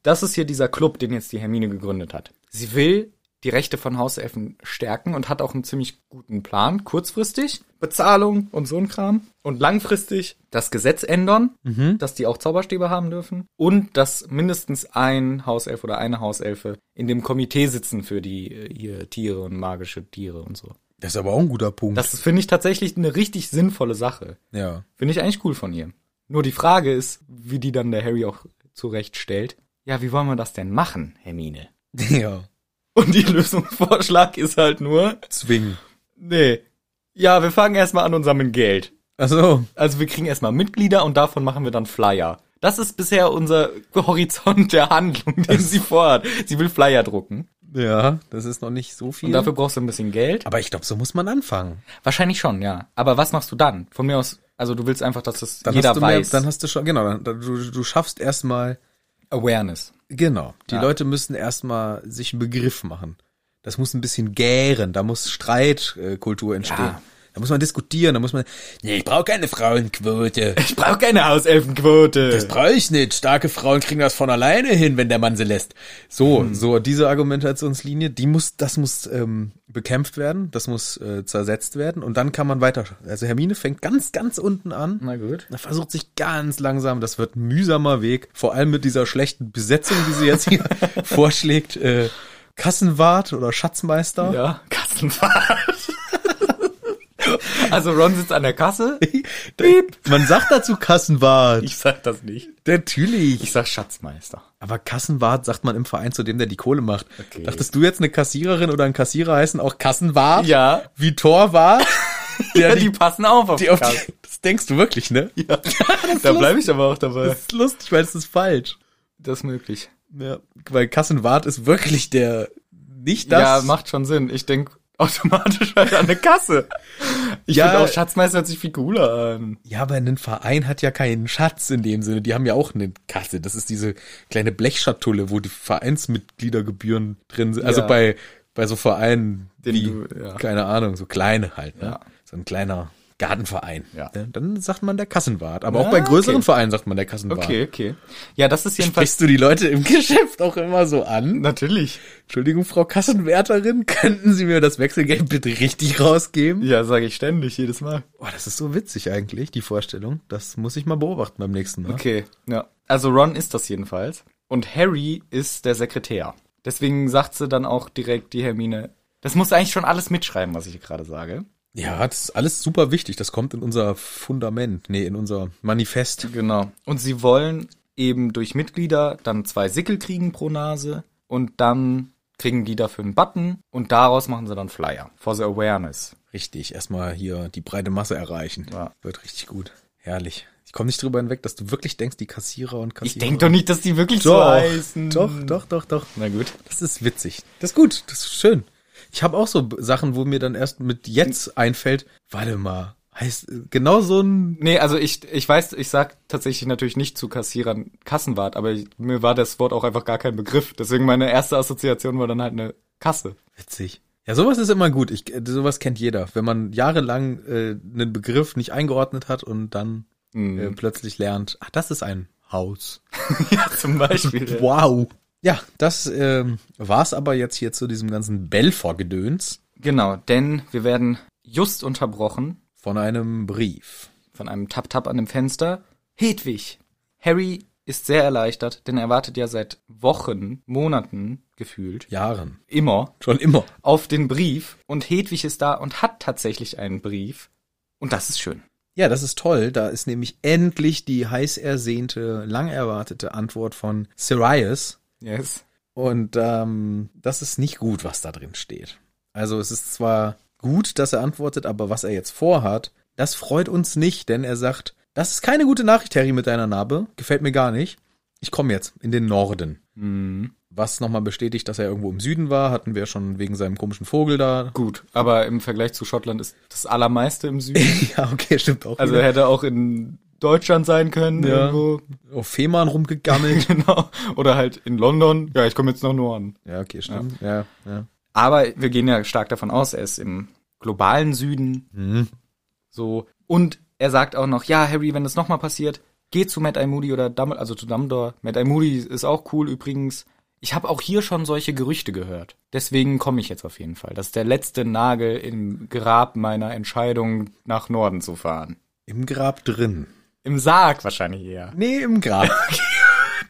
Speaker 2: Das ist hier dieser Club, den jetzt die Hermine gegründet hat. Sie will die Rechte von Hauselfen stärken und hat auch einen ziemlich guten Plan. Kurzfristig Bezahlung und so ein Kram. Und langfristig das Gesetz ändern, dass die auch Zauberstäbe haben dürfen. Und dass mindestens ein Hauself oder eine Hauselfe in dem Komitee sitzen für die äh, hier Tiere und magische Tiere und so.
Speaker 1: Das ist aber auch ein guter Punkt.
Speaker 2: Das ist, finde ich tatsächlich eine richtig sinnvolle Sache.
Speaker 1: ja.
Speaker 2: Finde ich eigentlich cool von ihr. Nur die Frage ist, wie die dann der Harry auch zurechtstellt. Ja, wie wollen wir das denn machen, Hermine?
Speaker 1: ja.
Speaker 2: Und ihr Lösungsvorschlag ist halt nur,
Speaker 1: Zwingen.
Speaker 2: nee. Ja, wir fangen erstmal an und sammeln Geld.
Speaker 1: Achso.
Speaker 2: Also wir kriegen erstmal Mitglieder und davon machen wir dann Flyer. Das ist bisher unser Horizont der Handlung, den sie vorhat. Sie will Flyer drucken.
Speaker 1: Ja, das ist noch nicht so viel.
Speaker 2: Und dafür brauchst du ein bisschen Geld.
Speaker 1: aber ich glaube, so muss man anfangen.
Speaker 2: Wahrscheinlich schon, ja. Aber was machst du dann? Von mir aus, also du willst einfach, dass das
Speaker 1: Dann
Speaker 2: jeder
Speaker 1: hast du
Speaker 2: weiß.
Speaker 1: Mehr, dann hast du schon, genau, dann, dann, du, du schaffst erstmal
Speaker 2: Awareness.
Speaker 1: Genau. Die
Speaker 2: Ja.
Speaker 1: Leute müssen erstmal sich einen Begriff machen. Das muss ein bisschen gären, da muss Streitkultur entstehen.
Speaker 2: Ja.
Speaker 1: Da muss man diskutieren, da muss man, nee, ich brauche keine Frauenquote.
Speaker 2: Ich brauche keine Hauselfenquote.
Speaker 1: Das brauche ich nicht. Starke Frauen kriegen das von alleine hin, wenn der Mann sie lässt. So,
Speaker 2: Hm.
Speaker 1: so diese Argumentationslinie, die muss, das muss ähm, bekämpft werden, das muss äh, zersetzt werden und dann kann man weiter. Also Hermine fängt ganz, ganz unten an.
Speaker 2: Na gut.
Speaker 1: Er versucht sich ganz langsam, das wird ein mühsamer Weg, vor allem mit dieser schlechten Besetzung, die sie jetzt hier vorschlägt, äh, Kassenwart oder Schatzmeister.
Speaker 2: Ja, Kassenfahrt. also Ron sitzt an der Kasse.
Speaker 1: Man sagt dazu Kassenwart.
Speaker 2: Ich sag das nicht.
Speaker 1: natürlich.
Speaker 2: Ich sag Schatzmeister.
Speaker 1: Aber Kassenwart sagt man im Verein zu dem, der die Kohle macht.
Speaker 2: Okay.
Speaker 1: Dachtest du jetzt eine Kassiererin oder ein Kassierer heißen auch Kassenwart?
Speaker 2: Ja.
Speaker 1: Wie Torwart? Der
Speaker 2: Ja, die, passen auf auf
Speaker 1: die auf die, das denkst du wirklich, ne?
Speaker 2: Ja. da bleibe ich aber auch dabei.
Speaker 1: Das ist lustig, weil es ist falsch.
Speaker 2: Das ist möglich.
Speaker 1: Ja, weil Kassenwart ist wirklich der nicht
Speaker 2: ja,
Speaker 1: das.
Speaker 2: macht schon Sinn. Ich denk automatisch halt an der Kasse. Ich
Speaker 1: Ja.
Speaker 2: ja. finde auch Schatzmeister hört sich viel cooler an.
Speaker 1: Ja, aber ein Verein hat ja keinen Schatz in dem Sinne. Die haben ja auch eine Kasse. Das ist diese kleine Blechschatulle, wo die Vereinsmitgliedergebühren drin sind. Also
Speaker 2: Ja.
Speaker 1: bei, bei so Vereinen,
Speaker 2: Den
Speaker 1: die,
Speaker 2: du- ja.
Speaker 1: keine Ahnung, so kleine halt. Ne?
Speaker 2: Ja.
Speaker 1: So ein kleiner Gartenverein.
Speaker 2: Ja.
Speaker 1: Ne? Dann sagt man der Kassenwart. Aber
Speaker 2: Ah,
Speaker 1: auch bei größeren
Speaker 2: okay.
Speaker 1: Vereinen sagt man der Kassenwart.
Speaker 2: Okay, okay. Ja, das ist jedenfalls
Speaker 1: Sprichst du die Leute im Geschäft auch immer so an?
Speaker 2: natürlich.
Speaker 1: Entschuldigung, Frau Kassenwärterin, könnten Sie mir das Wechselgeld bitte richtig rausgeben?
Speaker 2: Ja, sage ich ständig jedes Mal.
Speaker 1: Oh, das ist so witzig eigentlich, die Vorstellung. Das muss ich mal beobachten beim nächsten Mal.
Speaker 2: Okay, ja. Also Ron ist das jedenfalls. Und Harry ist der Sekretär. Deswegen sagt sie dann auch direkt die Hermine, Das musst du eigentlich schon alles mitschreiben, was ich hier gerade sage.
Speaker 1: Ja, das ist alles super wichtig. Das kommt in unser Fundament, nee, in unser Manifest.
Speaker 2: Genau. Und sie wollen eben durch Mitglieder dann zwei Sickel kriegen pro Nase und dann kriegen die dafür einen Button und daraus machen sie dann Flyer for the awareness.
Speaker 1: Richtig, erstmal hier die breite Masse erreichen.
Speaker 2: Ja.
Speaker 1: Wird richtig gut. Herrlich. Ich komme nicht drüber hinweg, dass du wirklich denkst, die Kassierer und Kassierer.
Speaker 2: Ich denk doch nicht, dass die wirklich so heißen.
Speaker 1: doch, doch, doch, doch, doch.
Speaker 2: Na gut.
Speaker 1: Das ist witzig. Das ist gut, das ist schön. Ich habe auch so B- Sachen, wo mir dann erst mit
Speaker 2: Hm.
Speaker 1: jetzt einfällt, warte mal, heißt äh, genau so ein
Speaker 2: Nee, also ich, ich weiß, ich sag tatsächlich natürlich nicht zu Kassierern Kassenwart, aber ich, mir war das Wort auch einfach gar kein Begriff. Deswegen meine erste Assoziation war dann halt eine Kasse.
Speaker 1: witzig. Ja, sowas ist immer gut. Ich, äh, sowas kennt jeder. Wenn man jahrelang äh, einen Begriff nicht eingeordnet hat und dann äh, plötzlich lernt, ach, das ist ein Haus.
Speaker 2: ja, zum Beispiel. ja.
Speaker 1: Wow. Ja, das ähm, war's aber jetzt hier zu diesem ganzen Belfer-Gedöns
Speaker 2: genau, denn wir werden just unterbrochen
Speaker 1: von einem Brief.
Speaker 2: von einem Tap-Tap an dem Fenster. Hedwig! Harry ist sehr erleichtert, denn er wartet ja seit Wochen, Monaten gefühlt,
Speaker 1: Jahren.
Speaker 2: immer
Speaker 1: Schon immer.
Speaker 2: auf den Brief und Hedwig ist da und hat tatsächlich einen Brief und das ist schön.
Speaker 1: Ja, das ist toll. Da ist nämlich endlich die heiß ersehnte, lang erwartete Antwort von Sirius.
Speaker 2: Yes.
Speaker 1: Und ähm, das ist nicht gut, was da drin steht. Also es ist zwar gut, dass er antwortet, aber was er jetzt vorhat, das freut uns nicht, denn er sagt, das ist keine gute Nachricht, Harry, mit deiner Narbe. Gefällt mir gar nicht. Ich komme jetzt in den Norden.
Speaker 2: Mhm.
Speaker 1: Was nochmal bestätigt, dass er irgendwo im Süden war, hatten wir schon wegen seinem komischen Vogel da.
Speaker 2: Gut, aber im Vergleich zu Schottland ist das allermeiste im Süden.
Speaker 1: Ja, okay, stimmt auch.
Speaker 2: Also
Speaker 1: wieder.
Speaker 2: er hätte auch in Deutschland sein können
Speaker 1: Ja.
Speaker 2: irgendwo.
Speaker 1: auf Oh, Fehmarn rumgegammelt.
Speaker 2: Genau. Oder halt in London. Ja, ich komme jetzt nach Norden.
Speaker 1: ja, okay, stimmt. Ja, ja.
Speaker 2: Aber wir gehen ja stark davon aus, er ist im globalen Süden. So. Und er sagt auch noch, ja, Harry, wenn das nochmal passiert, geh zu Mad-Eye Moody oder Dumbledore, also zu Dumbledore. Mad-Eye Moody ist auch cool übrigens. Ich habe auch hier schon solche Gerüchte gehört. Deswegen komme ich jetzt auf jeden Fall. Das ist der letzte Nagel im Grab meiner Entscheidung, nach Norden zu fahren.
Speaker 1: Im Grab drin.
Speaker 2: Im Sarg wahrscheinlich eher.
Speaker 1: Nee, im Grab.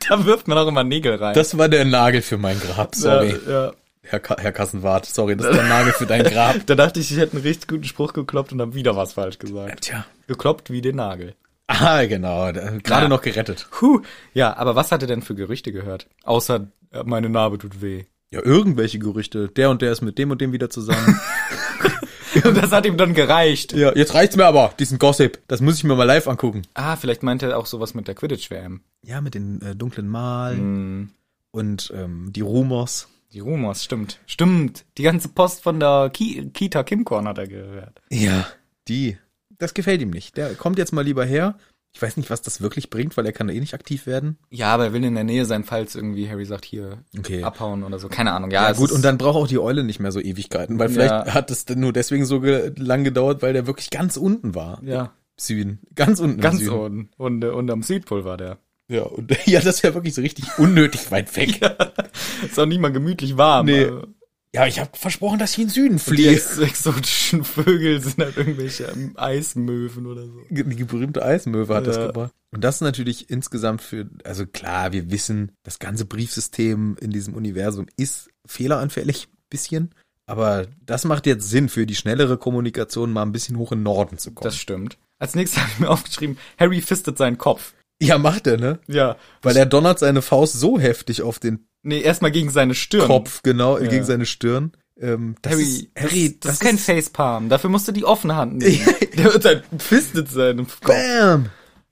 Speaker 2: Da wirft man auch immer Nägel rein. Äh,
Speaker 1: Das war der Nagel für mein Grab, sorry.
Speaker 2: Ja, ja.
Speaker 1: Herr, Ka Herr Kassenwart, sorry, das ist der Nagel für dein Grab.
Speaker 2: Da dachte ich, ich hätte einen richtig guten Spruch gekloppt und habe wieder was falsch gesagt.
Speaker 1: Tja.
Speaker 2: Gekloppt wie den Nagel.
Speaker 1: Ah, genau. da- Gerade noch gerettet.
Speaker 2: Puh. Ja, aber was hat er denn für Gerüchte gehört? Außer, äh, meine Narbe tut weh.
Speaker 1: Ja, irgendwelche Gerüchte. Der und der ist mit dem und dem wieder zusammen.
Speaker 2: Und das hat ihm dann gereicht.
Speaker 1: ja, jetzt reicht's mir aber, diesen Gossip. Das muss ich mir mal live angucken.
Speaker 2: Ah, vielleicht meint er auch sowas mit der Quidditch-WM.
Speaker 1: Ja, mit den äh, dunklen Malen und ähm, die Rumors.
Speaker 2: Die Rumors, stimmt. Stimmt. Die ganze Post von der Ki Kita Kimkorn hat er gehört.
Speaker 1: Ja. Die. Das gefällt ihm nicht. Der kommt jetzt mal lieber her. Ich weiß nicht, was das wirklich bringt, weil er kann eh nicht aktiv werden.
Speaker 2: Ja, aber er will in der Nähe sein, falls irgendwie Harry sagt, hier
Speaker 1: Okay.
Speaker 2: abhauen oder so. Keine Ahnung. Ja,
Speaker 1: Ja,
Speaker 2: es
Speaker 1: gut,
Speaker 2: ist-
Speaker 1: und dann braucht auch die Eule nicht mehr so Ewigkeiten, weil vielleicht
Speaker 2: Ja.
Speaker 1: hat es denn nur deswegen so ge lang gedauert, weil der wirklich ganz unten war.
Speaker 2: Ja.
Speaker 1: Im Süden. Ganz unten. im
Speaker 2: Ganz
Speaker 1: Süden.
Speaker 2: unten. Und, äh, und am Südpol war der.
Speaker 1: Ja, und, ja, das wäre wirklich so richtig unnötig weit weg. ja.
Speaker 2: Ist auch nicht mal gemütlich warm.
Speaker 1: Nee.
Speaker 2: aber-
Speaker 1: ich habe versprochen, dass ich in den Süden
Speaker 2: Die
Speaker 1: fliehe.
Speaker 2: ex exotischen Vögel sind halt irgendwelche ähm, Eismöwen oder so.
Speaker 1: Die, berühmte Eismöwe hat das
Speaker 2: Ja.
Speaker 1: gebracht. Und das natürlich insgesamt für, also klar, wir wissen, das ganze Briefsystem in diesem Universum ist fehleranfällig, bisschen. Aber das macht jetzt Sinn, für die schnellere Kommunikation mal ein bisschen hoch in den Norden zu kommen.
Speaker 2: Das stimmt. Als nächstes habe ich mir aufgeschrieben, Harry fistet seinen Kopf.
Speaker 1: ja, macht er, ne?
Speaker 2: Ja.
Speaker 1: Weil er donnert seine Faust so heftig auf den
Speaker 2: Nee, erstmal gegen seine Stirn.
Speaker 1: Kopf, genau,
Speaker 2: Ja.
Speaker 1: gegen seine Stirn. Ähm, das
Speaker 2: Harry,
Speaker 1: ist, Harry,
Speaker 2: das, das ist kein Facepalm. Dafür musst du die offene Hand nehmen. Der wird sein, fistet seinen Kopf.
Speaker 1: Bam!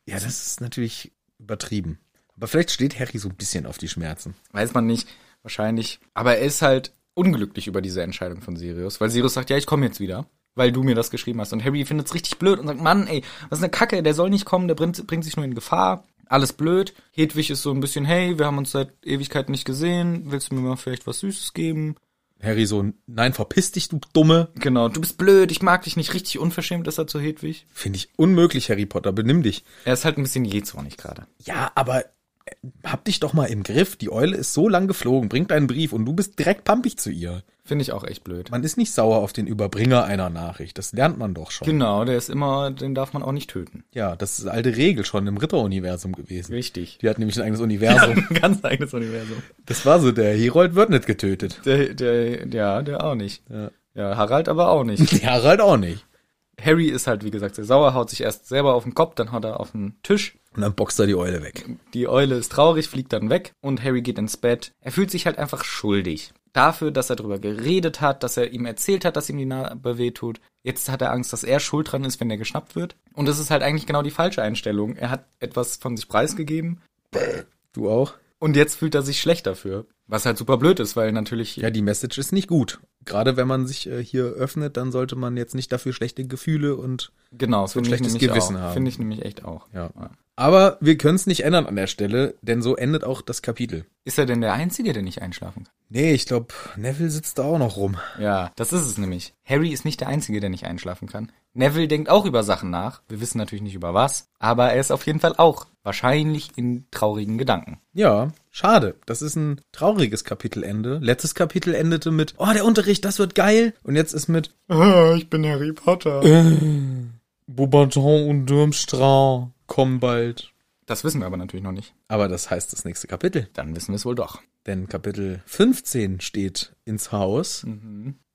Speaker 1: Ja, das ist natürlich übertrieben. Aber vielleicht steht Harry so ein bisschen auf die Schmerzen.
Speaker 2: Weiß man nicht. Wahrscheinlich. Aber er ist halt unglücklich über diese Entscheidung von Sirius. Weil Sirius sagt, ja, ich komme jetzt wieder. Weil du mir das geschrieben hast. Und Harry findet es richtig blöd und sagt, Mann, ey, was ist eine Kacke, der soll nicht kommen, der bringt, bringt sich nur in Gefahr. Alles blöd. Hedwig ist so ein bisschen, hey, wir haben uns seit Ewigkeiten nicht gesehen. Willst du mir mal vielleicht was Süßes geben?
Speaker 1: Harry so, nein, verpiss dich, du Dumme.
Speaker 2: Genau, du bist blöd, ich mag dich nicht. Richtig unverschämt ist er zu Hedwig.
Speaker 1: Finde ich unmöglich, Harry Potter, benimm dich.
Speaker 2: Er ist halt ein bisschen jähzornig gerade.
Speaker 1: Ja, aber äh, hab dich doch mal im Griff. Die Eule ist so lang geflogen, bringt einen Brief und du bist direkt pampig zu ihr.
Speaker 2: Finde ich auch echt blöd.
Speaker 1: Man ist nicht sauer auf den Überbringer einer Nachricht. Das lernt man doch schon.
Speaker 2: Genau, der ist immer, den darf man auch nicht töten.
Speaker 1: Ja, das ist eine alte Regel schon im Ritteruniversum gewesen.
Speaker 2: Richtig.
Speaker 1: Die hat nämlich ein eigenes Universum.
Speaker 2: Ein ganz eigenes Universum.
Speaker 1: Das war so, der Herold wird nicht getötet.
Speaker 2: Der, der, ja, der auch nicht. Ja, Harald aber auch nicht.
Speaker 1: Der Harald auch nicht.
Speaker 2: Harry ist halt, wie gesagt, sehr sauer, haut sich erst selber auf den Kopf, dann haut er auf den Tisch.
Speaker 1: Und dann boxt er die Eule weg.
Speaker 2: Die Eule ist traurig, fliegt dann weg und Harry geht ins Bett. Er fühlt sich halt einfach schuldig. Dafür, dass er darüber geredet hat, dass er ihm erzählt hat, dass ihm die Narbe wehtut. Jetzt hat er Angst, dass er schuld dran ist, wenn er geschnappt wird. Und das ist halt eigentlich genau die falsche Einstellung. Er hat etwas von sich preisgegeben
Speaker 1: Du auch?
Speaker 2: und jetzt fühlt er sich schlecht dafür. Was halt super blöd ist, weil natürlich
Speaker 1: Ja, die Message ist nicht gut. Gerade wenn man sich äh, hier öffnet, dann sollte man jetzt nicht dafür schlechte Gefühle und
Speaker 2: Genau,
Speaker 1: so ein
Speaker 2: finde ich
Speaker 1: schlechtes
Speaker 2: nämlich
Speaker 1: Gewissen
Speaker 2: auch.
Speaker 1: haben.
Speaker 2: Finde ich nämlich echt auch.
Speaker 1: ja. Aber wir können es nicht ändern an der Stelle, denn so endet auch das Kapitel.
Speaker 2: Ist er denn der Einzige, der nicht einschlafen kann?
Speaker 1: Nee, ich glaube, Neville sitzt da auch noch rum.
Speaker 2: Ja, das ist es nämlich. Harry ist nicht der Einzige, der nicht einschlafen kann. Neville denkt auch über Sachen nach. Wir wissen natürlich nicht über was, aber er ist auf jeden Fall auch wahrscheinlich in traurigen Gedanken.
Speaker 1: Ja, schade. Das ist ein trauriges Kapitelende. Letztes Kapitel endete mit, oh, der Unterricht, das wird geil. Und jetzt ist mit
Speaker 2: Ah, ich bin Harry Potter.
Speaker 1: Bobaton und Durmstrang kommen bald.
Speaker 2: Das wissen wir aber natürlich noch nicht.
Speaker 1: Aber das heißt das nächste Kapitel.
Speaker 2: Dann wissen wir es wohl doch.
Speaker 1: Denn Kapitel 15 steht ins Haus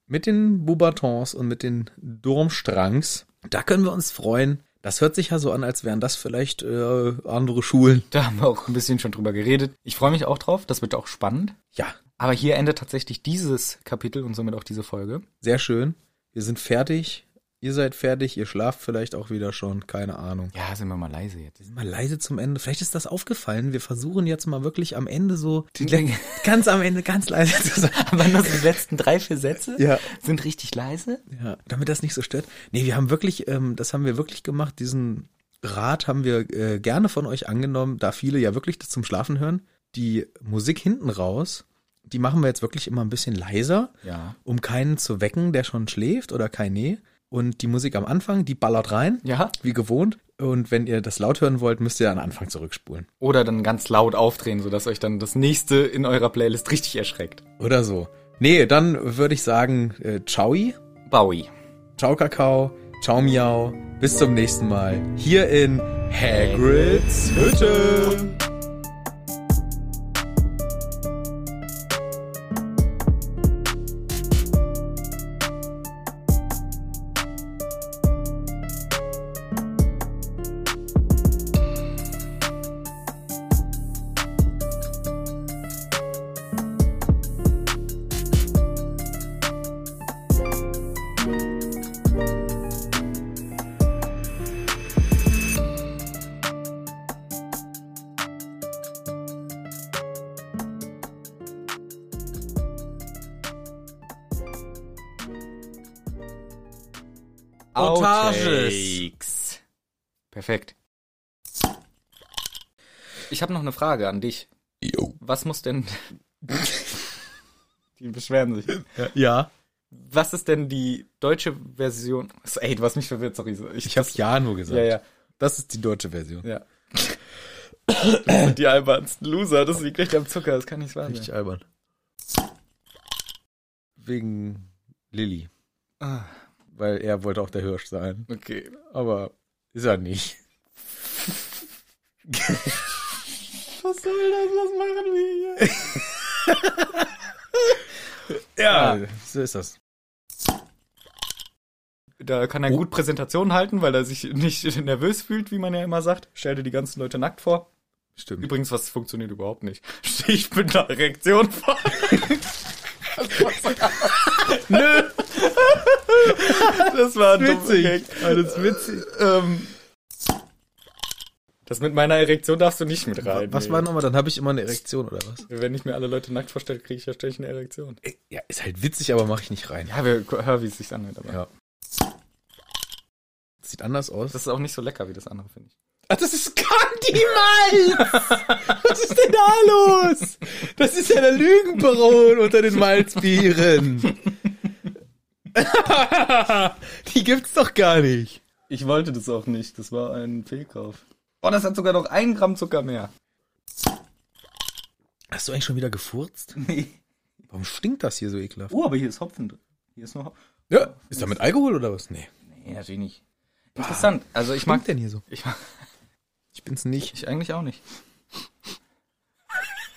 Speaker 1: mit den Boubatons und mit den Durmstrangs. Da können wir uns freuen. Das hört sich ja so an, als wären das vielleicht äh, andere Schulen.
Speaker 2: Da haben wir auch ein bisschen schon drüber geredet. Ich freue mich auch drauf. Das wird auch spannend.
Speaker 1: Ja,
Speaker 2: Aber hier endet tatsächlich dieses Kapitel und somit auch diese Folge.
Speaker 1: sehr schön. Wir sind fertig. Ihr seid fertig. Ihr schlaft vielleicht auch wieder schon. Keine Ahnung.
Speaker 2: Ja, sind wir mal leise jetzt.
Speaker 1: Mal leise zum Ende. Vielleicht ist das aufgefallen. Wir versuchen jetzt mal wirklich am Ende so die le- ganz am Ende ganz leise zu sein.
Speaker 2: Waren das die letzten drei, vier Sätze?
Speaker 1: Ja.
Speaker 2: Sind richtig leise?
Speaker 1: Ja, damit das nicht so stört. Nee, wir haben wirklich, ähm, das haben wir wirklich gemacht. Diesen Rat haben wir äh, gerne von euch angenommen, da viele ja wirklich das zum Schlafen hören. Die Musik hinten raus, die machen wir jetzt wirklich immer ein bisschen leiser,
Speaker 2: Ja.
Speaker 1: um keinen zu wecken, der schon schläft oder keine. Und die Musik am Anfang, die ballert rein,
Speaker 2: Ja.
Speaker 1: wie gewohnt. Und wenn ihr das laut hören wollt, müsst ihr an den Anfang zurückspulen.
Speaker 2: Oder dann ganz laut aufdrehen, sodass euch dann das nächste in eurer Playlist richtig erschreckt.
Speaker 1: Oder so. Nee, dann würde ich sagen, äh, ciao.
Speaker 2: Bowie.
Speaker 1: Ciao Kakao, ciao Miau, bis zum nächsten Mal hier in Hagrids Hütte. Montages.
Speaker 2: Perfekt. Ich habe noch eine Frage an dich. Was muss denn... die beschweren sich.
Speaker 1: Ja,
Speaker 2: Was ist denn die deutsche Version... Ey, du hast mich verwirrt, sorry. Ich,
Speaker 1: ich habe ja nur gesagt.
Speaker 2: Ja, ja.
Speaker 1: Das ist die deutsche Version.
Speaker 2: Ja. Das sind die albernsten Loser, das liegt echt am Zucker, das kann nicht wahr sein.
Speaker 1: albern. Wegen Lilly,
Speaker 2: Ah,
Speaker 1: weil er wollte auch der Hirsch sein,
Speaker 2: okay.
Speaker 1: aber ist er nicht.
Speaker 2: Was soll das? Was machen wir hier?
Speaker 1: Ja, Also, so ist das.
Speaker 2: Da kann er gut Präsentationen halten, weil er sich nicht nervös fühlt, wie man ja immer sagt. Stell dir die ganzen Leute nackt vor.
Speaker 1: Stimmt.
Speaker 2: Übrigens, was funktioniert überhaupt nicht. Ich bin da Erektion vor. Nö. Das war ein dummer Gag.
Speaker 1: alles witzig.
Speaker 2: Ähm, das mit meiner Erektion darfst du nicht mit rein.
Speaker 1: Was
Speaker 2: nee.
Speaker 1: war nochmal? Dann habe ich immer eine Erektion oder was?
Speaker 2: Wenn ich mir alle Leute nackt vorstelle, kriege ich ja ständig eine Erektion.
Speaker 1: Ja, ist halt witzig, aber mache ich nicht rein.
Speaker 2: Ja, wir hör, wie es sich anhört. Aber
Speaker 1: Ja. Sieht anders aus.
Speaker 2: Das ist auch nicht so lecker wie das andere, finde ich.
Speaker 1: Ach, das ist Candy Malz! Was ist denn da los? Das ist ja der Lügenbaron unter den Malzbieren. Die gibt's doch gar nicht.
Speaker 2: Ich wollte das auch nicht. Das war ein Fehlkauf. Oh, das hat sogar noch ein Gramm Zucker mehr.
Speaker 1: Hast du eigentlich schon wieder gefurzt? Warum stinkt das hier so ekelhaft?
Speaker 2: oh, aber hier ist Hopfen drin. Hier ist nur Hopfen.
Speaker 1: Ja, ist da mit Alkohol oder was? Nee.
Speaker 2: Nee, natürlich nicht. Interessant. Also ich mag
Speaker 1: denn hier so?
Speaker 2: Ich mag
Speaker 1: Ich bin's nicht.
Speaker 2: ich eigentlich auch nicht.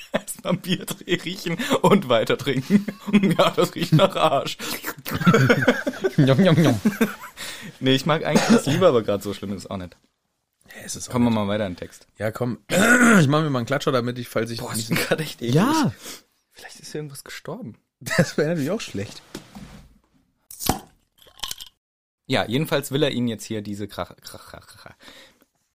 Speaker 2: Erstmal ein Bier dreh- riechen und weiter trinken. ja, das riecht nach Arsch.
Speaker 1: Njom, njom, njom.
Speaker 2: Nee, ich mag eigentlich das lieber, aber gerade so schlimm ist es auch nicht.
Speaker 1: Ja, es ist auch
Speaker 2: Kommen wir mal weiter in den Text.
Speaker 1: ja, komm. Ich mache mir mal einen Klatscher, damit ich, falls ich...
Speaker 2: Boah,
Speaker 1: nicht-
Speaker 2: ist gerade echt eklig.
Speaker 1: ja,
Speaker 2: Vielleicht ist hier irgendwas gestorben.
Speaker 1: das wäre natürlich auch schlecht.
Speaker 2: Ja, jedenfalls will er ihnen jetzt hier diese Krach, Krach, Krach, Krach.